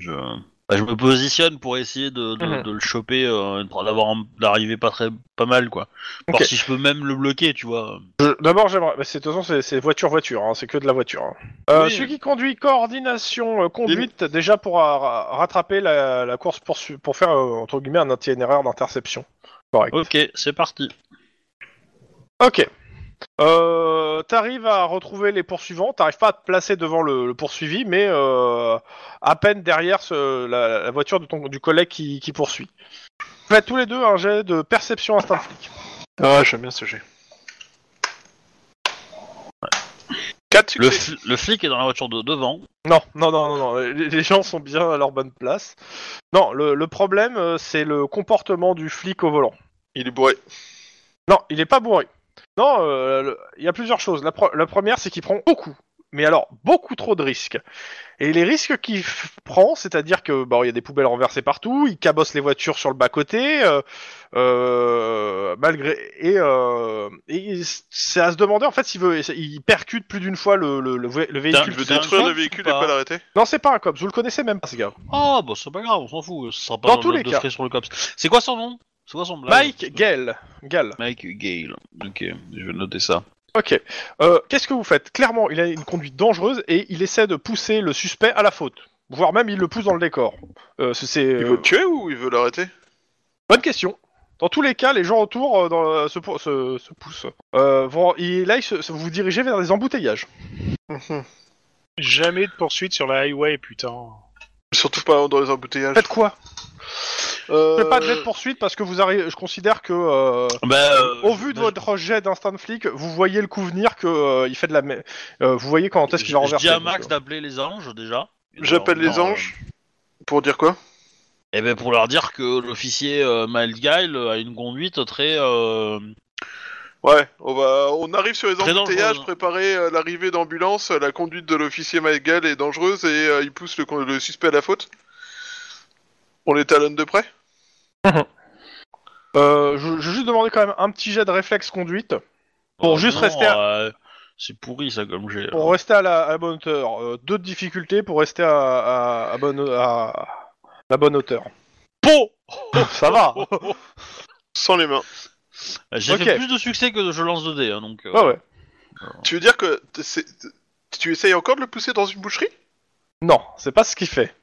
Je... bah, je me positionne pour essayer de, de- Mhm. de le choper, euh, d'avoir un- d'arriver pas très pas mal, quoi. Voir Ok. si je peux même le bloquer, tu vois. Je- D'abord, j'aimerais. bah, c'est- De toute façon, c'est- c'est voiture-voiture, hein, c'est que de la voiture. hein. Euh, Oui. Celui qui conduit, coordination, euh, conduite, déjà pour euh, ra- rattraper la, la course pour, su- pour faire, euh, entre guillemets, un itinéraire d'interception. Correct. Ok, c'est parti. Ok. Euh, t'arrives à retrouver les poursuivants, t'arrives pas à te placer devant le, le poursuivi, mais euh, à peine derrière ce- la, la voiture de ton, du collègue qui, qui poursuit. Faites tous les deux un jet de perception instinct de flic. Ah, j'aime bien ce jeu. 4 Le, succès. fl- le flic est dans la voiture de devant. Non, non, non, non, non. Les, les gens sont bien à leur bonne place. Non, le, le problème, euh, c'est le comportement du flic au volant. Il est bourré. Non, il est pas bourré. Non, euh, le- il y a plusieurs choses. La, pro- la première, c'est qu'il prend beaucoup, mais alors beaucoup trop de risques. Et les risques qu'il f- prend, c'est-à-dire que bon, il y a des poubelles renversées partout, il cabosse les voitures sur le bas côté, malgré et, euh, et il- c'est à se demander en fait s'il veut, il percute plus d'une fois le, le- le vé- Putain, le Tu véhicule. veux C'est un détruire le cop ou véhicule et pas pas l'arrêter Non, c'est pas un cop, vous le connaissez même pas, ce gars. Ah, bah c'est pas grave, on s'en fout. Ce sera pas Dans un tous bloc les de cas. frais sur le cops. C'est quoi son nom C'est quoi son blague Mike Gale. Gale. Mike Gale. Ok, je vais noter ça. Ok. Euh, Qu'est-ce que vous faites Clairement, il a une conduite dangereuse et il essaie de pousser le suspect à la faute. Voire même, il le pousse dans le décor. Euh, c'est- c'est Il euh, veut le tuer ou il veut l'arrêter bonne question. Dans tous les cas, les gens autour euh, dans, euh, se, pou- se- se poussent. Euh, vont- il- là, il se- se- vous vous dirigez vers des embouteillages. Jamais de poursuite sur la highway, putain. Surtout pas dans les embouteillages. Faites quoi Euh, Faites pas de jet de poursuite parce que vous arrivez. Je considère que. euh, Bah, euh, au vu de bah, votre jet d'instinct de flic, vous voyez le coup venir que euh, il fait de la. me- euh, vous voyez quand est-ce qu'il va je- Je renverser. dis à donc, Max euh. d'appeler les anges déjà. J'appelle les anges. Pour dire quoi Et ben pour leur dire que l'officier euh, Miles Guile a une conduite très. euh, Ouais, on va, on arrive sur les Très embouteillages, dangereux. préparer euh, l'arrivée d'ambulance, euh, la conduite de l'officier Michael est dangereuse et euh, il pousse le, con- le suspect à la faute. On les talonne de près Euh, je, je vais juste demander quand même un petit jet de réflexe conduite Pour euh, juste non, rester euh, c'est pourri ça comme j'ai. euh. pour rester à la, à la bonne hauteur. Euh, deux difficultés pour rester à, à- à bonne, à la bonne hauteur. Po Ça va Sans les mains. J'ai Ok. fait plus de succès que je lance de dés, hein, donc. euh, Oh, Ouais, ouais. Tu veux dire que t- c'est- t- tu essayes encore de le pousser dans une boucherie Non, c'est pas ce qu'il fait.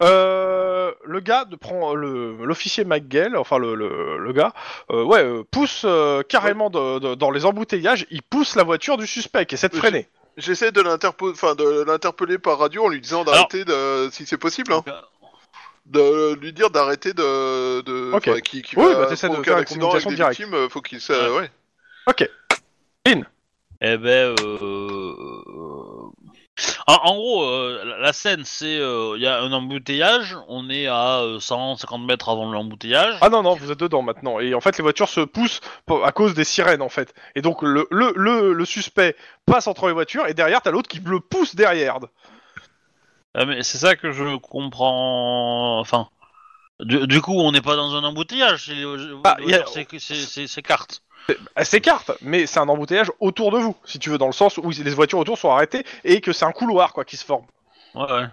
Euh, le gars de prend le l'officier McGill, enfin le, le, le gars, euh, ouais, euh, pousse euh, carrément de- de- dans les embouteillages, il pousse la voiture du suspect qui essaie de Oui, freiner. J'essaie de l'interpo- enfin, de l'interpeller par radio en lui disant d'arrêter de, si c'est possible, hein, donc, euh, de lui dire d'arrêter de, de Ok. enfin, qui, qui Oui, va bah, t'essaies de provoquer faire un une accident avec communication des directe. victimes, euh, faut qu'il sa- ouais. Eh ben, euh... euh, en, en gros, euh, la- la scène, c'est euh, il y a un embouteillage. On est à euh, 150 mètres avant l'embouteillage. Ah non, non, vous êtes dedans maintenant. Et en fait, les voitures se poussent pour- à cause des sirènes, en fait. Et donc, le, le, le, le suspect passe entre les voitures et derrière, t'as l'autre qui le pousse derrière. Ah, mais c'est ça que je comprends. Enfin, du, du coup, on n'est pas dans un embouteillage. C'est euh, Ah, y a- c'est- c'est- c'est- c'est carte. Elle s'écarte, mais c'est un embouteillage autour de vous, si tu veux, dans le sens où les voitures autour sont arrêtées et que c'est un couloir quoi qui se forme. Ouais, ouais.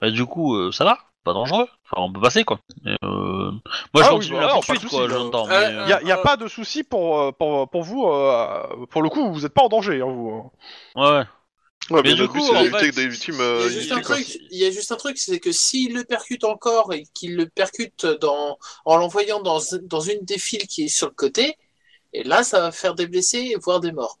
Bah, du coup, euh, ça va Pas dangereux Enfin, on peut passer, quoi. Et, euh, Moi, je Ah oui, continue la voilà, pas de poursuite, soucis, quoi, bah, j'entends. euh, mais, Il euh, n'y a, y a pas de souci pour, euh, pour, pour vous, euh, pour le coup, vous n'êtes pas en danger. hein, vous. Ouais, ouais. Ouais, Mais mais euh, du notre but, coup, c'est en d'éviter fait, que des victimes Il y euh, a juste un inutiles, quoi. truc, il y a juste un truc, c'est que s'il le percute encore et qu'il le percute dans, en l'envoyant dans, dans une des files qui est sur le côté, et là, ça va faire des blessés, voire des morts.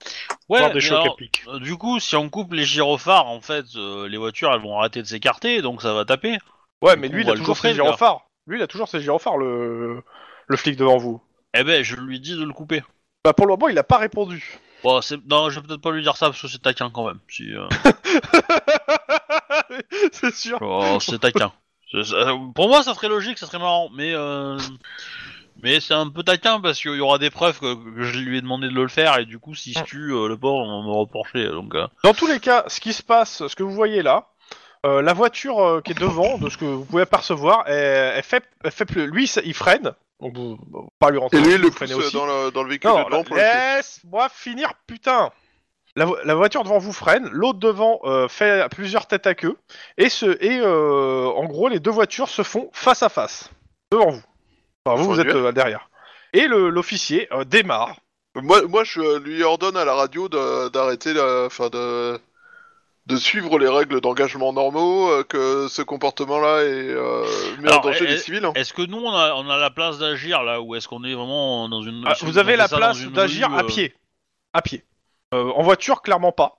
Ouais, Voir des mais chocs alors, à pic. euh, du coup, si on coupe les gyrophares, en fait, euh, les voitures, elles vont arrêter de s'écarter, donc ça va taper. Ouais, Du mais coup, lui, on il va a le toujours ses gaufrer, le gars. gyrophares. Lui, il a toujours ses gyrophares, le, le flic devant vous. Eh ben, je lui dis de le couper. Bah, pour le moment, il n'a pas répondu. Bon, c'est... Non, je vais peut-être pas lui dire ça, parce que c'est taquin, quand même. Si, euh, c'est sûr. Oh, c'est taquin. C'est- ça- Pour moi, ça serait logique, ça serait marrant, mais euh, mais c'est un peu taquin parce qu'il y aura des preuves que, que je lui ai demandé de le faire et du coup, si je tue euh, le pauvre, on va me reprocher. Donc, euh, Dans tous les cas, ce qui se passe, ce que vous voyez là, euh, la voiture euh, qui est devant, de ce que vous pouvez apercevoir, elle, elle fait, elle fait plus- lui, il freine. Donc, vous, vous- pas lui rentrer. Et lui, il vous le pousse freinez euh, dans le, dans le véhicule Non, de devant pour le tuer. laisse-moi finir, putain la, vo- la voiture devant vous freine, l'autre devant euh, fait plusieurs têtes à queue, et, ce, et euh, en gros, les deux voitures se font face à face, devant vous. Enfin, vous, Faut vous un êtes euh, derrière. Et le- l'officier euh, démarre. Moi, moi, je euh, lui ordonne à la radio de- d'arrêter, la- enfin de de suivre les règles d'engagement normaux, euh, que ce comportement-là est, euh, met en Alors, danger eh, les eh, civils. hein. est-ce que nous, on a, on a la place d'agir là, ou est-ce qu'on est vraiment dans une Ah, si vous on avez fait la ça place dans une d'agir rue, à euh, pied. À pied. Euh, en voiture, clairement pas.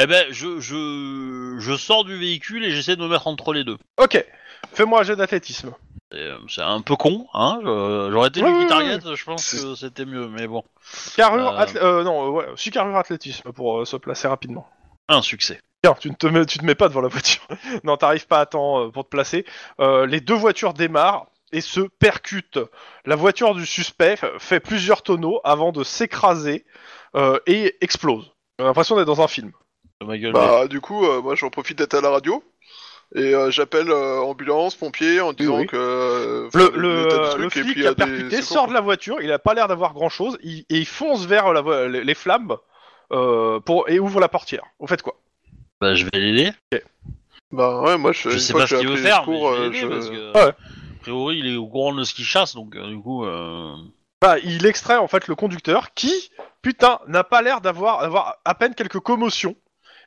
Eh ben, je je je sors du véhicule et j'essaie de me mettre entre les deux. Ok, fais-moi un jeu d'athlétisme. Et, euh, c'est un peu con, hein. je- J'aurais été Ouais, une ouais, ouais, guitariette, je pense que c'était mieux, mais bon, Carrure, Euh. athlé- euh, non, euh, ouais, si carrure athlétisme pour euh, se placer rapidement. un succès. Tiens, tu ne te mets, tu te mets pas devant la voiture. non, t'arrives pas à temps euh, pour te placer. Euh, les deux voitures démarrent et se percutent. La voiture du suspect f- fait plusieurs tonneaux avant de s'écraser euh, et explose. J'ai l'impression d'être dans un film. Ma gueule. Bah, du coup, euh, moi, j'en profite d'être à la radio et euh, j'appelle euh, ambulance, pompier, en disant oui. que euh, Le, faut le- l'état du le truc, et flic puis, qui a euh, des percuté secours, sort de la voiture, il a pas l'air d'avoir grand chose, il, et il fonce vers la vo- les, les flammes euh, pour, et ouvre la portière. Vous faites quoi Bah, je vais l'aider. Bah ouais, moi je, Je une sais fois pas que ce j'ai qu'il veut appelé les faire, secours, mais je euh, vais l'aider je- parce que, Ouais. a priori, il est au courant de ce qu'il chasse, donc euh, du coup, euh, Bah, il extrait en fait le conducteur qui, putain, n'a pas l'air d'avoir avoir à peine quelques commotions.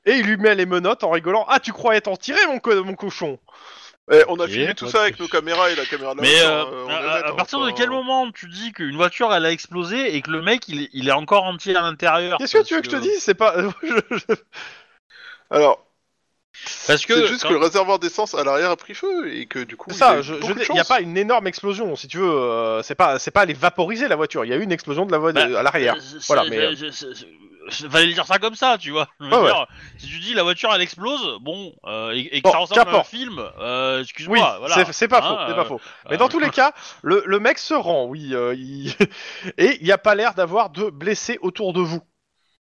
Et il lui met les menottes en rigolant. Ah, tu croyais t'en tirer, mon, co- mon cochon Eh, on a Ok, filmé tout pas ça de avec nos soucis. caméras et la caméra de la euh, Mais voiture, euh, euh, on est à, net, à hein, partir de enfin, quel moment tu dis qu'une voiture elle a explosé et que le mec il, est- il est encore entier à l'intérieur Qu'est-ce que parce tu veux Ah, que je te dise C'est pas. euh, je- je- Alors, Parce que c'est juste quand- que le réservoir d'essence à l'arrière a pris feu et que du coup. il a ça, eu je, beaucoup de je, y a chance. pas une énorme explosion, si tu veux. euh, c'est pas, c'est pas aller vaporiser la voiture. Il y a eu une explosion de la voie Bah, à l'arrière. euh, c'est- Voilà, mais, euh, euh, c'est- c'est- c'est- fallait le dire ça comme ça, tu vois. Je veux Ouais, dire, Si tu dis la voiture elle explose, bon, euh, et, et que Bon, ça ressemble à un qu'importe. film, euh, excuse-moi, Oui, voilà. c'est- c'est pas Hein, faux, c'est pas euh, faux. Mais dans tous les cas, le, le mec se rend, oui, euh, il- et il n'y a pas l'air d'avoir de blessés autour de vous.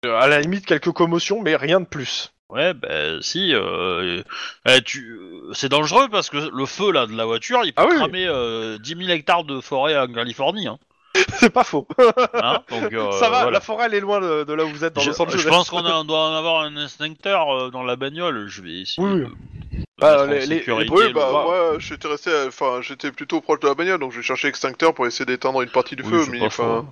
Euh, À la limite, quelques commotions, mais rien de plus. Ouais, ben si. Euh, euh, tu, euh, c'est dangereux parce que le feu là de la voiture, il peut Ah oui. cramer euh, 10 000 hectares de forêt en Californie. Hein, C'est pas faux. Hein Donc, euh, Ça va, voilà. la forêt elle est loin de, de là où vous êtes dans Je, le centre je pense qu'on a- on doit en avoir un instincteur euh, dans la bagnole. Je vais essayer. Oui, oui. de- de Bah, mettre en les- les- sécurité Oui, le- bah bah, moi j'étais resté, à- enfin j'étais plutôt proche de la bagnole donc j'ai cherché l'extincteur pour essayer d'éteindre une partie du Oui, feu, c'est mais pas enfin.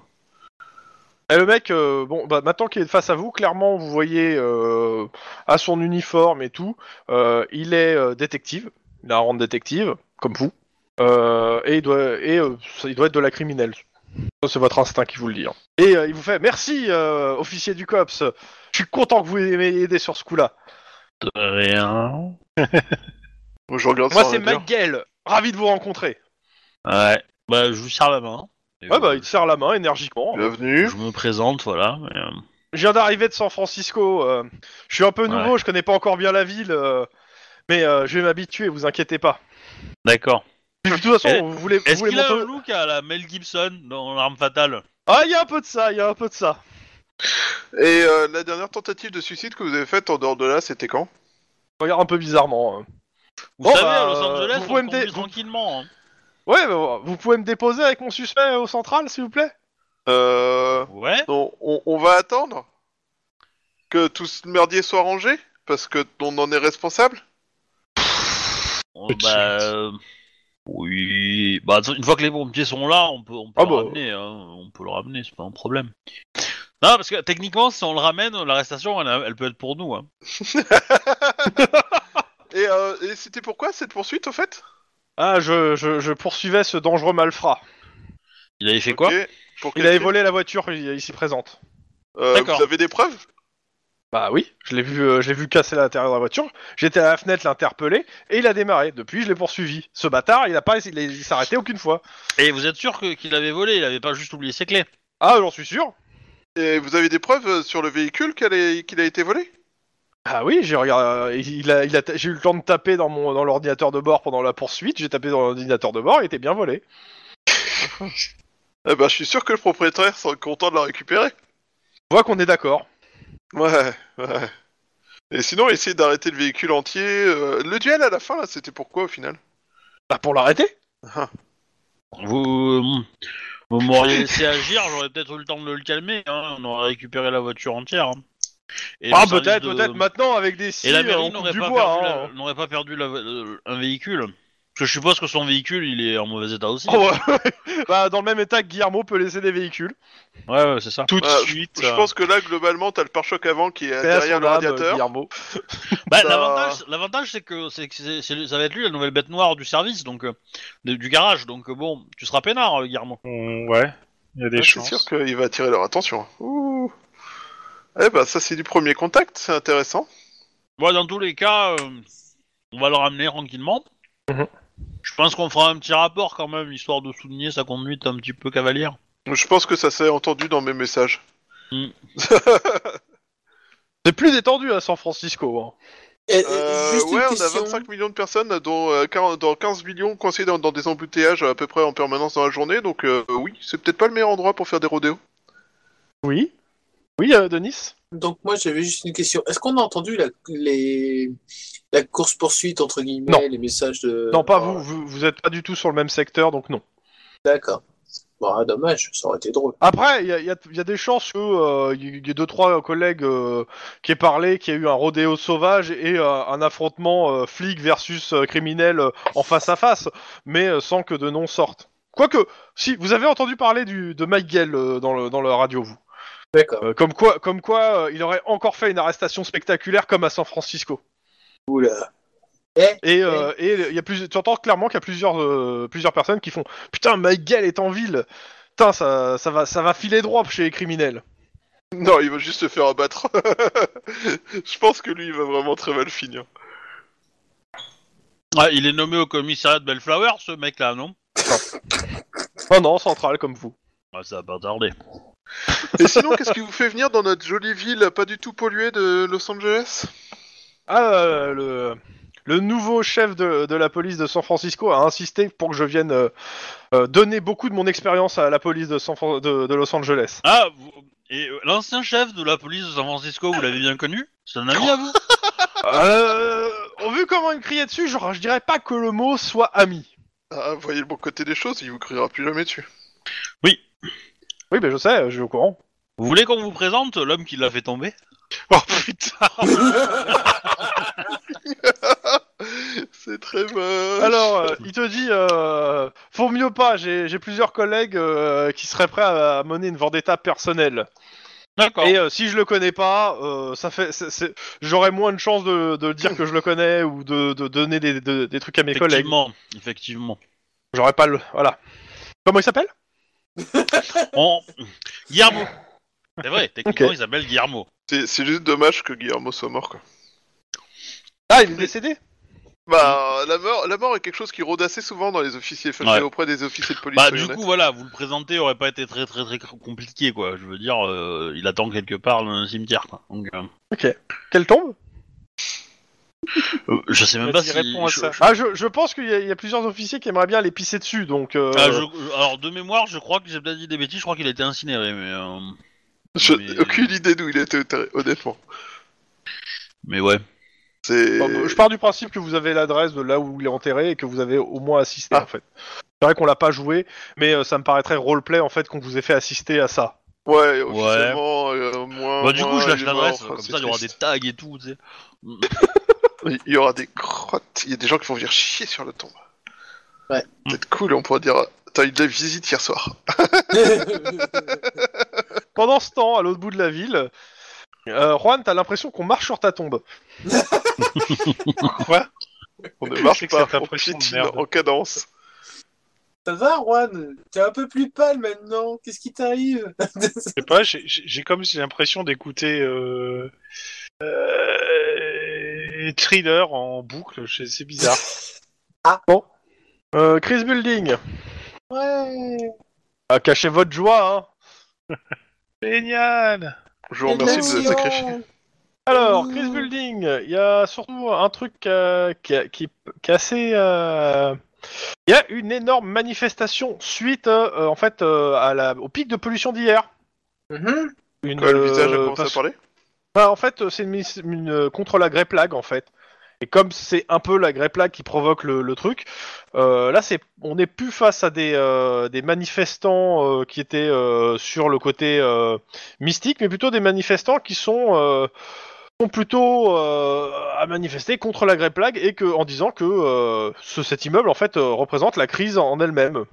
Et le mec, euh, bon, bah, maintenant qu'il est face à vous, clairement, vous voyez euh, à son uniforme et tout, euh, il est euh, détective, il a un rang de détective, comme vous, Euh, et, il doit, et euh, ça- il doit être de la criminelle. Ça, c'est votre instinct qui vous le dit. hein. Et euh, il vous fait Merci, euh, officier du COPS, je suis content que vous m'ayez aidé sur ce coup-là. de rien. Moi je regarde Moi, ça. c'est on va dire. Miguel, ravi de vous rencontrer. Ouais. Bah, je vous serre la main. Et Ouais, bah, euh, il te serre la main énergiquement. Bienvenue. Je me présente, voilà. mais, euh, Je viens d'arriver de San Francisco. euh, je suis un peu nouveau, je connais pas encore bien la ville, euh, mais euh, je vais m'habituer, vous inquiétez pas. D'accord. De toute façon, Et- vous voulez, vous Eh, Est-ce voulez qu'il a monter- un look à la Mel Gibson dans l'arme fatale Ah, il y a un peu de ça, il y a un peu de ça. Et euh, la dernière tentative de suicide que vous avez faite en dehors de là, c'était quand Je Regarde un peu bizarrement. hein. Vous Bon, savez, bah, à Los Angeles, vous on pouvez me dé- conduit vous- tranquillement. hein. euh, Ouais, bah, vous pouvez me déposer avec mon suspect au central, s'il vous plaît Euh, Ouais. non, on, on va attendre que tout ce merdier soit rangé parce que on en est responsable. Oh, Petite. bah, euh, oui. Bah, de toute façon, une fois que les pompiers sont là, on peut, on peut Ah le bah. ramener. hein. On peut le ramener, c'est pas un problème. Non, parce que techniquement, si on le ramène, l'arrestation, elle, elle peut être pour nous. hein. Et, euh, et c'était pourquoi cette poursuite au fait Ah, je, je, je poursuivais ce dangereux malfrat. Il avait fait quoi Ok, Pour Il quel avait crime volé la voiture il- ici présente. Euh, D'accord. vous avez des preuves Bah oui, je l'ai vu, euh, je l'ai vu casser l'intérieur de la voiture. J'étais à la fenêtre l'interpeller et il a démarré. Depuis, je l'ai poursuivi. Ce bâtard, il a pas, il, il s'est arrêté aucune fois. Et vous êtes sûr que- qu'il avait volé Il avait pas juste oublié ses clés Ah, j'en suis sûr. Et vous avez des preuves euh, sur le véhicule qu'elle est- qu'il a été volé Ah oui, j'ai regardé, euh, il a, il a, ta- j'ai eu le temps de taper dans mon, dans l'ordinateur de bord pendant la poursuite. J'ai tapé dans l'ordinateur de bord, il était bien volé. Eh ben, je suis sûr que le propriétaire sera content de la récupérer. Je vois qu'on est d'accord. Ouais, ouais. Et sinon, essayez d'arrêter le véhicule entier. euh, le duel à la fin, là, c'était pourquoi au final Bah pour l'arrêter Vous, vous m'auriez laissé agir, j'aurais peut-être eu le temps de le calmer. hein. On aurait récupéré la voiture entière. hein. Et Ah le service peut-être, de- peut-être maintenant avec des Et la scies, on mairie coupe n'aurait du pas, bois. perdu hein. la- n'aurait pas perdu la- euh, un véhicule. Parce que je suppose que son véhicule, il est en mauvais état aussi. Oh, ouais. bah, dans le même état que Guillermo peut laisser des véhicules. Ouais, ouais, c'est ça. Tout de Ouais, suite. Je pense que là, globalement, t'as le pare-choc avant qui est Paix à derrière son âme, l'ordinateur. Guillermo. Bah, Ça- l'avantage- L'avantage, c'est que c'est que c'est- c'est- ça va être lui la nouvelle bête noire du service, donc euh, de- du garage. Donc euh, bon, tu seras peinard, euh, Guillermo. on- Ouais, il y a des Ah, C'est chances. sûr qu'il va attirer leur attention. Ouh. Eh ben, ça, c'est du premier contact, c'est intéressant. Bon, dans tous les cas, euh, on va le ramener tranquillement. Mhm. Je pense qu'on fera un petit rapport quand même, histoire de souligner sa conduite un petit peu cavalière. Je pense que ça s'est entendu dans mes messages. C'est plus détendu à San Francisco. hein. Eh, eh, Euh, juste une ouais, on a question. 25 millions de personnes, dont, euh, 40 dans 15 millions coincés dans, dans des embouteillages à peu près en permanence dans la journée, donc euh, oui, c'est peut-être pas le meilleur endroit pour faire des rodéos. Oui. Oui, euh, Denis Donc moi j'avais juste une question. Est-ce qu'on a entendu la, les, la course poursuite entre guillemets, Non. les messages de... Non, pas Ah, vous, vous. Vous êtes pas du tout sur le même secteur, donc non. D'accord. Bon, ah, dommage, ça aurait été drôle. Après, il y a, il y a- il y a des chances que euh, il y ait deux trois collègues euh, qui aient parlé, qui ait eu un rodéo sauvage et euh, un affrontement euh, flic versus euh, criminel euh, en face à face, mais euh, sans que de nom sorte. Quoique, si vous avez entendu parler du, de Mike Gale, euh, dans le dans la radio, vous, D'accord. Euh, comme quoi, comme quoi, euh, il aurait encore fait une arrestation spectaculaire comme à San Francisco. Oula. Eh Et euh, et il y a plus, tu entends clairement qu'il y a plusieurs euh, plusieurs personnes qui font putain Mike Gale est en ville, putain ça ça va ça va filer droit chez les criminels. Non, il va juste se faire abattre. Je pense que lui, il va vraiment très mal finir. Ah, il est nommé au commissariat de Bellflower, ce mec-là, non Oh non, central comme vous. Ah, Ça va pas tarder. Et sinon, qu'est-ce qui vous fait venir dans notre jolie ville pas du tout polluée de Los Angeles Ah, euh, le, le nouveau chef de, de la police de San Francisco a insisté pour que je vienne euh, euh, donner beaucoup de mon expérience à la police de, San Fran- de, de Los Angeles. Ah, vous- et euh, l'ancien chef de la police de San Francisco, vous l'avez bien connu C'est un ami à vous Euh, vu comment il me criait dessus, genre, je dirais pas que le mot soit ami. Ah, voyez le bon côté des choses, il vous criera plus jamais dessus. Oui, ben je sais, je suis au courant. Vous voulez qu'on vous présente l'homme qui l'a fait tomber Oh putain C'est très moche. Alors, euh, il te dit, euh, faut mieux pas, j'ai j'ai plusieurs collègues euh, qui seraient prêts à, mener une vendetta personnelle. D'accord. Et euh, si je le connais pas, euh, ça fait, c'est- c'est- j'aurais moins de chances de, de dire que je le connais ou de, de donner des, de- des trucs à mes collègues. Effectivement, effectivement. J'aurais pas le. Voilà. Comment il s'appelle On... Guillermo. C'est vrai, techniquement, il s'appelle Guillermo. C'est c'est juste dommage que Guillermo soit mort, quoi. Ah, il est décédé Bah, la mort, la mort est quelque chose qui rôde assez souvent dans les officiers, enfin, Hmm. Ouais. auprès des officiers de police. Bah, du soyons honnêtes. coup, voilà, vous le présenter aurait pas été très très très compliqué, quoi. Je veux dire, euh, il attend quelque part dans un cimetière, quoi. Donc, euh, Quelle tombe euh, je sais même pas Vas-y, si. réponds Bah, à je- ça. je- Ah, je, je pense qu'il y, a- il y a plusieurs officiers qui aimeraient bien les pisser dessus, donc. euh, Ah, je- Alors, de mémoire, je crois que j'ai peut-être dit des bêtises, je crois qu'il a été incinéré, mais. euh, Je- mais- Aucune idée d'où il était enterré, honnêtement. Mais ouais. C'est. Bah, euh, bon, Je pars du principe que vous avez l'adresse de là où il est enterré et que vous avez au moins assisté, Ah. en fait. C'est vrai qu'on l'a pas joué, mais euh, ça me paraîtrait roleplay en fait qu'on vous ait fait assister à ça. Ouais, officiellement, euh, moins. Bah, du coup, moins je lâche les l'adresse, morts, comme c'est ça, il y aura des triste. tags et tout, tu sais. Il il y aura des crottes, il y a des gens qui vont venir chier sur le tombe. Ouais. Hmm. Peut-être cool, on pourra dire. T'as eu de la visite hier soir. Pendant ce temps, à l'autre bout de la ville, euh, Juan, t'as l'impression qu'on marche sur ta tombe. On ne Je marche sais que pas, cette on impression de piétine merde. en cadence. Ça va, Juan T'es un peu plus pâle maintenant. Qu'est-ce qui t'arrive Je sais pas, j'ai- j'ai j'ai comme si l'impression d'écouter euh, euh, Thriller en boucle, je- c'est bizarre. Euh, Chris Building, Ouais. Ah, cachez votre joie. Hein. Génial Je vous remercie Hello, de Juan. sacrifier. Alors, Mmh. Chris Building, il y a surtout un truc euh, qui, qui- qui est assez. euh, Il y a une énorme manifestation suite euh, en fait euh, à la, au pic de pollution d'hier. Mhm. Une, Quoi, le visage a euh, commencé à parce- parler Bah, en fait, c'est une, mis- une- euh, contre la grey plague en fait. Et comme c'est un peu la grey plague qui provoque le, le truc, euh, là c'est on n'est plus face à des, euh, des manifestants euh, qui étaient euh, sur le côté euh, mystique, mais plutôt des manifestants qui sont euh, sont plutôt euh, à manifester contre la grey plague et que en disant que euh, ce, cet immeuble en fait euh, représente la crise en elle-même.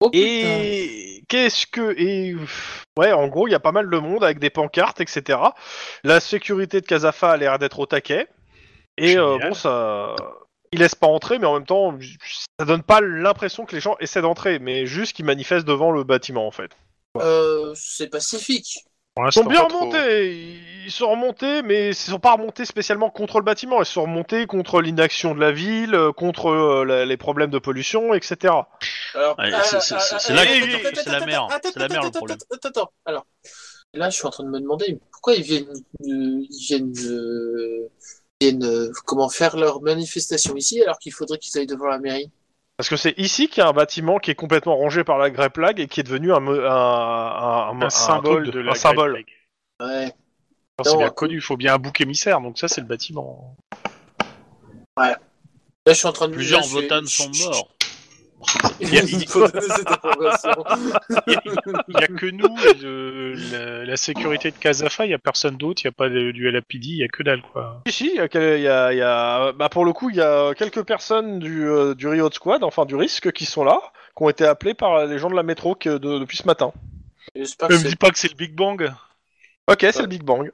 Oh, putain. Et qu'est-ce que et pff, ouais, en gros, il y a pas mal de monde avec des pancartes, etc. La sécurité de Casafa a l'air d'être au taquet. Et euh, Génial. bon, ça, il laisse pas entrer, mais en même temps, ça donne pas l'impression que les gens essaient d'entrer, mais juste qu'ils manifestent devant le bâtiment, en fait. Euh, c'est pacifique. Pour Ils l'instant, sont bien pas trop. remontés, ils sont remontés, mais ils sont pas remontés spécialement contre le bâtiment, ils sont remontés contre l'inaction de la ville, euh, contre euh, la- les problèmes de pollution, etc. Alors, Ouais, ah, c'est- ah, c'est- ah, c'est- ah, c'est là ah, que- attends, c'est la attends, merde. attends, C'est la merde, le attends, problème. attends, attends. Alors, là, je suis en train de me demander pourquoi ils viennent, euh, ils viennent, euh, ils viennent, euh, comment faire leur manifestation ici alors qu'il faudrait qu'ils aillent devant la mairie. Parce que c'est ici qu'il y a un bâtiment qui est complètement rongé par la grey plague et qui est devenu un, mo- un, un- un- un, un symbole truc de de- la un symbole. Great Plague. Ouais. Alors, C'est Non, bien euh, connu, il faut bien un bouc émissaire, donc ça c'est le bâtiment. Là, je suis en train de Plusieurs là, je- botanes sont je- je- morts. Il faut donner cette information. Il n'y a que nous, et le- la, la sécurité de Casafa, il n'y a personne d'autre, il n'y a pas de- du LAPD, il n'y a que dalle quoi. Ici, il y a, quel- il y a- il y a- bah, pour le coup, il y a quelques personnes du, euh, du Riot Squad, enfin du risque, qui sont là, qui ont été appelées par les gens de la métro que de- depuis ce matin. J'espère que Ne Euh, me dis c'est. pas que c'est le Big Bang Ok, c'est le Big Bang.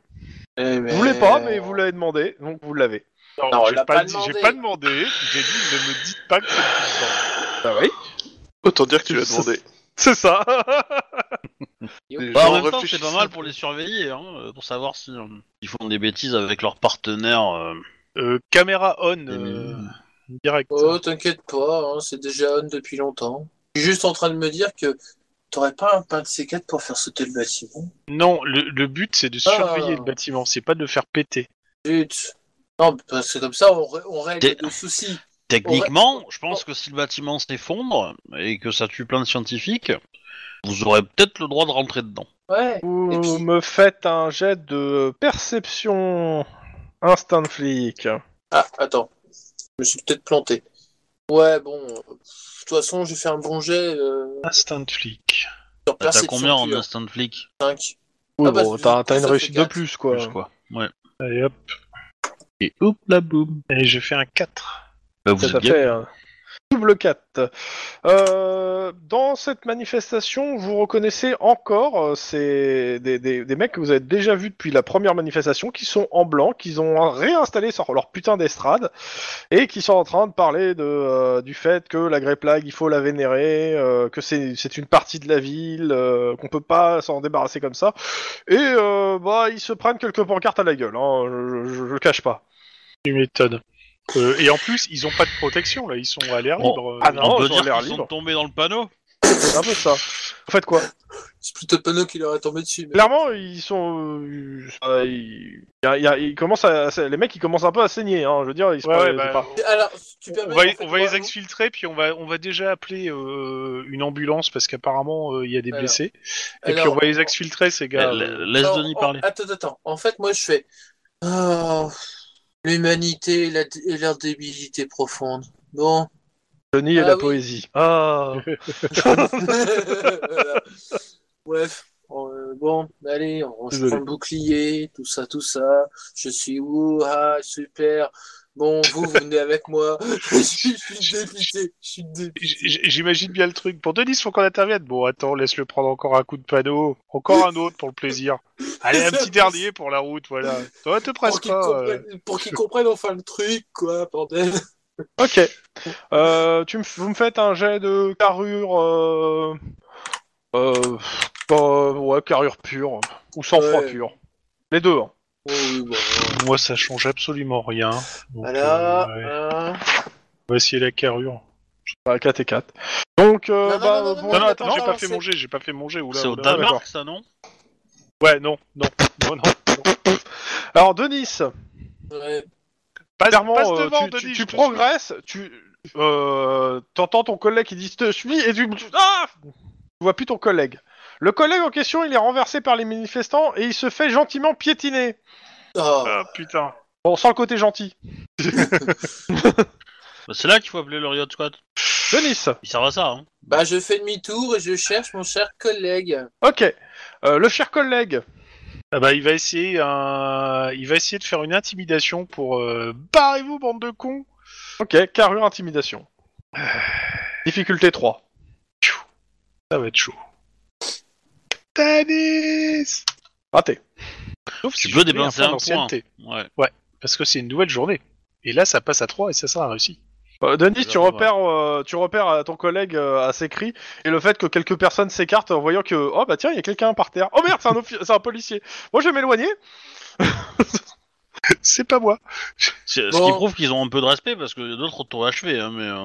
Eh, mais- Vous voulez pas, mais vous l'avez demandé, donc vous l'avez. Non, Non, on j'ai l'a pas, pas dit- demandé. j'ai pas demandé, j'ai dit ne me dites pas que c'est le Big Bang. Bah oui. Autant dire que tu l'as Ça, demandé. C'est ça. Les Bah, gens en même temps, c'est réfléchissent. pas mal pour les surveiller, hein, euh, pour savoir si euh, ils font des bêtises avec leurs partenaires. euh, Euh, caméra on et- euh, direct. Oh, t'inquiète pas, hein, c'est déjà on depuis longtemps. Je suis juste en train de me dire que t'aurais pas un pain de C4 pour faire sauter le bâtiment. Non, le, le but c'est de surveiller Ah. le bâtiment, c'est pas de le faire péter. Zut. Non, parce que comme ça, on, ré- on T'es- règle le souci. Techniquement, je pense que si le bâtiment s'effondre et que ça tue plein de scientifiques, vous aurez peut-être le droit de rentrer dedans. Ouais. Et Vous puis- me faites un jet de perception instinct de flic. Ah, attends. Je me suis peut-être planté. Ouais, bon. euh, De toute façon, j'ai fait un bon jet euh, Instant flic. sur T'as perception. combien en pure. instant flic Cinq. Oui, Ah bah, bon, c'est- t'as t'as une ça fait réussite de quatre. plus, quoi. Plus quoi. Ouais. Allez hop, Et hop la boum. et j'ai fait un 4. Bah, vous Ça, ça êtes bien. fait un double 4. Euh, dans cette manifestation, vous reconnaissez encore euh, ces, des, des- des mecs que vous avez déjà vus depuis la première manifestation, qui sont en blanc, qui ont réinstallé sur leur putain d'estrade, et qui sont en train de parler de, euh, du fait que la Grey Plague, il faut la vénérer, euh, que c'est c'est une partie de la ville, euh, qu'on peut pas s'en débarrasser comme ça. Et euh, bah, ils se prennent quelques pancartes à la gueule, hein, je- je- je le cache pas. Tu m'étonnes. Euh, et en plus, ils ont pas de protection là, ils sont à l'air Bon. libre. Ah non. On peut ils ont dire l'air qu'ils sont libres. tombés dans le panneau. C'est un peu ça. Vous faites quoi C'est plutôt le panneau qui leur est tombé dessus. mais- Clairement, ils sont. euh, Ah, euh, ils, y a- y a- ils commencent à, c'est- les mecs, ils commencent un peu à saigner. Hein, je veux dire, ils sont Ouais, pas, ouais, bah, c'est pas- Alors, si tu on permets, va, en fait, on va les moi- exfiltrer, puis on va, on va déjà appeler euh, une ambulance parce qu'apparemment euh, il y a des Alors. blessés. Et Alors, puis on va les exfiltrer ces gars. Eh, la- euh. Laisse Non, Denis en- parler. oh, Attends, attends. En fait, moi, je fais. Oh, L'humanité et, la- et leur débilité profonde. Bon, Johnny et Ah la oui. poésie. Ah. Voilà. Bref, euh, bon, allez, on se Désolé. prend le bouclier, tout ça, tout ça. Je suis ouah, super. Bon, vous, vous venez avec moi. je suis je suis dépité, je suis dépité. J- j- J'imagine bien le truc. Pour Denis, faut qu'on intervienne. Bon, attends, laisse-le prendre encore un coup de panneau. Encore un autre pour le plaisir. Allez, un petit dernier pour la route, voilà. Toi, te presse Pour qu'ils pas. euh. comprennent, pour qu'ils comprennent enfin le truc, quoi, bordel. Ok. Euh, tu me, f- vous me faites un jet de carrure. Euh... euh, pas- ouais, carrure pure. Ou sans froid Ouais. pur. Les deux. hein. Oh, oui, bon, Moi, ça change absolument rien. Donc, voilà. euh, ouais. hein. On va essayer la carrure. Bah, 4 et 4. Donc, euh, Non, non, bah, non, non, bon, Non, non, attends, non, j'ai non, pas fait c'est- manger, j'ai pas fait manger. Oula, C'est au oula. Danemark, ça, non Ouais, non, non, non, non. Alors, Denis, Ouais. Passe, clairement, passe euh, devant, tu, tu- Denis, tu je te progresses, tu euh, t'entends ton collègue qui dit Je suis et tu. Ah Tu vois plus ton collègue. Le collègue en question, il est renversé par les manifestants et il se fait gentiment piétiner. Ah, Ah putain. Bon, sans le côté gentil. Bah, C'est là qu'il faut appeler le Riot Squad. Denis, Il sert à ça, hein. bah, je fais demi-tour et je cherche mon cher collègue. ok. Euh, le cher collègue, Ah bah, il va essayer un... il va essayer de faire une intimidation pour euh, barrez-vous bande de cons. ok, carrure intimidation. Difficulté 3. Ça va être chaud. Tanis Raté. Sauf Tu si peux je mets dépenser point un point. d'ancienneté, Ouais. Parce que c'est une nouvelle journée. Et là, ça passe à 3 et ça sera réussi. Euh, Denis, tu J'avoue, repères, euh, tu repères à ton collègue euh, à ses cris et le fait que quelques personnes s'écartent en voyant que oh bah tiens il y a quelqu'un par terre. Oh merde c'est un, offi- c'est un policier. Moi je vais m'éloigner. c'est pas moi. C'est- Ce Bon. qui prouve qu'ils ont un peu de respect parce que d'autres t'ont achevé, hein, mais. euh,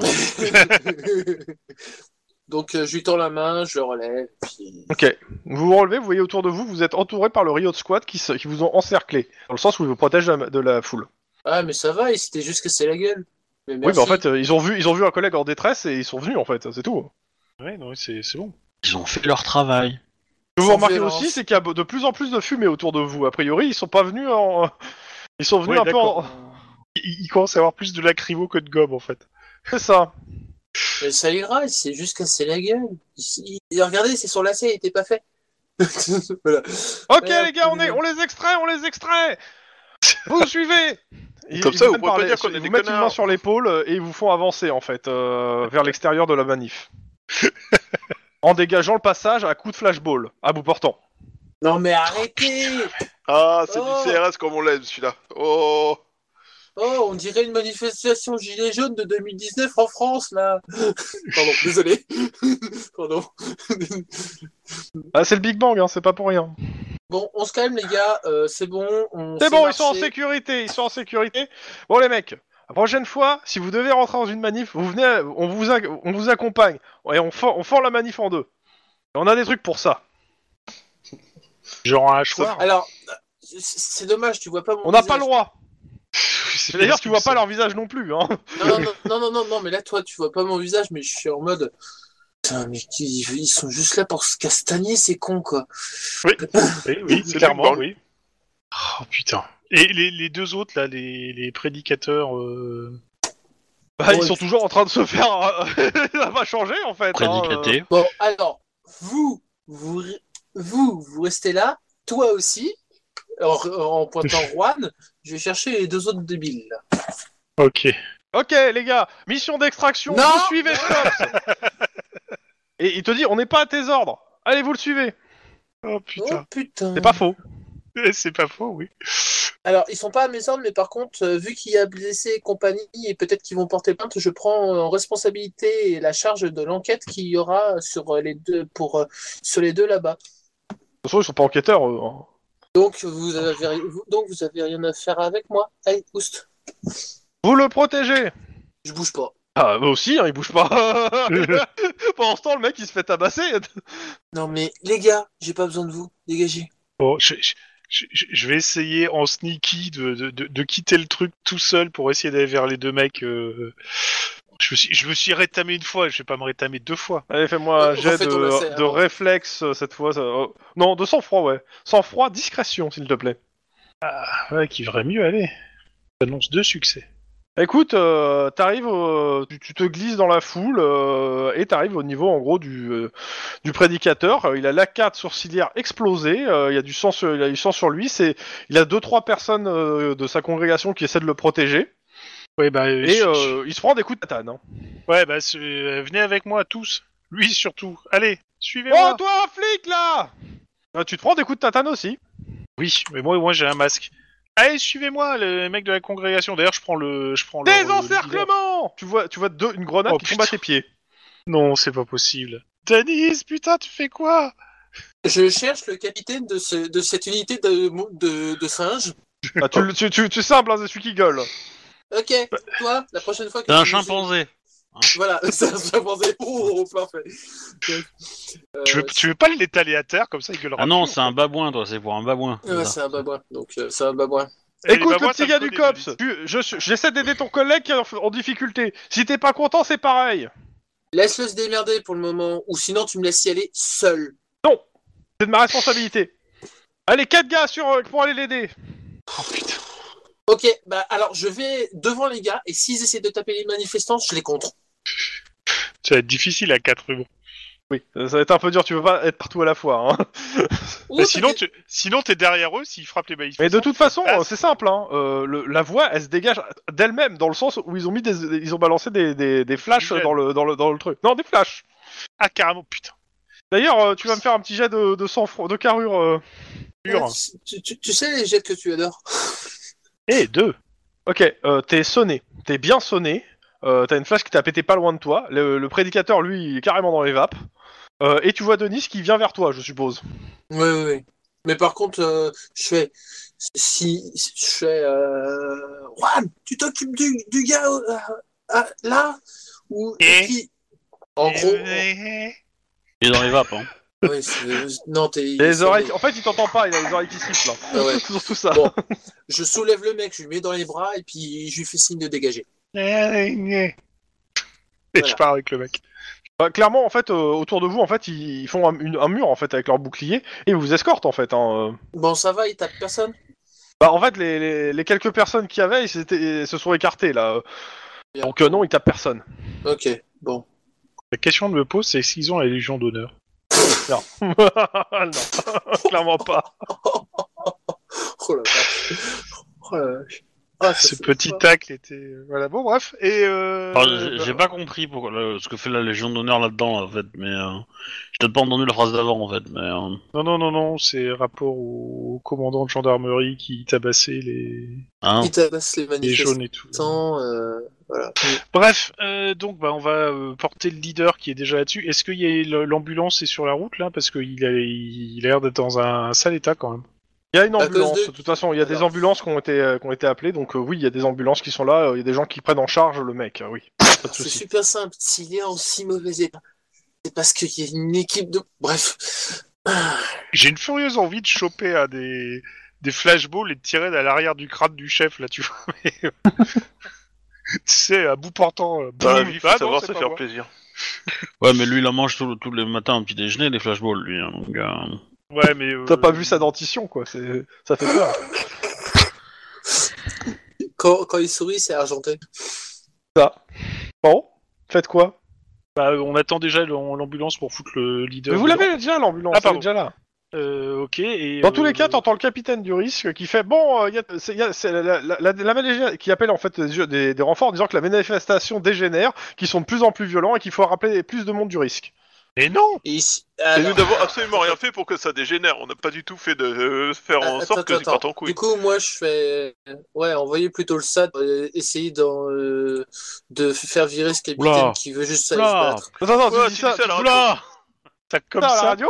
Donc, euh, je lui tends la main, je le relève, puis... Vous vous relevez, vous voyez autour de vous, vous êtes entouré par le Rio de Squad qui, se- qui vous ont encerclé dans le sens où ils vous protègent de la, de la foule. Ah, mais ça va, il s'était juste cassé la gueule. Mais Oui merci. mais en fait euh, ils ont vu ils ont vu un collègue en détresse et ils sont venus en fait c'est tout. Ouais, non, c'est c'est bon. Ils ont fait leur travail. Ce que vous Sans remarquez violence. aussi c'est qu'il y a de plus en plus de fumée autour de vous. A priori ils sont pas venus en ils sont venus Ouais, un peu d'accord. en... Il, il commence à avoir plus de lacrymo que de gomme, en fait. c'est ça. Mais Euh, ça ira, il s'est juste cassé la gueule. Il- il- Regardez, c'est son lacet, il était pas fait. voilà. Ok Ouais, les gars, on, est, absolument. on les extrait, on les extrait Vous suivez Ils- Comme ils ça, vous vous prennent pouvez par pas les- dire qu'on est ils des vous mettent une main connards. sur l'épaule euh, et ils vous font avancer en fait euh, vers l'extérieur de la manif. en dégageant le passage à coup de flashball, à bout portant. Non, mais arrêtez Ah, c'est Oh. du CRS comme on l'aime celui-là. Oh Oh, on dirait une manifestation gilet jaune de 2019 en France, là Pardon, désolé. Pardon. Ah, c'est le Big Bang, hein, c'est pas pour rien. bon, on se calme, les gars, euh, c'est bon. on C'est sait bon, ils sont en marcher. sécurité, ils sont en sécurité. Bon les mecs, la prochaine fois, si vous devez rentrer dans une manif, vous venez, on vous, ac- on vous accompagne et on, for- on forme la manif en deux. Et on a des trucs pour ça. Genre un hachoir. Alors, euh, c'est- c'est dommage, tu vois pas mon On n'a pas visage. le droit. C'est D'ailleurs, tu vois ça. pas leur visage non plus. Hein. Non, non, non, non, non, non, mais là, toi, tu vois pas mon visage, mais je suis en mode. Putain, mais qui- ils sont juste là pour se castagner, c'est con, quoi. Oui, Eh oui, C'est clairement, Big Bang. oui. Oh putain. Et les, les deux autres, là, les, les prédicateurs. euh, Bah, Ouais. ils sont toujours en train de se faire. euh, Ça va changer en fait. hein, euh. Prédicaté. Bon, alors, vous, vous, re- vous, vous restez là, toi aussi, en, en pointant Juan, je vais chercher les deux autres débiles. là. Ok. Ok, les gars, mission d'extraction. Non Vous suivez Scopes. Et il te dit, on n'est pas à tes ordres. Allez, vous le suivez. Oh putain. Oh putain. C'est pas faux. Eh, C'est pas faux, oui. Alors, ils sont pas à mes ordres, mais par contre, euh, vu qu'il y a blessé et compagnie, et peut-être qu'ils vont porter plainte, je prends euh, en responsabilité et la charge de l'enquête qu'il y aura sur euh, les deux, pour, euh, sur les deux là-bas. De toute façon, ils sont pas enquêteurs. eux, hein. Donc vous avez vous- donc vous avez rien à faire avec moi. Allez, oust. Vous le protégez. Je bouge pas. Ah, bah aussi, hein, il bouge pas. Pendant ce temps, le mec, il se fait tabasser. Non mais les gars, j'ai pas besoin de vous. Dégagez. Bon, je, je- je- je- je vais essayer en sneaky de, de, de- de quitter le truc tout seul pour essayer d'aller vers les deux mecs. euh. Je, me suis, je me suis rétamé une fois, je vais pas me rétamer deux fois. Allez, fais-moi un En jet fait, hein. on essaie, de, de alors. réflexe euh, cette fois. ça- oh. Non, de sang-froid, ouais. Sang-froid, discrétion, s'il te plaît. Ah ouais, qui devrait mieux aller. J'annonce deux succès. Écoute, euh, t'arrives, au- tu, tu te glisses dans la foule euh, et t'arrives au niveau en gros du, euh, du prédicateur. Euh, Il a la carte sourcilière explosée, euh, il y a du sang, sur, il a du sang sur lui. C'est, il a deux trois personnes euh, de sa congrégation qui essaient de le protéger Ouais, bah, et je- euh, il se prend des coups de tatane. hein. ouais, bah, c'est- euh, venez avec moi tous. Lui surtout. Allez, suivez-moi. Oh toi un flic là Ah, Tu te prends des coups de tatane aussi. Oui, mais moi, moi j'ai un masque. Allez, suivez-moi, le mec de la congrégation. D'ailleurs, je prends le, je prends Des le- le leader. encerclements Tu vois, tu vois deux, une grenade Oh, qui tombe à putain. tes pieds. Non, c'est pas possible. Denise, putain, tu fais quoi Euh, Je cherche le capitaine de, ce- de cette unité de, de, de singes. Ah, tu, le- tu, tu, tu es simple, hein, c'est celui qui gueule. Ok, toi, la prochaine fois que T'es un tu- chimpanzé. Voilà, c'est un chimpanzé. Oh, parfait. Euh, tu veux, tu veux pas l'étaler à terre comme ça, il gueulera. Ah non, plus, hein. c'est ou un babouin, toi, c'est pour un babouin. ouais, c'est un babouin. Donc, euh, c'est un babouin. quoi Et Écoute bah, le moi, petit ça me gars du connaît, cops, Denise. tu- je suis- j'essaie d'aider ton collègue qui est en, en difficulté. Si t'es pas content, c'est pareil. Laisse-le se démerder pour le moment, ou sinon tu me laisses y aller seul. C'est de ma responsabilité. Allez, quatre gars sur, euh, pour aller l'aider. Ok, bah alors je vais devant les gars, et s'ils essaient de taper les manifestants, je les contre. Ça va être difficile à 4 rubans. Oui, euh, ça va être un peu dur, tu peux pas être partout à la fois. Hein. Ouh, Bah, sinon, t'inquiète. tu, sinon t'es derrière eux s'ils frappent les manifestants. Mais de toute façon, Ah, euh, c'est simple. Hein. euh, le- la voix, elle se dégage d'elle-même dans le sens où ils ont mis des, des- ils ont balancé des, des, des flashs Des jets. dans le, dans le dans le truc. Non, des flashs. Ah carrément, putain. D'ailleurs, euh, tu vas me faire un petit jet de de sang froid, de carrure. euh. Dur. Tu, tu- tu sais les jets que tu adores. Et Eh, deux. Ok, euh, t'es sonné, t'es bien sonné. Euh, t'as une flash qui t'a pété pas loin de toi. Le, le prédicateur, lui, il est carrément dans les vapes. Euh, et tu vois Denis qui vient vers toi, je suppose. Oui, oui, oui. Mais par contre, euh, je fais. Si. Je fais. Euh... Juan, tu t'occupes du, du gars euh, euh, là Ou. Et qui En gros. Il est dans les vapes, hein. ouais, c'est- euh, non, t'es. il est Les sonné. oreilles. En fait, il t'entend pas. Il a les oreilles qui sifflent. là. Ah ouais. C'est surtout ça. Bon. Je soulève le mec, je lui mets dans les bras et puis je lui fais signe de dégager. Et je Voilà. pars avec le mec. Bah, clairement, en fait, euh, autour de vous, en fait, ils, ils font un, une- un mur en fait avec leur bouclier et ils vous escortent en fait. Hein. euh. Bon, ça va, il tape personne Bah, en fait, les, les- les quelques personnes qu'il y avait, ils, s'étaient- se sont écartés là. euh. Bien. Donc euh, non, ils tapent personne. Ok, bon. La question de me pose, c'est s'ils ont la Légion d'honneur. non, clairement pas. Oh la vache. Oh la vache. Ah, ça Ce fait- petit tacle était. euh, Voilà, bon, bref. Et. Euh... Enfin, j'ai- j'ai pas compris pourquoi, le- ce que fait la Légion d'honneur là-dedans, en fait, mais... Euh, j'ai peut-être pas entendu la phrase d'avant, en fait, mais... euh, Non, non, non, non, c'est rapport au commandant de gendarmerie qui tabassait les, hein. Il tabasse les les manifestants. jaunes et tout. euh, voilà. Bref, euh, donc bah, on va euh, porter le leader qui est déjà là-dessus. Est-ce qu'il y a le- l'ambulance est sur la route là Parce qu'il a il a l'air d'être dans un, sale état quand même. Il y a une À cause ambulance. de- De toute façon, il y a des Alors. ambulances qui ont été euh, qui ont été appelées. Donc euh, oui, il y a des ambulances qui sont là. euh, Il y a des gens qui prennent en charge le mec. euh, oui. Pas de C'est souci. super simple. S'il est en si mauvais état, c'est parce qu'il y a une équipe de. Bref. J'ai une furieuse envie de choper à des, des flashballs et de tirer à l'arrière du crâne du chef là, tu vois. mais, euh, tu sais, à bout portant. euh, Dans la boum, vie, Bah, faut ah non, savoir c'est se pas faire moi. plaisir. Ouais, mais lui, il en mange tous tous les matins au petit déjeuner, des flashballs, lui. hein, donc, euh, Ouais, mais. euh, T'as pas vu sa dentition quoi. C'est ça fait peur. Quand, quand il sourit, c'est argenté. ça. Bon, faites quoi bah, euh, On attend déjà l'am- l'ambulance pour foutre le leader. Mais vous l'avez déjà l'ambulance. Ah, elle est pardon. déjà là. Euh, ok. Et, Dans euh, tous les cas, t'entends le capitaine du risque qui fait bon, euh, y a- c'est- y a- c'est la, la, la, la manégé- qui appelle en fait des, des- des renforts en disant que la manifestation dégénère, qu'ils sont de plus en plus violents et qu'il faut rappeler plus de monde du risque. Mais non Et ici- Et ah, alors- nous n'avons absolument rien fait pour que ça dégénère. On n'a pas du tout fait de euh, faire en Attends, sorte que attends, ça parte en Du couille. coup, moi, je fais. Ouais, envoyer plutôt le SAD, euh, essayer d'en, euh, de faire virer ce capitaine Oula. qui veut juste aller se Oula. battre. Attends, attends, Ouais, tu dis tu ça, dis ça à la tu radio. dis T'as comme ça à la ça radio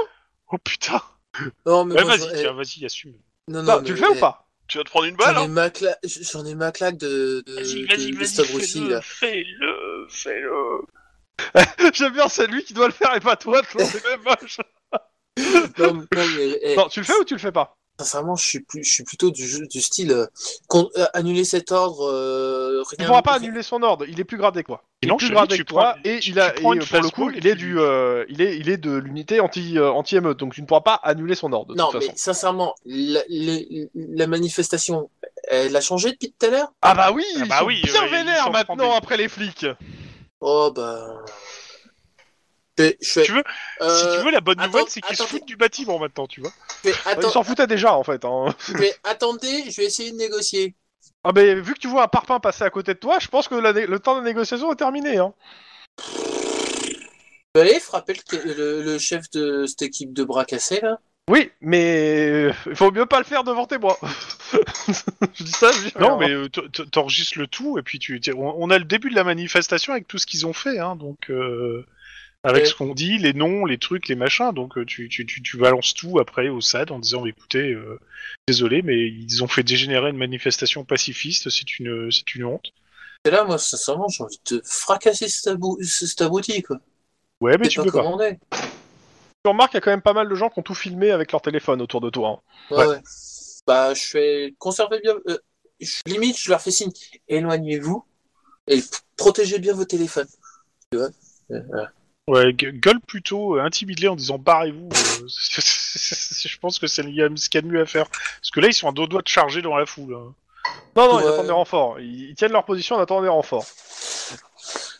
Oh putain Non, mais Ouais, bon, vas-y, j'en- eh, tiens, vas-y, assume. Non, non, non, Bah, tu le mais- fais ou eh, pas Bah, Tu vas te prendre une balle J'en ai hein ma, cla... j'en ai ma claque de, de, de- de Stavroussi, là. fais-le, fais-le. J'aime bien, c'est lui qui doit le faire et pas toi, tu vois, c'est même moche. Non, non, mais, eh, Non, tu le fais ou tu le fais pas Sincèrement, je suis, plus, je suis plutôt du, jeu- du style euh, con- euh, annuler cet ordre. euh, Il rien pourra pas annuler son ordre, il est plus gradé quoi. Il Et est non, plus je te gradé dis, que tu toi prends- et tu- il a tu prends et, une pour le fastball coup, et il est tu- du euh, il est il est de l'unité anti euh, anti émeute donc tu ne pourras pas annuler son ordre de Non, toute façon. mais sincèrement, la, le- la manifestation, Elle a changé depuis tout à l'heure Ah bah oui, Ah bah ils sont oui, bien euh, ils vénères sont maintenant flambés. après les flics. Oh bah. Je fais- je fais- Tu veux- Si Euh, tu veux, la bonne attends- nouvelle, c'est qu'ils se attendez. foutent du bâtiment maintenant, tu vois. je fais- Ils atten- s'en foutaient déjà en fait. hein. je fais- attendez, je vais essayer de négocier. Ah mais vu que tu vois un parpaing passer à côté de toi, je pense que la né- le temps de négociation est terminé. Hein. Je vais aller frapper le, le- le chef de cette équipe de bras cassés là. Oui, mais il faut mieux pas le faire devant tes bras. je dis ça, je dis Non, rien. hein. mais euh, t- t- t'enregistres le tout et puis tu, tu- on, on a le début de la manifestation avec tout ce qu'ils ont fait, hein, donc euh, avec Ouais. ce qu'on dit, les noms, les trucs, les machins. Donc euh, tu, tu, tu, tu balances tout après au SAD en disant écoutez, euh, désolé, mais ils ont fait dégénérer une manifestation pacifiste, c'est une, c'est une honte. Et là, moi, sincèrement, j'ai envie de fracasser cet abou- ce- cet abouti quoi. Ouais, mais C'est tu pas peux pas. commandé. Tu remarques qu'il y a quand même pas mal de gens qui ont tout filmé avec leur téléphone autour de toi. hein. Ouais, ouais. Bah, je fais conserver bien. euh, je- limite, je leur fais signe. Éloignez-vous et p- protégez bien vos téléphones. Tu vois Euh, voilà. Ouais, gue- gueule plutôt, euh, intimide-les en disant barrez-vous. euh, je pense que c'est le- ce qu'il y a de mieux à faire. Parce que là, ils sont à deux doigts de charger dans la foule. hein. Non, non, euh, ils Ouais. attendent des renforts. Ils, ils tiennent leur position en attendant des renforts.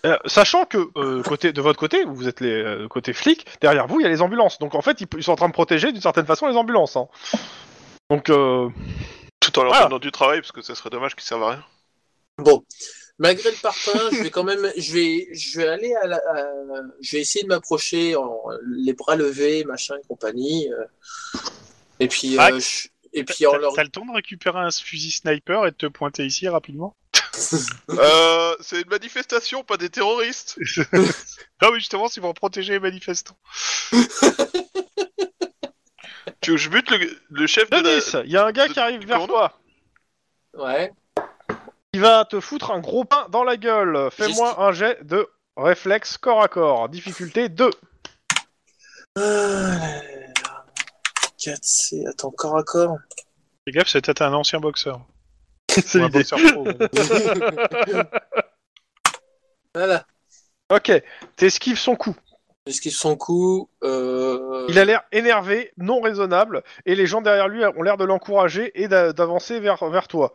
Euh, sachant que euh, côté, de votre côté, où vous êtes les euh, côté flic, derrière vous, il y a les ambulances. Donc en fait, ils, ils sont en train de protéger d'une certaine façon les ambulances. hein. Donc euh, Tout en leur Voilà. donnant du travail, parce que ça serait dommage qu'ils servent à rien. Bon, malgré le parpaing, je vais quand même, je vais, je vais aller à la, à- je vais essayer de m'approcher, en, les bras levés, machin, compagnie. euh. et puis, Ah. euh, je- et puis en T'as leur, t'as le temps de récupérer un fusil sniper et de te pointer ici rapidement euh, c'est une manifestation, pas des terroristes. Non, mais Ah justement, c'est pour protéger les manifestants. Tu veux que je bute le, le chef de la... Denis, il y a un gars qui arrive du vers commando. toi. ouais, Il va te foutre un gros pain dans la gueule. Fais-moi un jet de réflexe corps à corps. Difficulté 2. Ah, 4C, attends, corps à corps. Fais gaffe, c'est peut-être un ancien boxeur. C'est Ou un l'idée. boxeur pro. donc. Voilà. Ok, t'esquives son coup. J'esquive son coup. Euh... Il a l'air énervé, non raisonnable, et les gens derrière lui ont l'air de l'encourager et d'a- d'avancer vers, vers toi.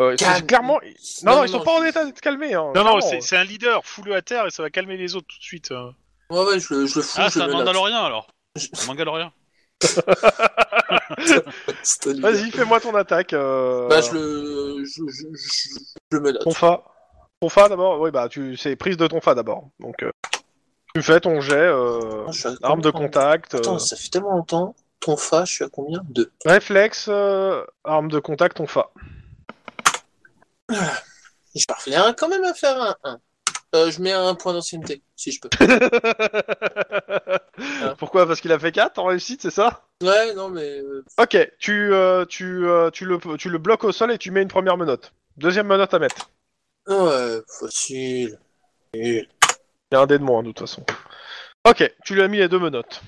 Euh, ils sont- Calme. clairement. Non, non, ils sont pas en je- état de se calmer. hein, non, non, clairement. c'est c'est un leader. Fous-le à terre et ça va calmer les autres tout de suite. hein. Ouais, ouais, je, le- je le fous, Ah, je c'est un le menace. Mandalorien alors. Un Mandalorien. C'est un leader. Vas-y, fais-moi ton attaque. euh, Bah, je le, je, je, je, je le menace. Ton fa. Ton fa d'abord Oui, bah, tu... c'est prise de ton fa d'abord. Donc, euh, tu fais ton jet. euh, Je suis à Arme de combien contact. euh, Attends, ça fait tellement longtemps. Ton fa, je suis à combien Deux. Réflexe, euh, arme de contact, on fa. Je vais refaire un, quand même à faire un 1. Euh, je mets un point d'ancienneté, si je peux. Pourquoi Parce qu'il a fait 4 en réussite, c'est ça Ouais, non, mais. euh, Ok, tu, euh, tu, euh, tu, le, tu le bloques au sol et tu mets une première menotte. Deuxième menotte à mettre. Ouais, facile. Nul. Il y a un dé de moins, de toute façon. Ok, tu lui as mis les deux menottes.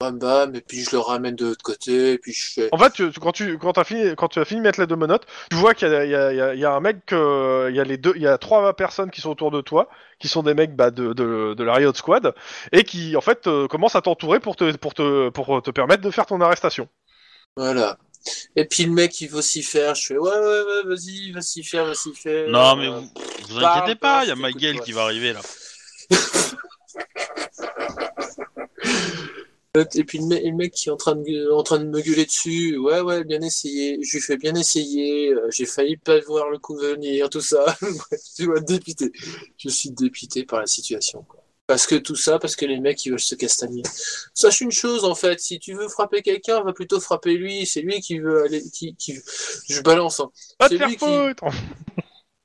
Bam bam, et puis je le ramène de l'autre côté, et puis je fais. En fait, tu- tu- quand, tu, quand, as fini, quand tu as fini de mettre les deux menottes, tu vois qu'il y a, il y a- il y a- il y a un mec, que- il y a les deux, il y a trois personnes qui sont autour de toi, qui sont des mecs bah, de, de, de la Riot Squad, et qui en fait euh, commencent à t'entourer pour te, pour, te, pour te permettre de faire ton arrestation. Voilà. Et puis le mec, il va s'y faire. Je fais ouais, ouais, ouais, vas-y, va s'y faire, va s'y faire. Non, mais Euh, vous, vous parle, inquiétez pas, parle, il y a je Miguel t'écoute, qui toi. va arriver là. Et puis le, me- et le mec qui est en train, de, gue- en train de me gueuler dessus. Ouais, ouais, bien essayé. Je lui fais bien essayer. euh, J'ai failli pas voir le coup venir, tout ça. Bref, tu vois, dépité. Je suis dépité par la situation. quoi. Parce que tout ça, parce que les mecs, ils veulent se castagner. Sache une chose, en fait. Si tu veux frapper quelqu'un, va plutôt frapper lui. C'est lui qui veut aller. Qui, qui... Je balance. hein. Pas de C'est faire lui qui- faute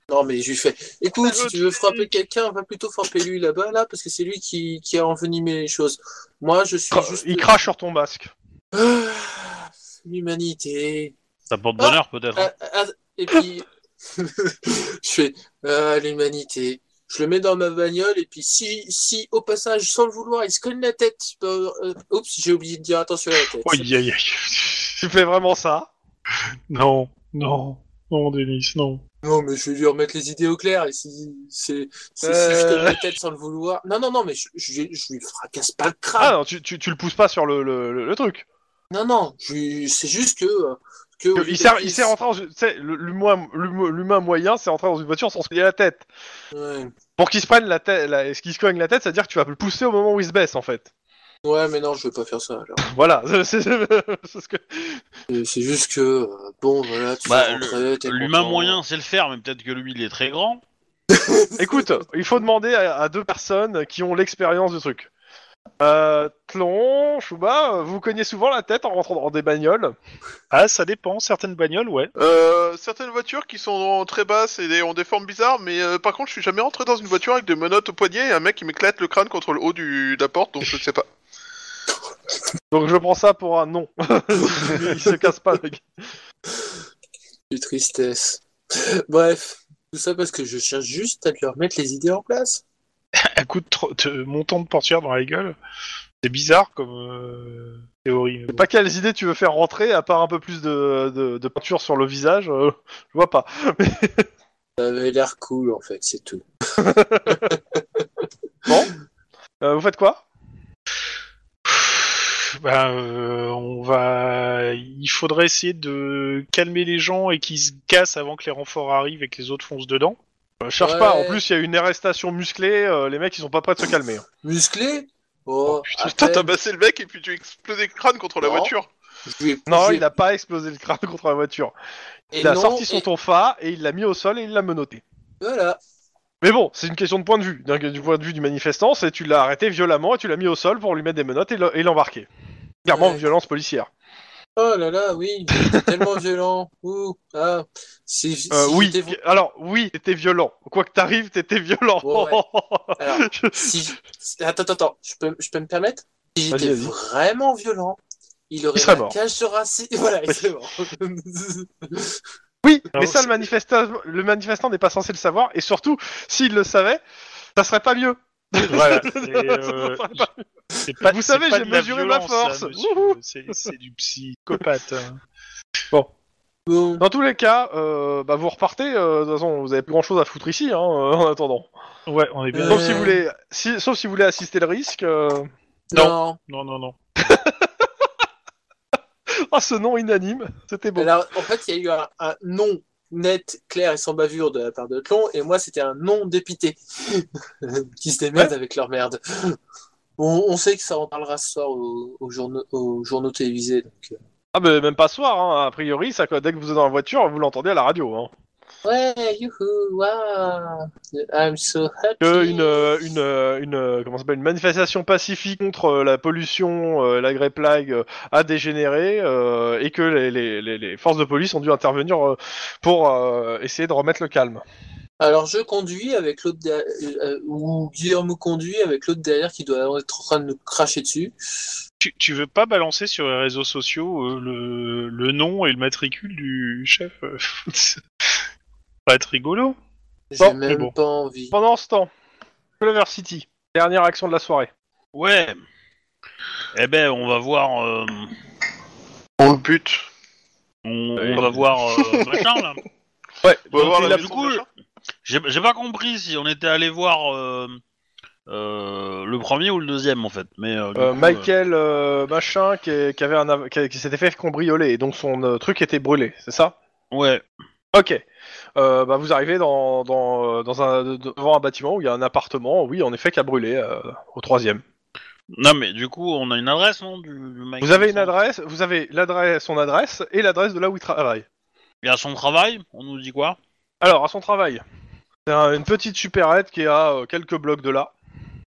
Non, mais je lui fais Écoute, si Allô, tu veux tu- frapper quelqu'un, va plutôt frapper lui là-bas, là, parce que c'est lui qui, qui a envenimé les choses. Moi, je suis Cra- juste. Il crache sur ton masque. Ah, L'humanité. Ça porte bonheur peut-être. hein. Ah, ah, et puis, je fais Ah, l'humanité. Je le mets dans ma bagnole, et puis si, si au passage, sans le vouloir, il se cogne la tête. euh, euh, oups, j'ai oublié de dire attention à la tête. Aïe, aïe, aïe. Tu fais vraiment ça Non, non, non, Denis, non. Non, mais je vais lui remettre les idées au clair. Et si, c'est, c'est- si je Euh. cogne la tête sans le vouloir. Non, non, non, mais je, je, je lui fracasse pas le crâne. Ah non, tu, tu, tu le pousses pas sur le, le, le- le truc. Non, non, je- c'est juste que euh, que Il s'est il s'est rentré dans une- tu sais, le- l'humain l'humo- l'humain moyen s'est rentré dans une voiture sans se cogner la tête. Ouais. Pour qu'il se prenne la tête, la- qu'il se cogne la tête, c'est-à-dire que tu vas le pousser au moment où il se baisse en fait. Ouais, mais non, je vais pas faire ça. Alors. Voilà, c'est c'est ce que. C'est- C'est juste que, euh, bon, voilà, tu Bah, vas rentrer, t'es L'humain content. moyen sait le faire, mais peut-être que lui, il est très grand. Écoute, il faut demander à, à deux personnes qui ont l'expérience du truc. Euh, Tlon, Chouba, euh, vous cognez souvent la tête en rentrant dans des bagnoles. Ah, ça dépend. Certaines bagnoles, ouais. Euh, certaines voitures qui sont en très basses et des- ont des formes bizarres, mais euh, par contre, je suis jamais rentré dans une voiture avec des menottes au poignet et un mec qui m'éclate le crâne contre le haut du, de la porte, donc je ne sais pas. Donc je prends ça pour un non. il se casse pas le gars. Du tristesse. Bref, tout ça parce que je cherche juste à lui remettre les idées en place. Un coup de, tro- de montant de portière dans la gueule. C'est bizarre comme euh, théorie. mais Je sais bon. Pas quelles idées tu veux faire rentrer, à part un peu plus de, de- de peinture sur le visage, euh, je vois pas. Ça avait l'air cool, en fait, c'est tout. Euh, vous faites quoi Ben, euh, on va. Il faudrait essayer de calmer les gens et qu'ils se cassent avant que les renforts arrivent et que les autres foncent dedans. Euh, Cherche Ouais. pas, en plus il y a une arrestation musclée, euh, les mecs ils sont pas prêts de se calmer. hein. Musclé Oh, à Putain, t'as peine. tabassé le mec et puis tu explosé le crâne contre la Non. voiture. Je lui ai- Non, je lui ai- il a pas explosé le crâne contre la voiture. Et il a non, sorti son et- tonfa et il l'a mis au sol et il l'a menotté. Voilà. Mais bon, c'est une question de point de vue. Donc, Du point de vue du manifestant, c'est tu l'as arrêté violemment et tu l'as mis au sol pour lui mettre des menottes et l'em- et l'embarquer. Clairement, Ouais. violence policière. Oh là là, oui, tellement violent. Ouh, ah. Si, si Euh, oui, j'étais- alors oui, t'étais violent. Quoi que t'arrives, t'étais violent. Ouais, Alors, si... Attends, attends, attends, je peux, je peux me permettre? Si Vas-y, j'étais vas-y. vraiment violent, il aurait serait la mort. cage sur un si- Voilà, il serait mort. Oui, Alors, mais ça, c'est- le manifestant, le manifestant n'est pas censé le savoir, et surtout, s'il le savait, ça serait pas mieux. Voilà. Et, euh, c'est pas- Vous c'est savez, pas j'ai de la mesuré ma violence, force. ça, monsieur. Wouhou. C'est c'est du psychopathe. hein. Bon, Dans tous les cas, euh, bah, vous repartez, euh, de toute façon, vous avez plus grand chose à foutre ici, hein, euh, en attendant. Ouais, on est bien. Euh, Sauf, si vous voulez, si- sauf si vous voulez assister le risque. euh, Non. non. Non, non, non. Ah, ce nom unanime, c'était bon. Alors, en fait, il y a eu un, un non net, clair et sans bavure de la part de Tlon, et moi, c'était un non dépité qui se démerde avec leur merde. On, on sait que ça en parlera ce soir aux, aux journaux, aux journaux télévisés. Donc... euh, Ah, mais même pas ce soir, hein, a priori, ça, dès que vous êtes dans la voiture, vous l'entendez à la radio. Hein. euh, Ouais, youhou, waouh, I'm so happy. Que une, euh, une, euh, une, euh, comment ça s'appelle, une manifestation pacifique contre euh, la pollution, euh, la grey plague euh, a dégénéré euh, et que les, les- les- les forces de police ont dû intervenir euh, pour euh, essayer de remettre le calme. Alors je conduis avec l'autre derrière, euh, ou Guillaume conduit avec l'autre derrière qui doit être en train de nous cracher dessus. Tu, tu veux pas balancer sur les réseaux sociaux euh, le, le nom et le matricule du chef euh, Ça va être rigolo. J'ai Bon, mais même bon. pas envie. Pendant ce temps, Clover City, dernière action de la soirée. Ouais. Eh ben, on va voir. euh, Oh, On le bute. on, Oui. on va voir euh, machin là. Ouais, On va voir Et la du maison coup, de machin. J'ai j'ai pas compris si on était allé voir euh, euh, le premier ou le deuxième en fait. Mais euh, du Euh, coup, Michael euh, machin qui, est- qui avait un av- qui, qui s'était fait cambrioler et donc son euh, truc était brûlé, c'est ça euh, ouais. Ok. Euh, bah, vous arrivez dans, dans, euh, dans un, de- devant un bâtiment où il y a un appartement, oui, en effet, qui a brûlé euh, au troisième. Non mais du coup, on a une adresse non du, du Michael Vous avez une Sand adresse, vous avez l'adresse, son adresse et l'adresse de là où il travaille. Et à son travail, on nous dit quoi Alors, à son travail, c'est un- une petite supérette qui est à euh, quelques blocs de là.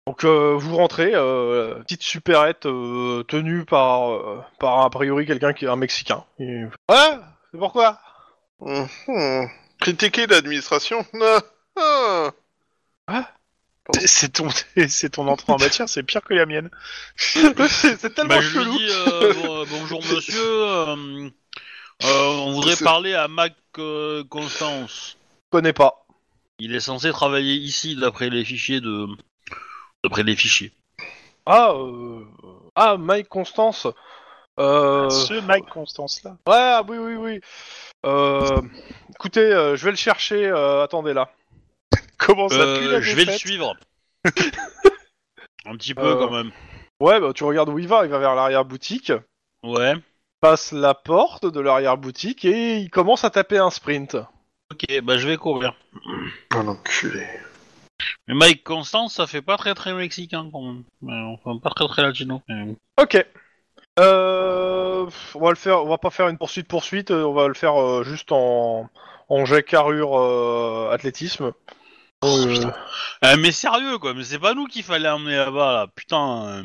Donc, euh, vous rentrez, euh, petite supérette euh, tenue par, euh, par a priori quelqu'un qui est un Mexicain. Et- Ouais, c'est pourquoi Mhm. Critiquer l'administration. Ah, ah. C'est- C'est ton, c'est ton entrée en matière, c'est pire que la mienne. C'est c'est tellement Bah, je lui chelou. dis euh, bon- euh, bonjour monsieur. euh, euh, on voudrait C'est- parler à Mac euh, Constance. Je connais pas. Il est censé travailler ici d'après les fichiers de d'après les fichiers. Ah, euh... ah, Mike Constance. Euh... Ce Mike Constance là. Ouais, ah, oui, oui, oui. Euh... Écoutez, euh, je vais le chercher. euh, attendez là. Comment ça pue Euh, la je vais le défaite suivre. Un petit peu Euh. quand même. Ouais, bah, tu regardes où il va. Il va vers l'arrière boutique. Ouais. passe la porte de l'arrière-boutique et il commence à taper un sprint. Ok, bah je vais courir. Un enculé. Mais Mike Constance, ça fait pas très très mexicain quand même. Mais Enfin, pas très très latino. Mais bon. Ok. Euh, pff, on va le faire. On va pas faire une poursuite poursuite. On va le faire euh, juste en en jet carrure euh, athlétisme. Oh, Euh, Euh, mais sérieux quoi, mais c'est pas nous qu'il fallait emmener là-bas là, putain. euh.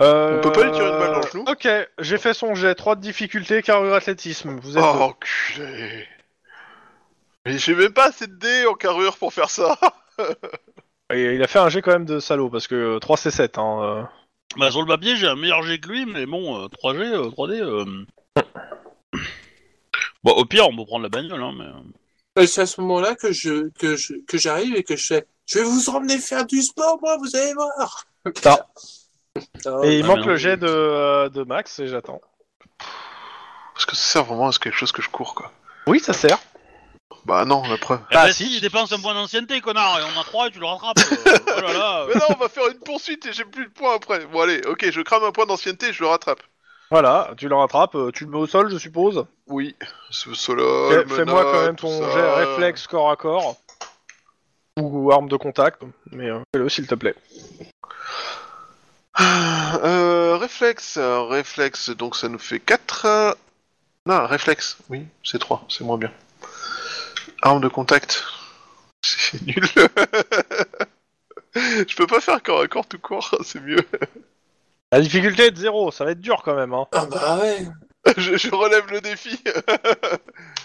euh, On peut pas lui tirer une balle dans le genou Ok, j'ai fait son jet. 3 de difficulté, carrure athlétisme. Vous êtes Oh, enculé. Mais j'ai même pas assez de dés en carrure pour faire ça. deux. Et il a fait un jet quand même de salaud parce que euh, 3 c'est 7. Hein, euh. Bah sur le papier j'ai un meilleur G que lui, mais bon, euh, 3G, euh, 3D. euh. Bon, au pire on peut prendre la bagnole, hein, mais. Et C'est à ce moment-là que je que je que j'arrive et que je fais. Je vais vous emmener faire du sport, moi, vous allez voir. Ah. Ah, Et il bah, manque mais le on- jet de, euh, de Max et j'attends. Est-ce que ça sert vraiment à ce- quelque chose que je cours, quoi Oui, ça sert. Bah non, la preuve. Eh Bah, ben, si. si, il dépense un point d'ancienneté, connard, et on a 3 et tu le rattrapes. euh. oh là là. Mais non, on va faire une poursuite et j'ai plus de points après. Bon, allez, ok, je crame un point d'ancienneté et je le rattrape. Voilà, tu le rattrapes. euh, Tu le mets au sol, je suppose. Oui. Ce Euh, solo. Fais- Fais-moi quand même ton jet réflexe corps à corps. Ou arme de contact. Mais euh, fais-le s'il te plaît. Euh, réflexe, euh, réflexe, donc ça nous fait 4. Non, réflexe, oui, c'est 3, c'est moins bien. Arme de contact, c'est nul. Je peux pas faire corps à corps tout court, c'est mieux. La difficulté est de zéro, ça va être dur quand même. Hein. Ah bah ouais. Je, je relève le défi.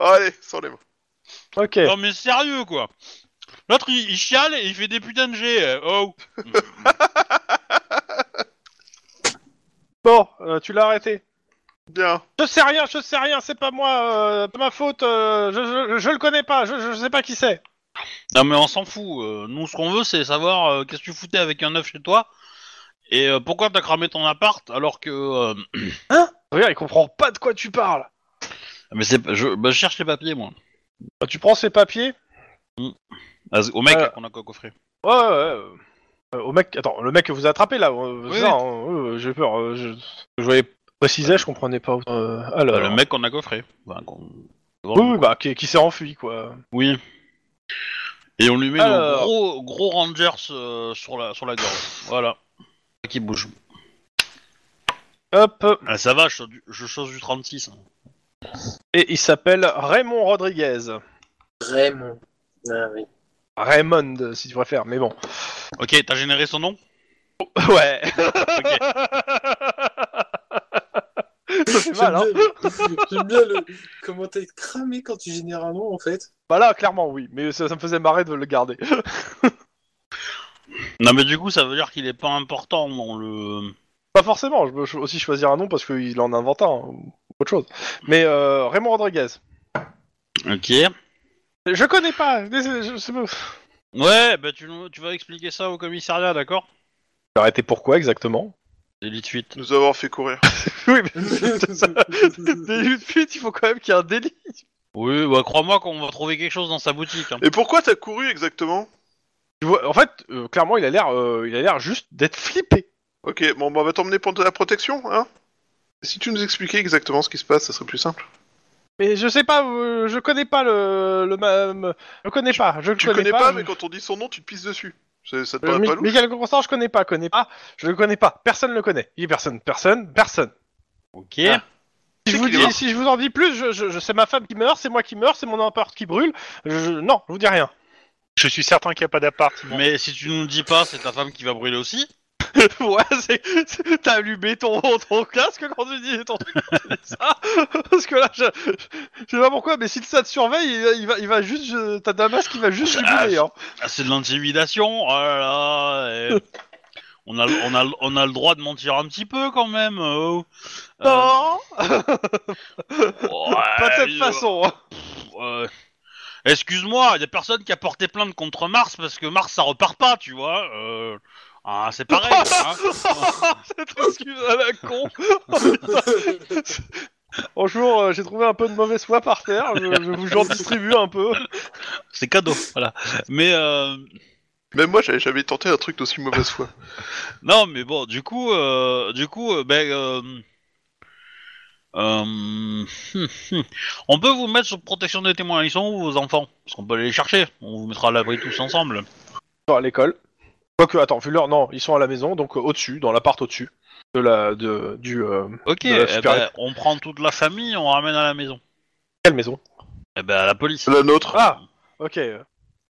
Allez, sans les mots. Ok. Non mais sérieux quoi. L'autre il, il chiale et il fait des putains de G. euh, Oh. Bon, euh, tu l'as arrêté. Bien. Je sais rien, je sais rien, c'est pas moi, euh, pas ma faute, euh, je, je- je le connais pas, je, je sais pas qui c'est. Non mais on s'en fout. euh, Nous ce qu'on veut c'est savoir euh, qu'est-ce que tu foutais avec un œuf chez toi et euh, pourquoi t'as cramé ton appart alors que. euh, Regarde, il comprend pas de quoi tu parles. Mais c'est pas- je, bah, je cherche les papiers moi. Bah, tu prends ses papiers Ah, c'est- Au mec Euh. là, qu'on a co- coffré. Ouais, ouais, ouais. euh, au mec, attends, le mec que vous attrapez là, euh, Oui, ça, oui. hein, euh, j'ai peur, euh, je, je voyais préciser, je comprenais pas. euh, alors, Bah, le mec qu'on a coffré. Enfin, qu'on- oui, oui, bah, qui, qui s'est enfui quoi. Oui. Et on lui met Alors. nos gros gros rangers euh, sur la sur la gorge. Voilà. Qui bouge. Hop, Ah, ça va, je sors du, je sors du 36. hein. et il s'appelle Raymond Rodriguez. Raymond. Ah oui. Raymond, si tu préfères, mais bon. Ok, t'as généré son nom Ouais. Ok. Ça fait mal, hein. J'aime bien- J'aime bien le comment t'es cramé quand tu génères un nom en fait. Bah là, clairement, oui, mais ça, ça me faisait marrer de le garder. Non mais du coup ça veut dire qu'il est pas important dans le... Pas forcément, je peux cho- aussi choisir un nom parce qu'il en invente un, ou autre chose. Mais euh, Raymond Rodriguez. Ok. Je connais pas, désolé, je sais pas. Ouais, bah tu, nous- tu vas expliquer ça au commissariat, d'accord Arrêtez pourquoi exactement Délite suite. Nous avoir fait courir. Oui, mais c'est ça. Dès de suite, il faut quand même qu'il y ait un délit. Oui, bah crois-moi qu'on va trouver quelque chose dans sa boutique. hein. Et pourquoi t'as couru exactement Tu vois, en fait, euh, clairement, il a l'air euh, il a l'air juste d'être flippé. Ok, bon, bah, on va t'emmener pour de la protection, hein Si tu nous expliquais exactement ce qui se passe, ça serait plus simple. Mais je sais pas, euh, je connais pas le. le ma- me- je connais pas, je Tu connais, connais pas, je- mais quand on dit son nom, tu te pisses dessus. Ça, ça te Euh, paraît Mi- pas louche Michael Constant, je connais pas, connais pas, je le connais pas, personne le connaît. Il est personne, personne, personne. Ok. Ah. Si je, C'est vous qu'il est dis- mort. si je vous en dis plus, je, je- je- c'est ma femme qui meurt, c'est moi qui meurs, c'est mon appart qui brûle. Je, je- non, je vous dis rien. Je suis certain qu'il n'y a pas d'appartement. Mais si tu nous le dis pas, c'est ta femme qui va brûler aussi. ouais, c'est- c'est- t'as allumé ton, ton casque quand tu dis, ton- quand tu dis ça. Parce que là, je, je sais pas pourquoi, mais si ça te surveille, il, il va, il va juste. je- T'as Damas qui va juste Ah, jubiler. Hein. Ah, c'est de l'intimidation, oh là là. eh. on, a, on, a, on a le droit de mentir un petit peu quand même. euh. Euh, Non, ouais, pas de cette euh, façon. euh, Excuse-moi, y a personne qui a porté plainte contre Mars parce que Mars ça repart pas, tu vois. euh. Ah, c'est pareil. hein. Cette excuse à la con. Bonjour, euh, j'ai trouvé un peu de mauvaise foi par terre, je, je vous j'en distribue un peu. C'est cadeau, voilà. Mais euh, Même moi, j'avais jamais tenté un truc d'aussi mauvaise foi. non, mais bon, du coup, euh, du coup, euh, ben, euh, Euh, hum, hum. On peut vous mettre sous protection des témoins. Ils sont où vos enfants Parce qu'on peut aller les chercher. On vous mettra à l'abri tous ensemble. Ils sont à l'école. Quoique, attends, vu l'heure, non, ils sont à la maison, donc euh, au-dessus, dans l'appart au-dessus. De la, de, du, euh, Ok. De la eh super- ben, on prend toute la famille, on ramène à la maison. quelle maison Eh ben à la police. La nôtre. Ah Ok.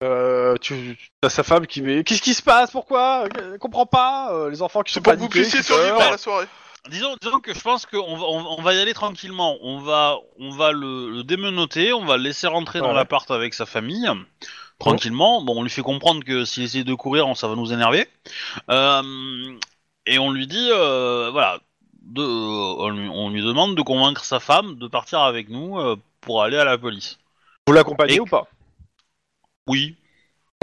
Euh, tu tu- t'as sa femme qui met. Qu'est-ce qui se passe Pourquoi Euh, Comprends pas euh, Les enfants qui sont C'est pour que vous paniqués, puissiez qui pleurent. survivre à la soirée. Disons, disons que je pense qu'on va, on, on va y aller tranquillement. On va, on va le, le démenoter, on va le laisser rentrer dans Ouais. l'appart avec sa famille, tranquillement. Bon, on lui fait comprendre que s'il essaie de courir, on- ça va nous énerver. Euh, et on lui dit, euh, voilà, de, on, lui, on lui demande de convaincre sa femme de partir avec nous euh, pour aller à la police. Vous l'accompagnez Et- ou pas Oui.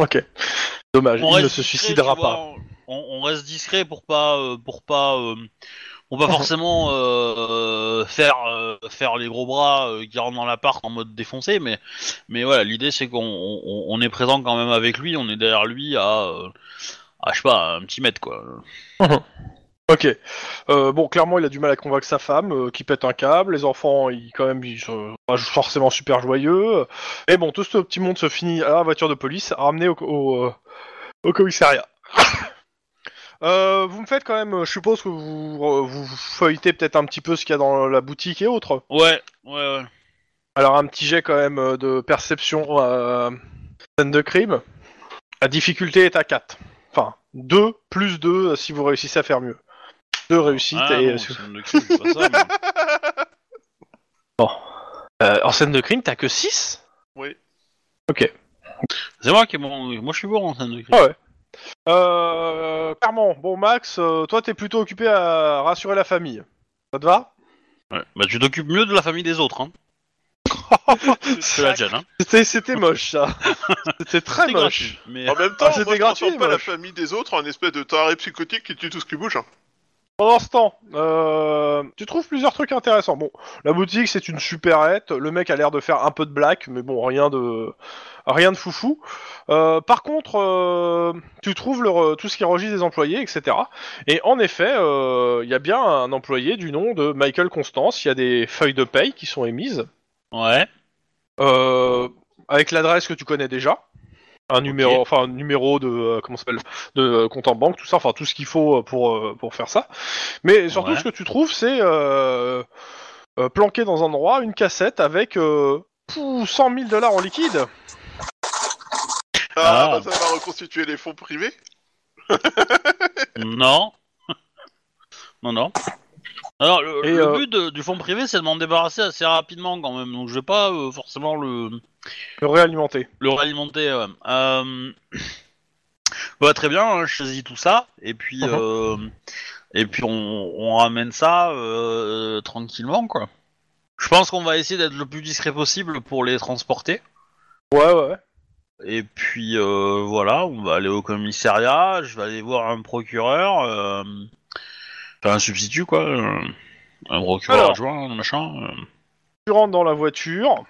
Ok. Dommage, On il ne reste se discret, suicidera tu vois, pas. On, on reste discret pour pas, euh, pour pas, euh, pour pas forcément euh, faire, euh, faire les gros bras euh, qui rentrent dans l'appart en mode défoncé, mais, mais voilà, l'idée c'est qu'on on, on- on est présent quand même avec lui, on est derrière lui à, euh, à, je sais pas, un petit mètre quoi. Ok. Euh, bon, clairement, il a du mal à convaincre sa femme, euh, qui pète un câble. Les enfants, ils quand même, ils sont pas forcément super joyeux. Et bon, tout ce petit monde se finit à la voiture de police, ramené au, au, euh, au commissariat. Euh, vous me faites quand même, je suppose que vous, euh, vous feuilletez peut-être un petit peu ce qu'il y a dans la boutique et autres. Ouais, ouais, ouais. Alors un petit jet quand même euh, de perception euh, scène de crime. La difficulté est à 4. Enfin, 2 plus 2 euh, si vous réussissez à faire mieux. 2 réussites Ah, et... non, c'est une crise, c'est pas ça, mais- Euh, en scène de crime, t'as que 6 C'est moi qui est bon, moi je suis bon en scène de crise. Ouais. euh, Clairement, bon Max, euh, toi t'es plutôt occupé à rassurer la famille. Ça te va Ouais. Bah tu t'occupes mieux de la famille des autres, hein. C'est la tienne, hein. C'était c'était moche ça. C'était très C'est moche. gratuit, mais- euh, En même Ah, temps, c'était moi, je gratuit, transforme pas la moche. famille des autres en espèce de taré psychotique qui tue tout ce qui bouge. hein. Pendant ce temps, euh, tu trouves plusieurs trucs intéressants. Bon, la boutique c'est une supérette. Le mec a l'air de faire un peu de black, mais bon, rien de rien de foufou. Euh, par contre, euh, tu trouves le re- tout ce qui est registre des employés, etc. Et en effet, euh, il y a bien un employé du nom de Michael Constance. Il y a des feuilles de paye qui sont émises Ouais. euh, avec l'adresse que tu connais déjà. Un numéro, Ok. enfin un numéro de euh, comment ça s'appelle, de euh, compte en banque, tout ça, enfin tout ce qu'il faut euh, pour euh, pour faire ça. Mais surtout, Ouais. ce que tu trouves, c'est euh, euh, planqué dans un endroit une cassette avec euh, pou- 100 000 dollars en liquide. Ah, Ah. bah, ça va reconstituer les fonds privés. Non. non, non. Alors, le, Et, le euh, but de- du fonds privé, c'est de m'en débarrasser assez rapidement quand même. Donc, je vais pas euh, forcément le, Le réalimenter. le réalimenter. ouais. Euh, bah, très bien, hein, je saisis tout ça. Et puis, Mhm. euh, et puis on, on ramène ça euh, tranquillement, quoi. Je pense qu'on va essayer d'être le plus discret possible pour les transporter. Ouais, ouais. Et puis euh, voilà, on va aller au commissariat, je vais aller voir un procureur, euh, enfin un substitut quoi, euh, un procureur Alors. adjoint, machin. euh. Tu rentres dans la voiture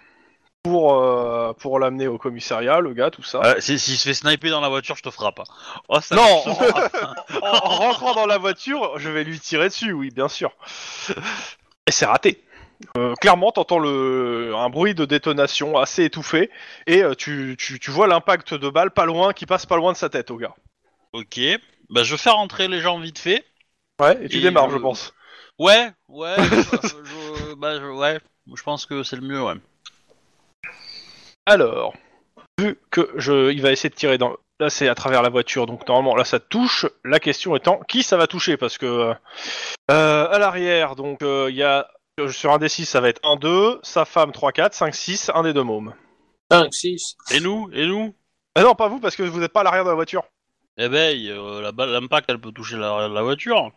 pour euh, pour l'amener au commissariat, le gars, tout ça. Euh, si, s'il se fait sniper dans la voiture, je te frappe. Oh, ça Non, me- en, en rentrant dans la voiture, je vais lui tirer dessus, oui, bien sûr. Et c'est raté. Euh, clairement, t'entends le un bruit de détonation assez étouffé et euh, tu, tu, tu vois l'impact de balle pas loin qui passe pas loin de sa tête au gars. Ok, bah je vais faire rentrer les gens vite fait. Ouais, et tu Et, démarres, euh, je pense. Ouais, ouais, je, je- bah, je- ouais, je pense que c'est le mieux, ouais. Alors, vu que je, il va essayer de tirer dans là, c'est à travers la voiture, donc normalement là ça touche. La question étant qui ça va toucher parce que euh, à l'arrière, donc euh, il y a sur un des 6 ça va être 1 2, sa femme 3 4, 5 6, un des deux mômes. 5, 6. Et nous, et nous Ah non, pas vous, parce que vous n'êtes pas à l'arrière de la voiture. Eh ben, euh, la balle- l'impact, elle peut toucher la, la voiture.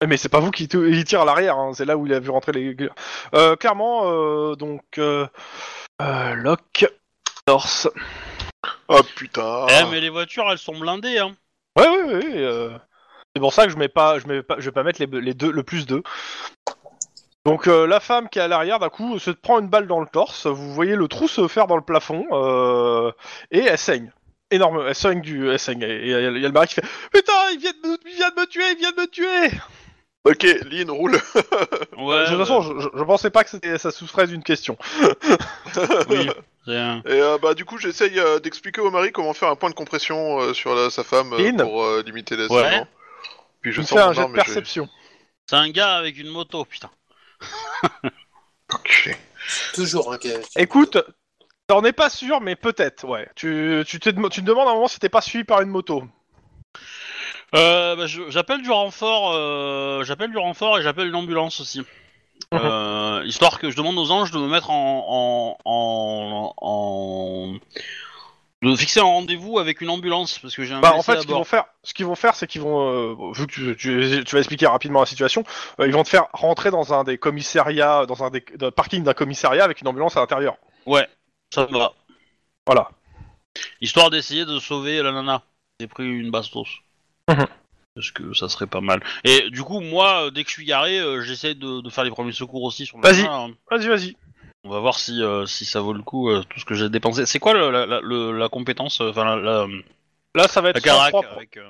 Eh, Mais c'est pas vous qui tou- il tire à l'arrière, hein, c'est là où il a vu rentrer les... Euh, clairement, euh, donc... Euh, euh, Locke, Dorse... Ah, Oh putain. Eh, mais les voitures, elles sont blindées, hein. Ouais, ouais, ouais, ouais, euh, C'est pour ça que je mets pas, je mets pas, je vais pas mettre les, les deux, le plus deux. Donc euh, la femme qui est à l'arrière d'un coup se prend une balle dans le torse. Vous voyez le trou se faire dans le plafond euh, et elle saigne. Énorme, elle saigne du, elle saigne. Et il y a le mari qui fait putain, il vient de me, il vient de me tuer, il vient de me tuer. Ok, Lynn roule. Ouais, de toute façon, je, je- je pensais pas que c'était- ça souffrait d'une question. oui. c'est un- Et euh, bah du coup j'essaye euh, d'expliquer au mari comment faire un point de compression euh, sur la- sa femme euh, Lynn. pour euh, limiter les Ouais. serments. Puis Je je me sors fais un mon jet de arme et je- perception. c'est un gars avec une moto, putain. Ok. Toujours un gars. Écoute, t'en es pas sûr, mais peut-être, ouais. Tu, tu, te, dem- tu te demandes à un moment si t'es pas suivi par une moto. Euh, bah, je- j'appelle du renfort, euh, j'appelle du renfort et j'appelle une ambulance aussi. Euh, histoire que je demande aux anges de me mettre en, en, en, en- de fixer un rendez-vous avec une ambulance parce que j'ai un Bah, en blessé fait, à ce qu'ils bord. vont faire, ce qu'ils vont faire, c'est qu'ils vont, euh, bon, vu que tu, tu- tu vas expliquer rapidement la situation, euh, ils vont te faire rentrer dans un des commissariats, dans un des dans le parking d'un commissariat avec une ambulance à l'intérieur. Ouais, ça me va. Voilà. Histoire d'essayer de sauver la nana. J'ai pris une bastos. Mhm. Parce que ça serait pas mal. Et du coup, moi, euh, dès que je suis garé, euh, j'essaie de, de faire les premiers secours aussi sur la Vas-y. nana, hein. Vas-y, vas-y. On va voir si, euh, si ça vaut le coup, euh, tout ce que j'ai dépensé. C'est quoi le- la, la- le- la compétence euh, Enfin, la, la, Là, ça va la être sang carac froid. avec, euh,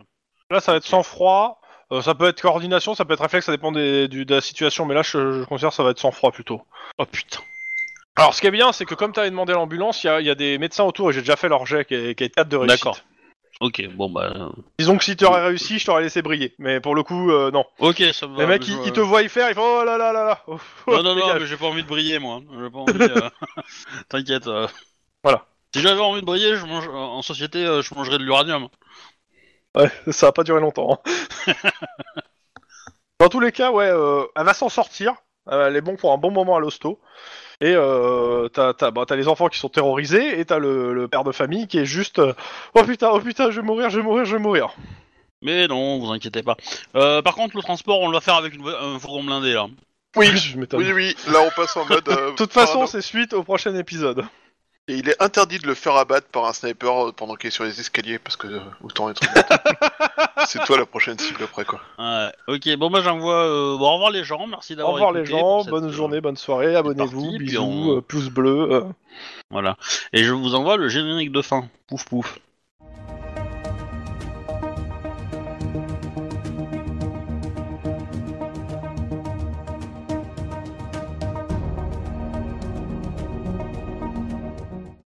Là, ça va être Ok. sang froid. euh, ça peut être coordination, ça peut être réflexe, ça dépend des- du- de la situation, mais là, je, je considère que ça va être sang froid plutôt. Oh putain. Alors, ce qui est bien, c'est que comme t'avais demandé l'ambulance, il y a, il y a des médecins autour et j'ai déjà fait leur jet qui est, qui est de quatre de réussite. D'accord. Ok, bon bah. euh, Disons que si t'aurais réussi, je t'aurais laissé briller, mais pour le coup, euh, non. Ok, ça me va. les mecs, je- ils, ils te voient y faire, ils font oh là là là là. oh, Non, non, non, dégage. mais j'ai pas envie de briller, moi. J'ai pas envie. euh, T'inquiète. euh. Voilà. Si j'avais envie de briller, je mange... en société, euh, je mangerais de l'uranium. Ouais, ça va pas durer longtemps. hein. Dans tous les cas, ouais, euh, elle va s'en sortir. Euh, elle est bon pour un bon moment à l'hosto. Et euh, t'as t'as- bah, t'as les enfants qui sont terrorisés et t'as le, le père de famille qui est juste euh, oh putain, oh putain, je vais mourir, je vais mourir, je vais mourir. Mais non, vous inquiétez pas. Euh, par contre, le transport, on le va faire avec une vo- un fourgon blindé là. Oui, je m'étonne. oui, oui, là on passe en mode... euh, De toute façon, parano. c'est suite au prochain épisode. Et il est interdit de le faire abattre par un sniper euh, pendant qu'il est sur les escaliers, parce que euh, autant être... c'est toi la prochaine cible après quoi. Ouais. Ok, bon, bah j'envoie. euh, Bon, au revoir les gens, merci Au d'avoir revoir les écouté gens, pour cette, bonne euh, journée, bonne soirée, abonnez-vous, partie, puis bisous, on- euh, pouce bleu. euh. Voilà. Et je vous envoie le générique de fin. Pouf pouf.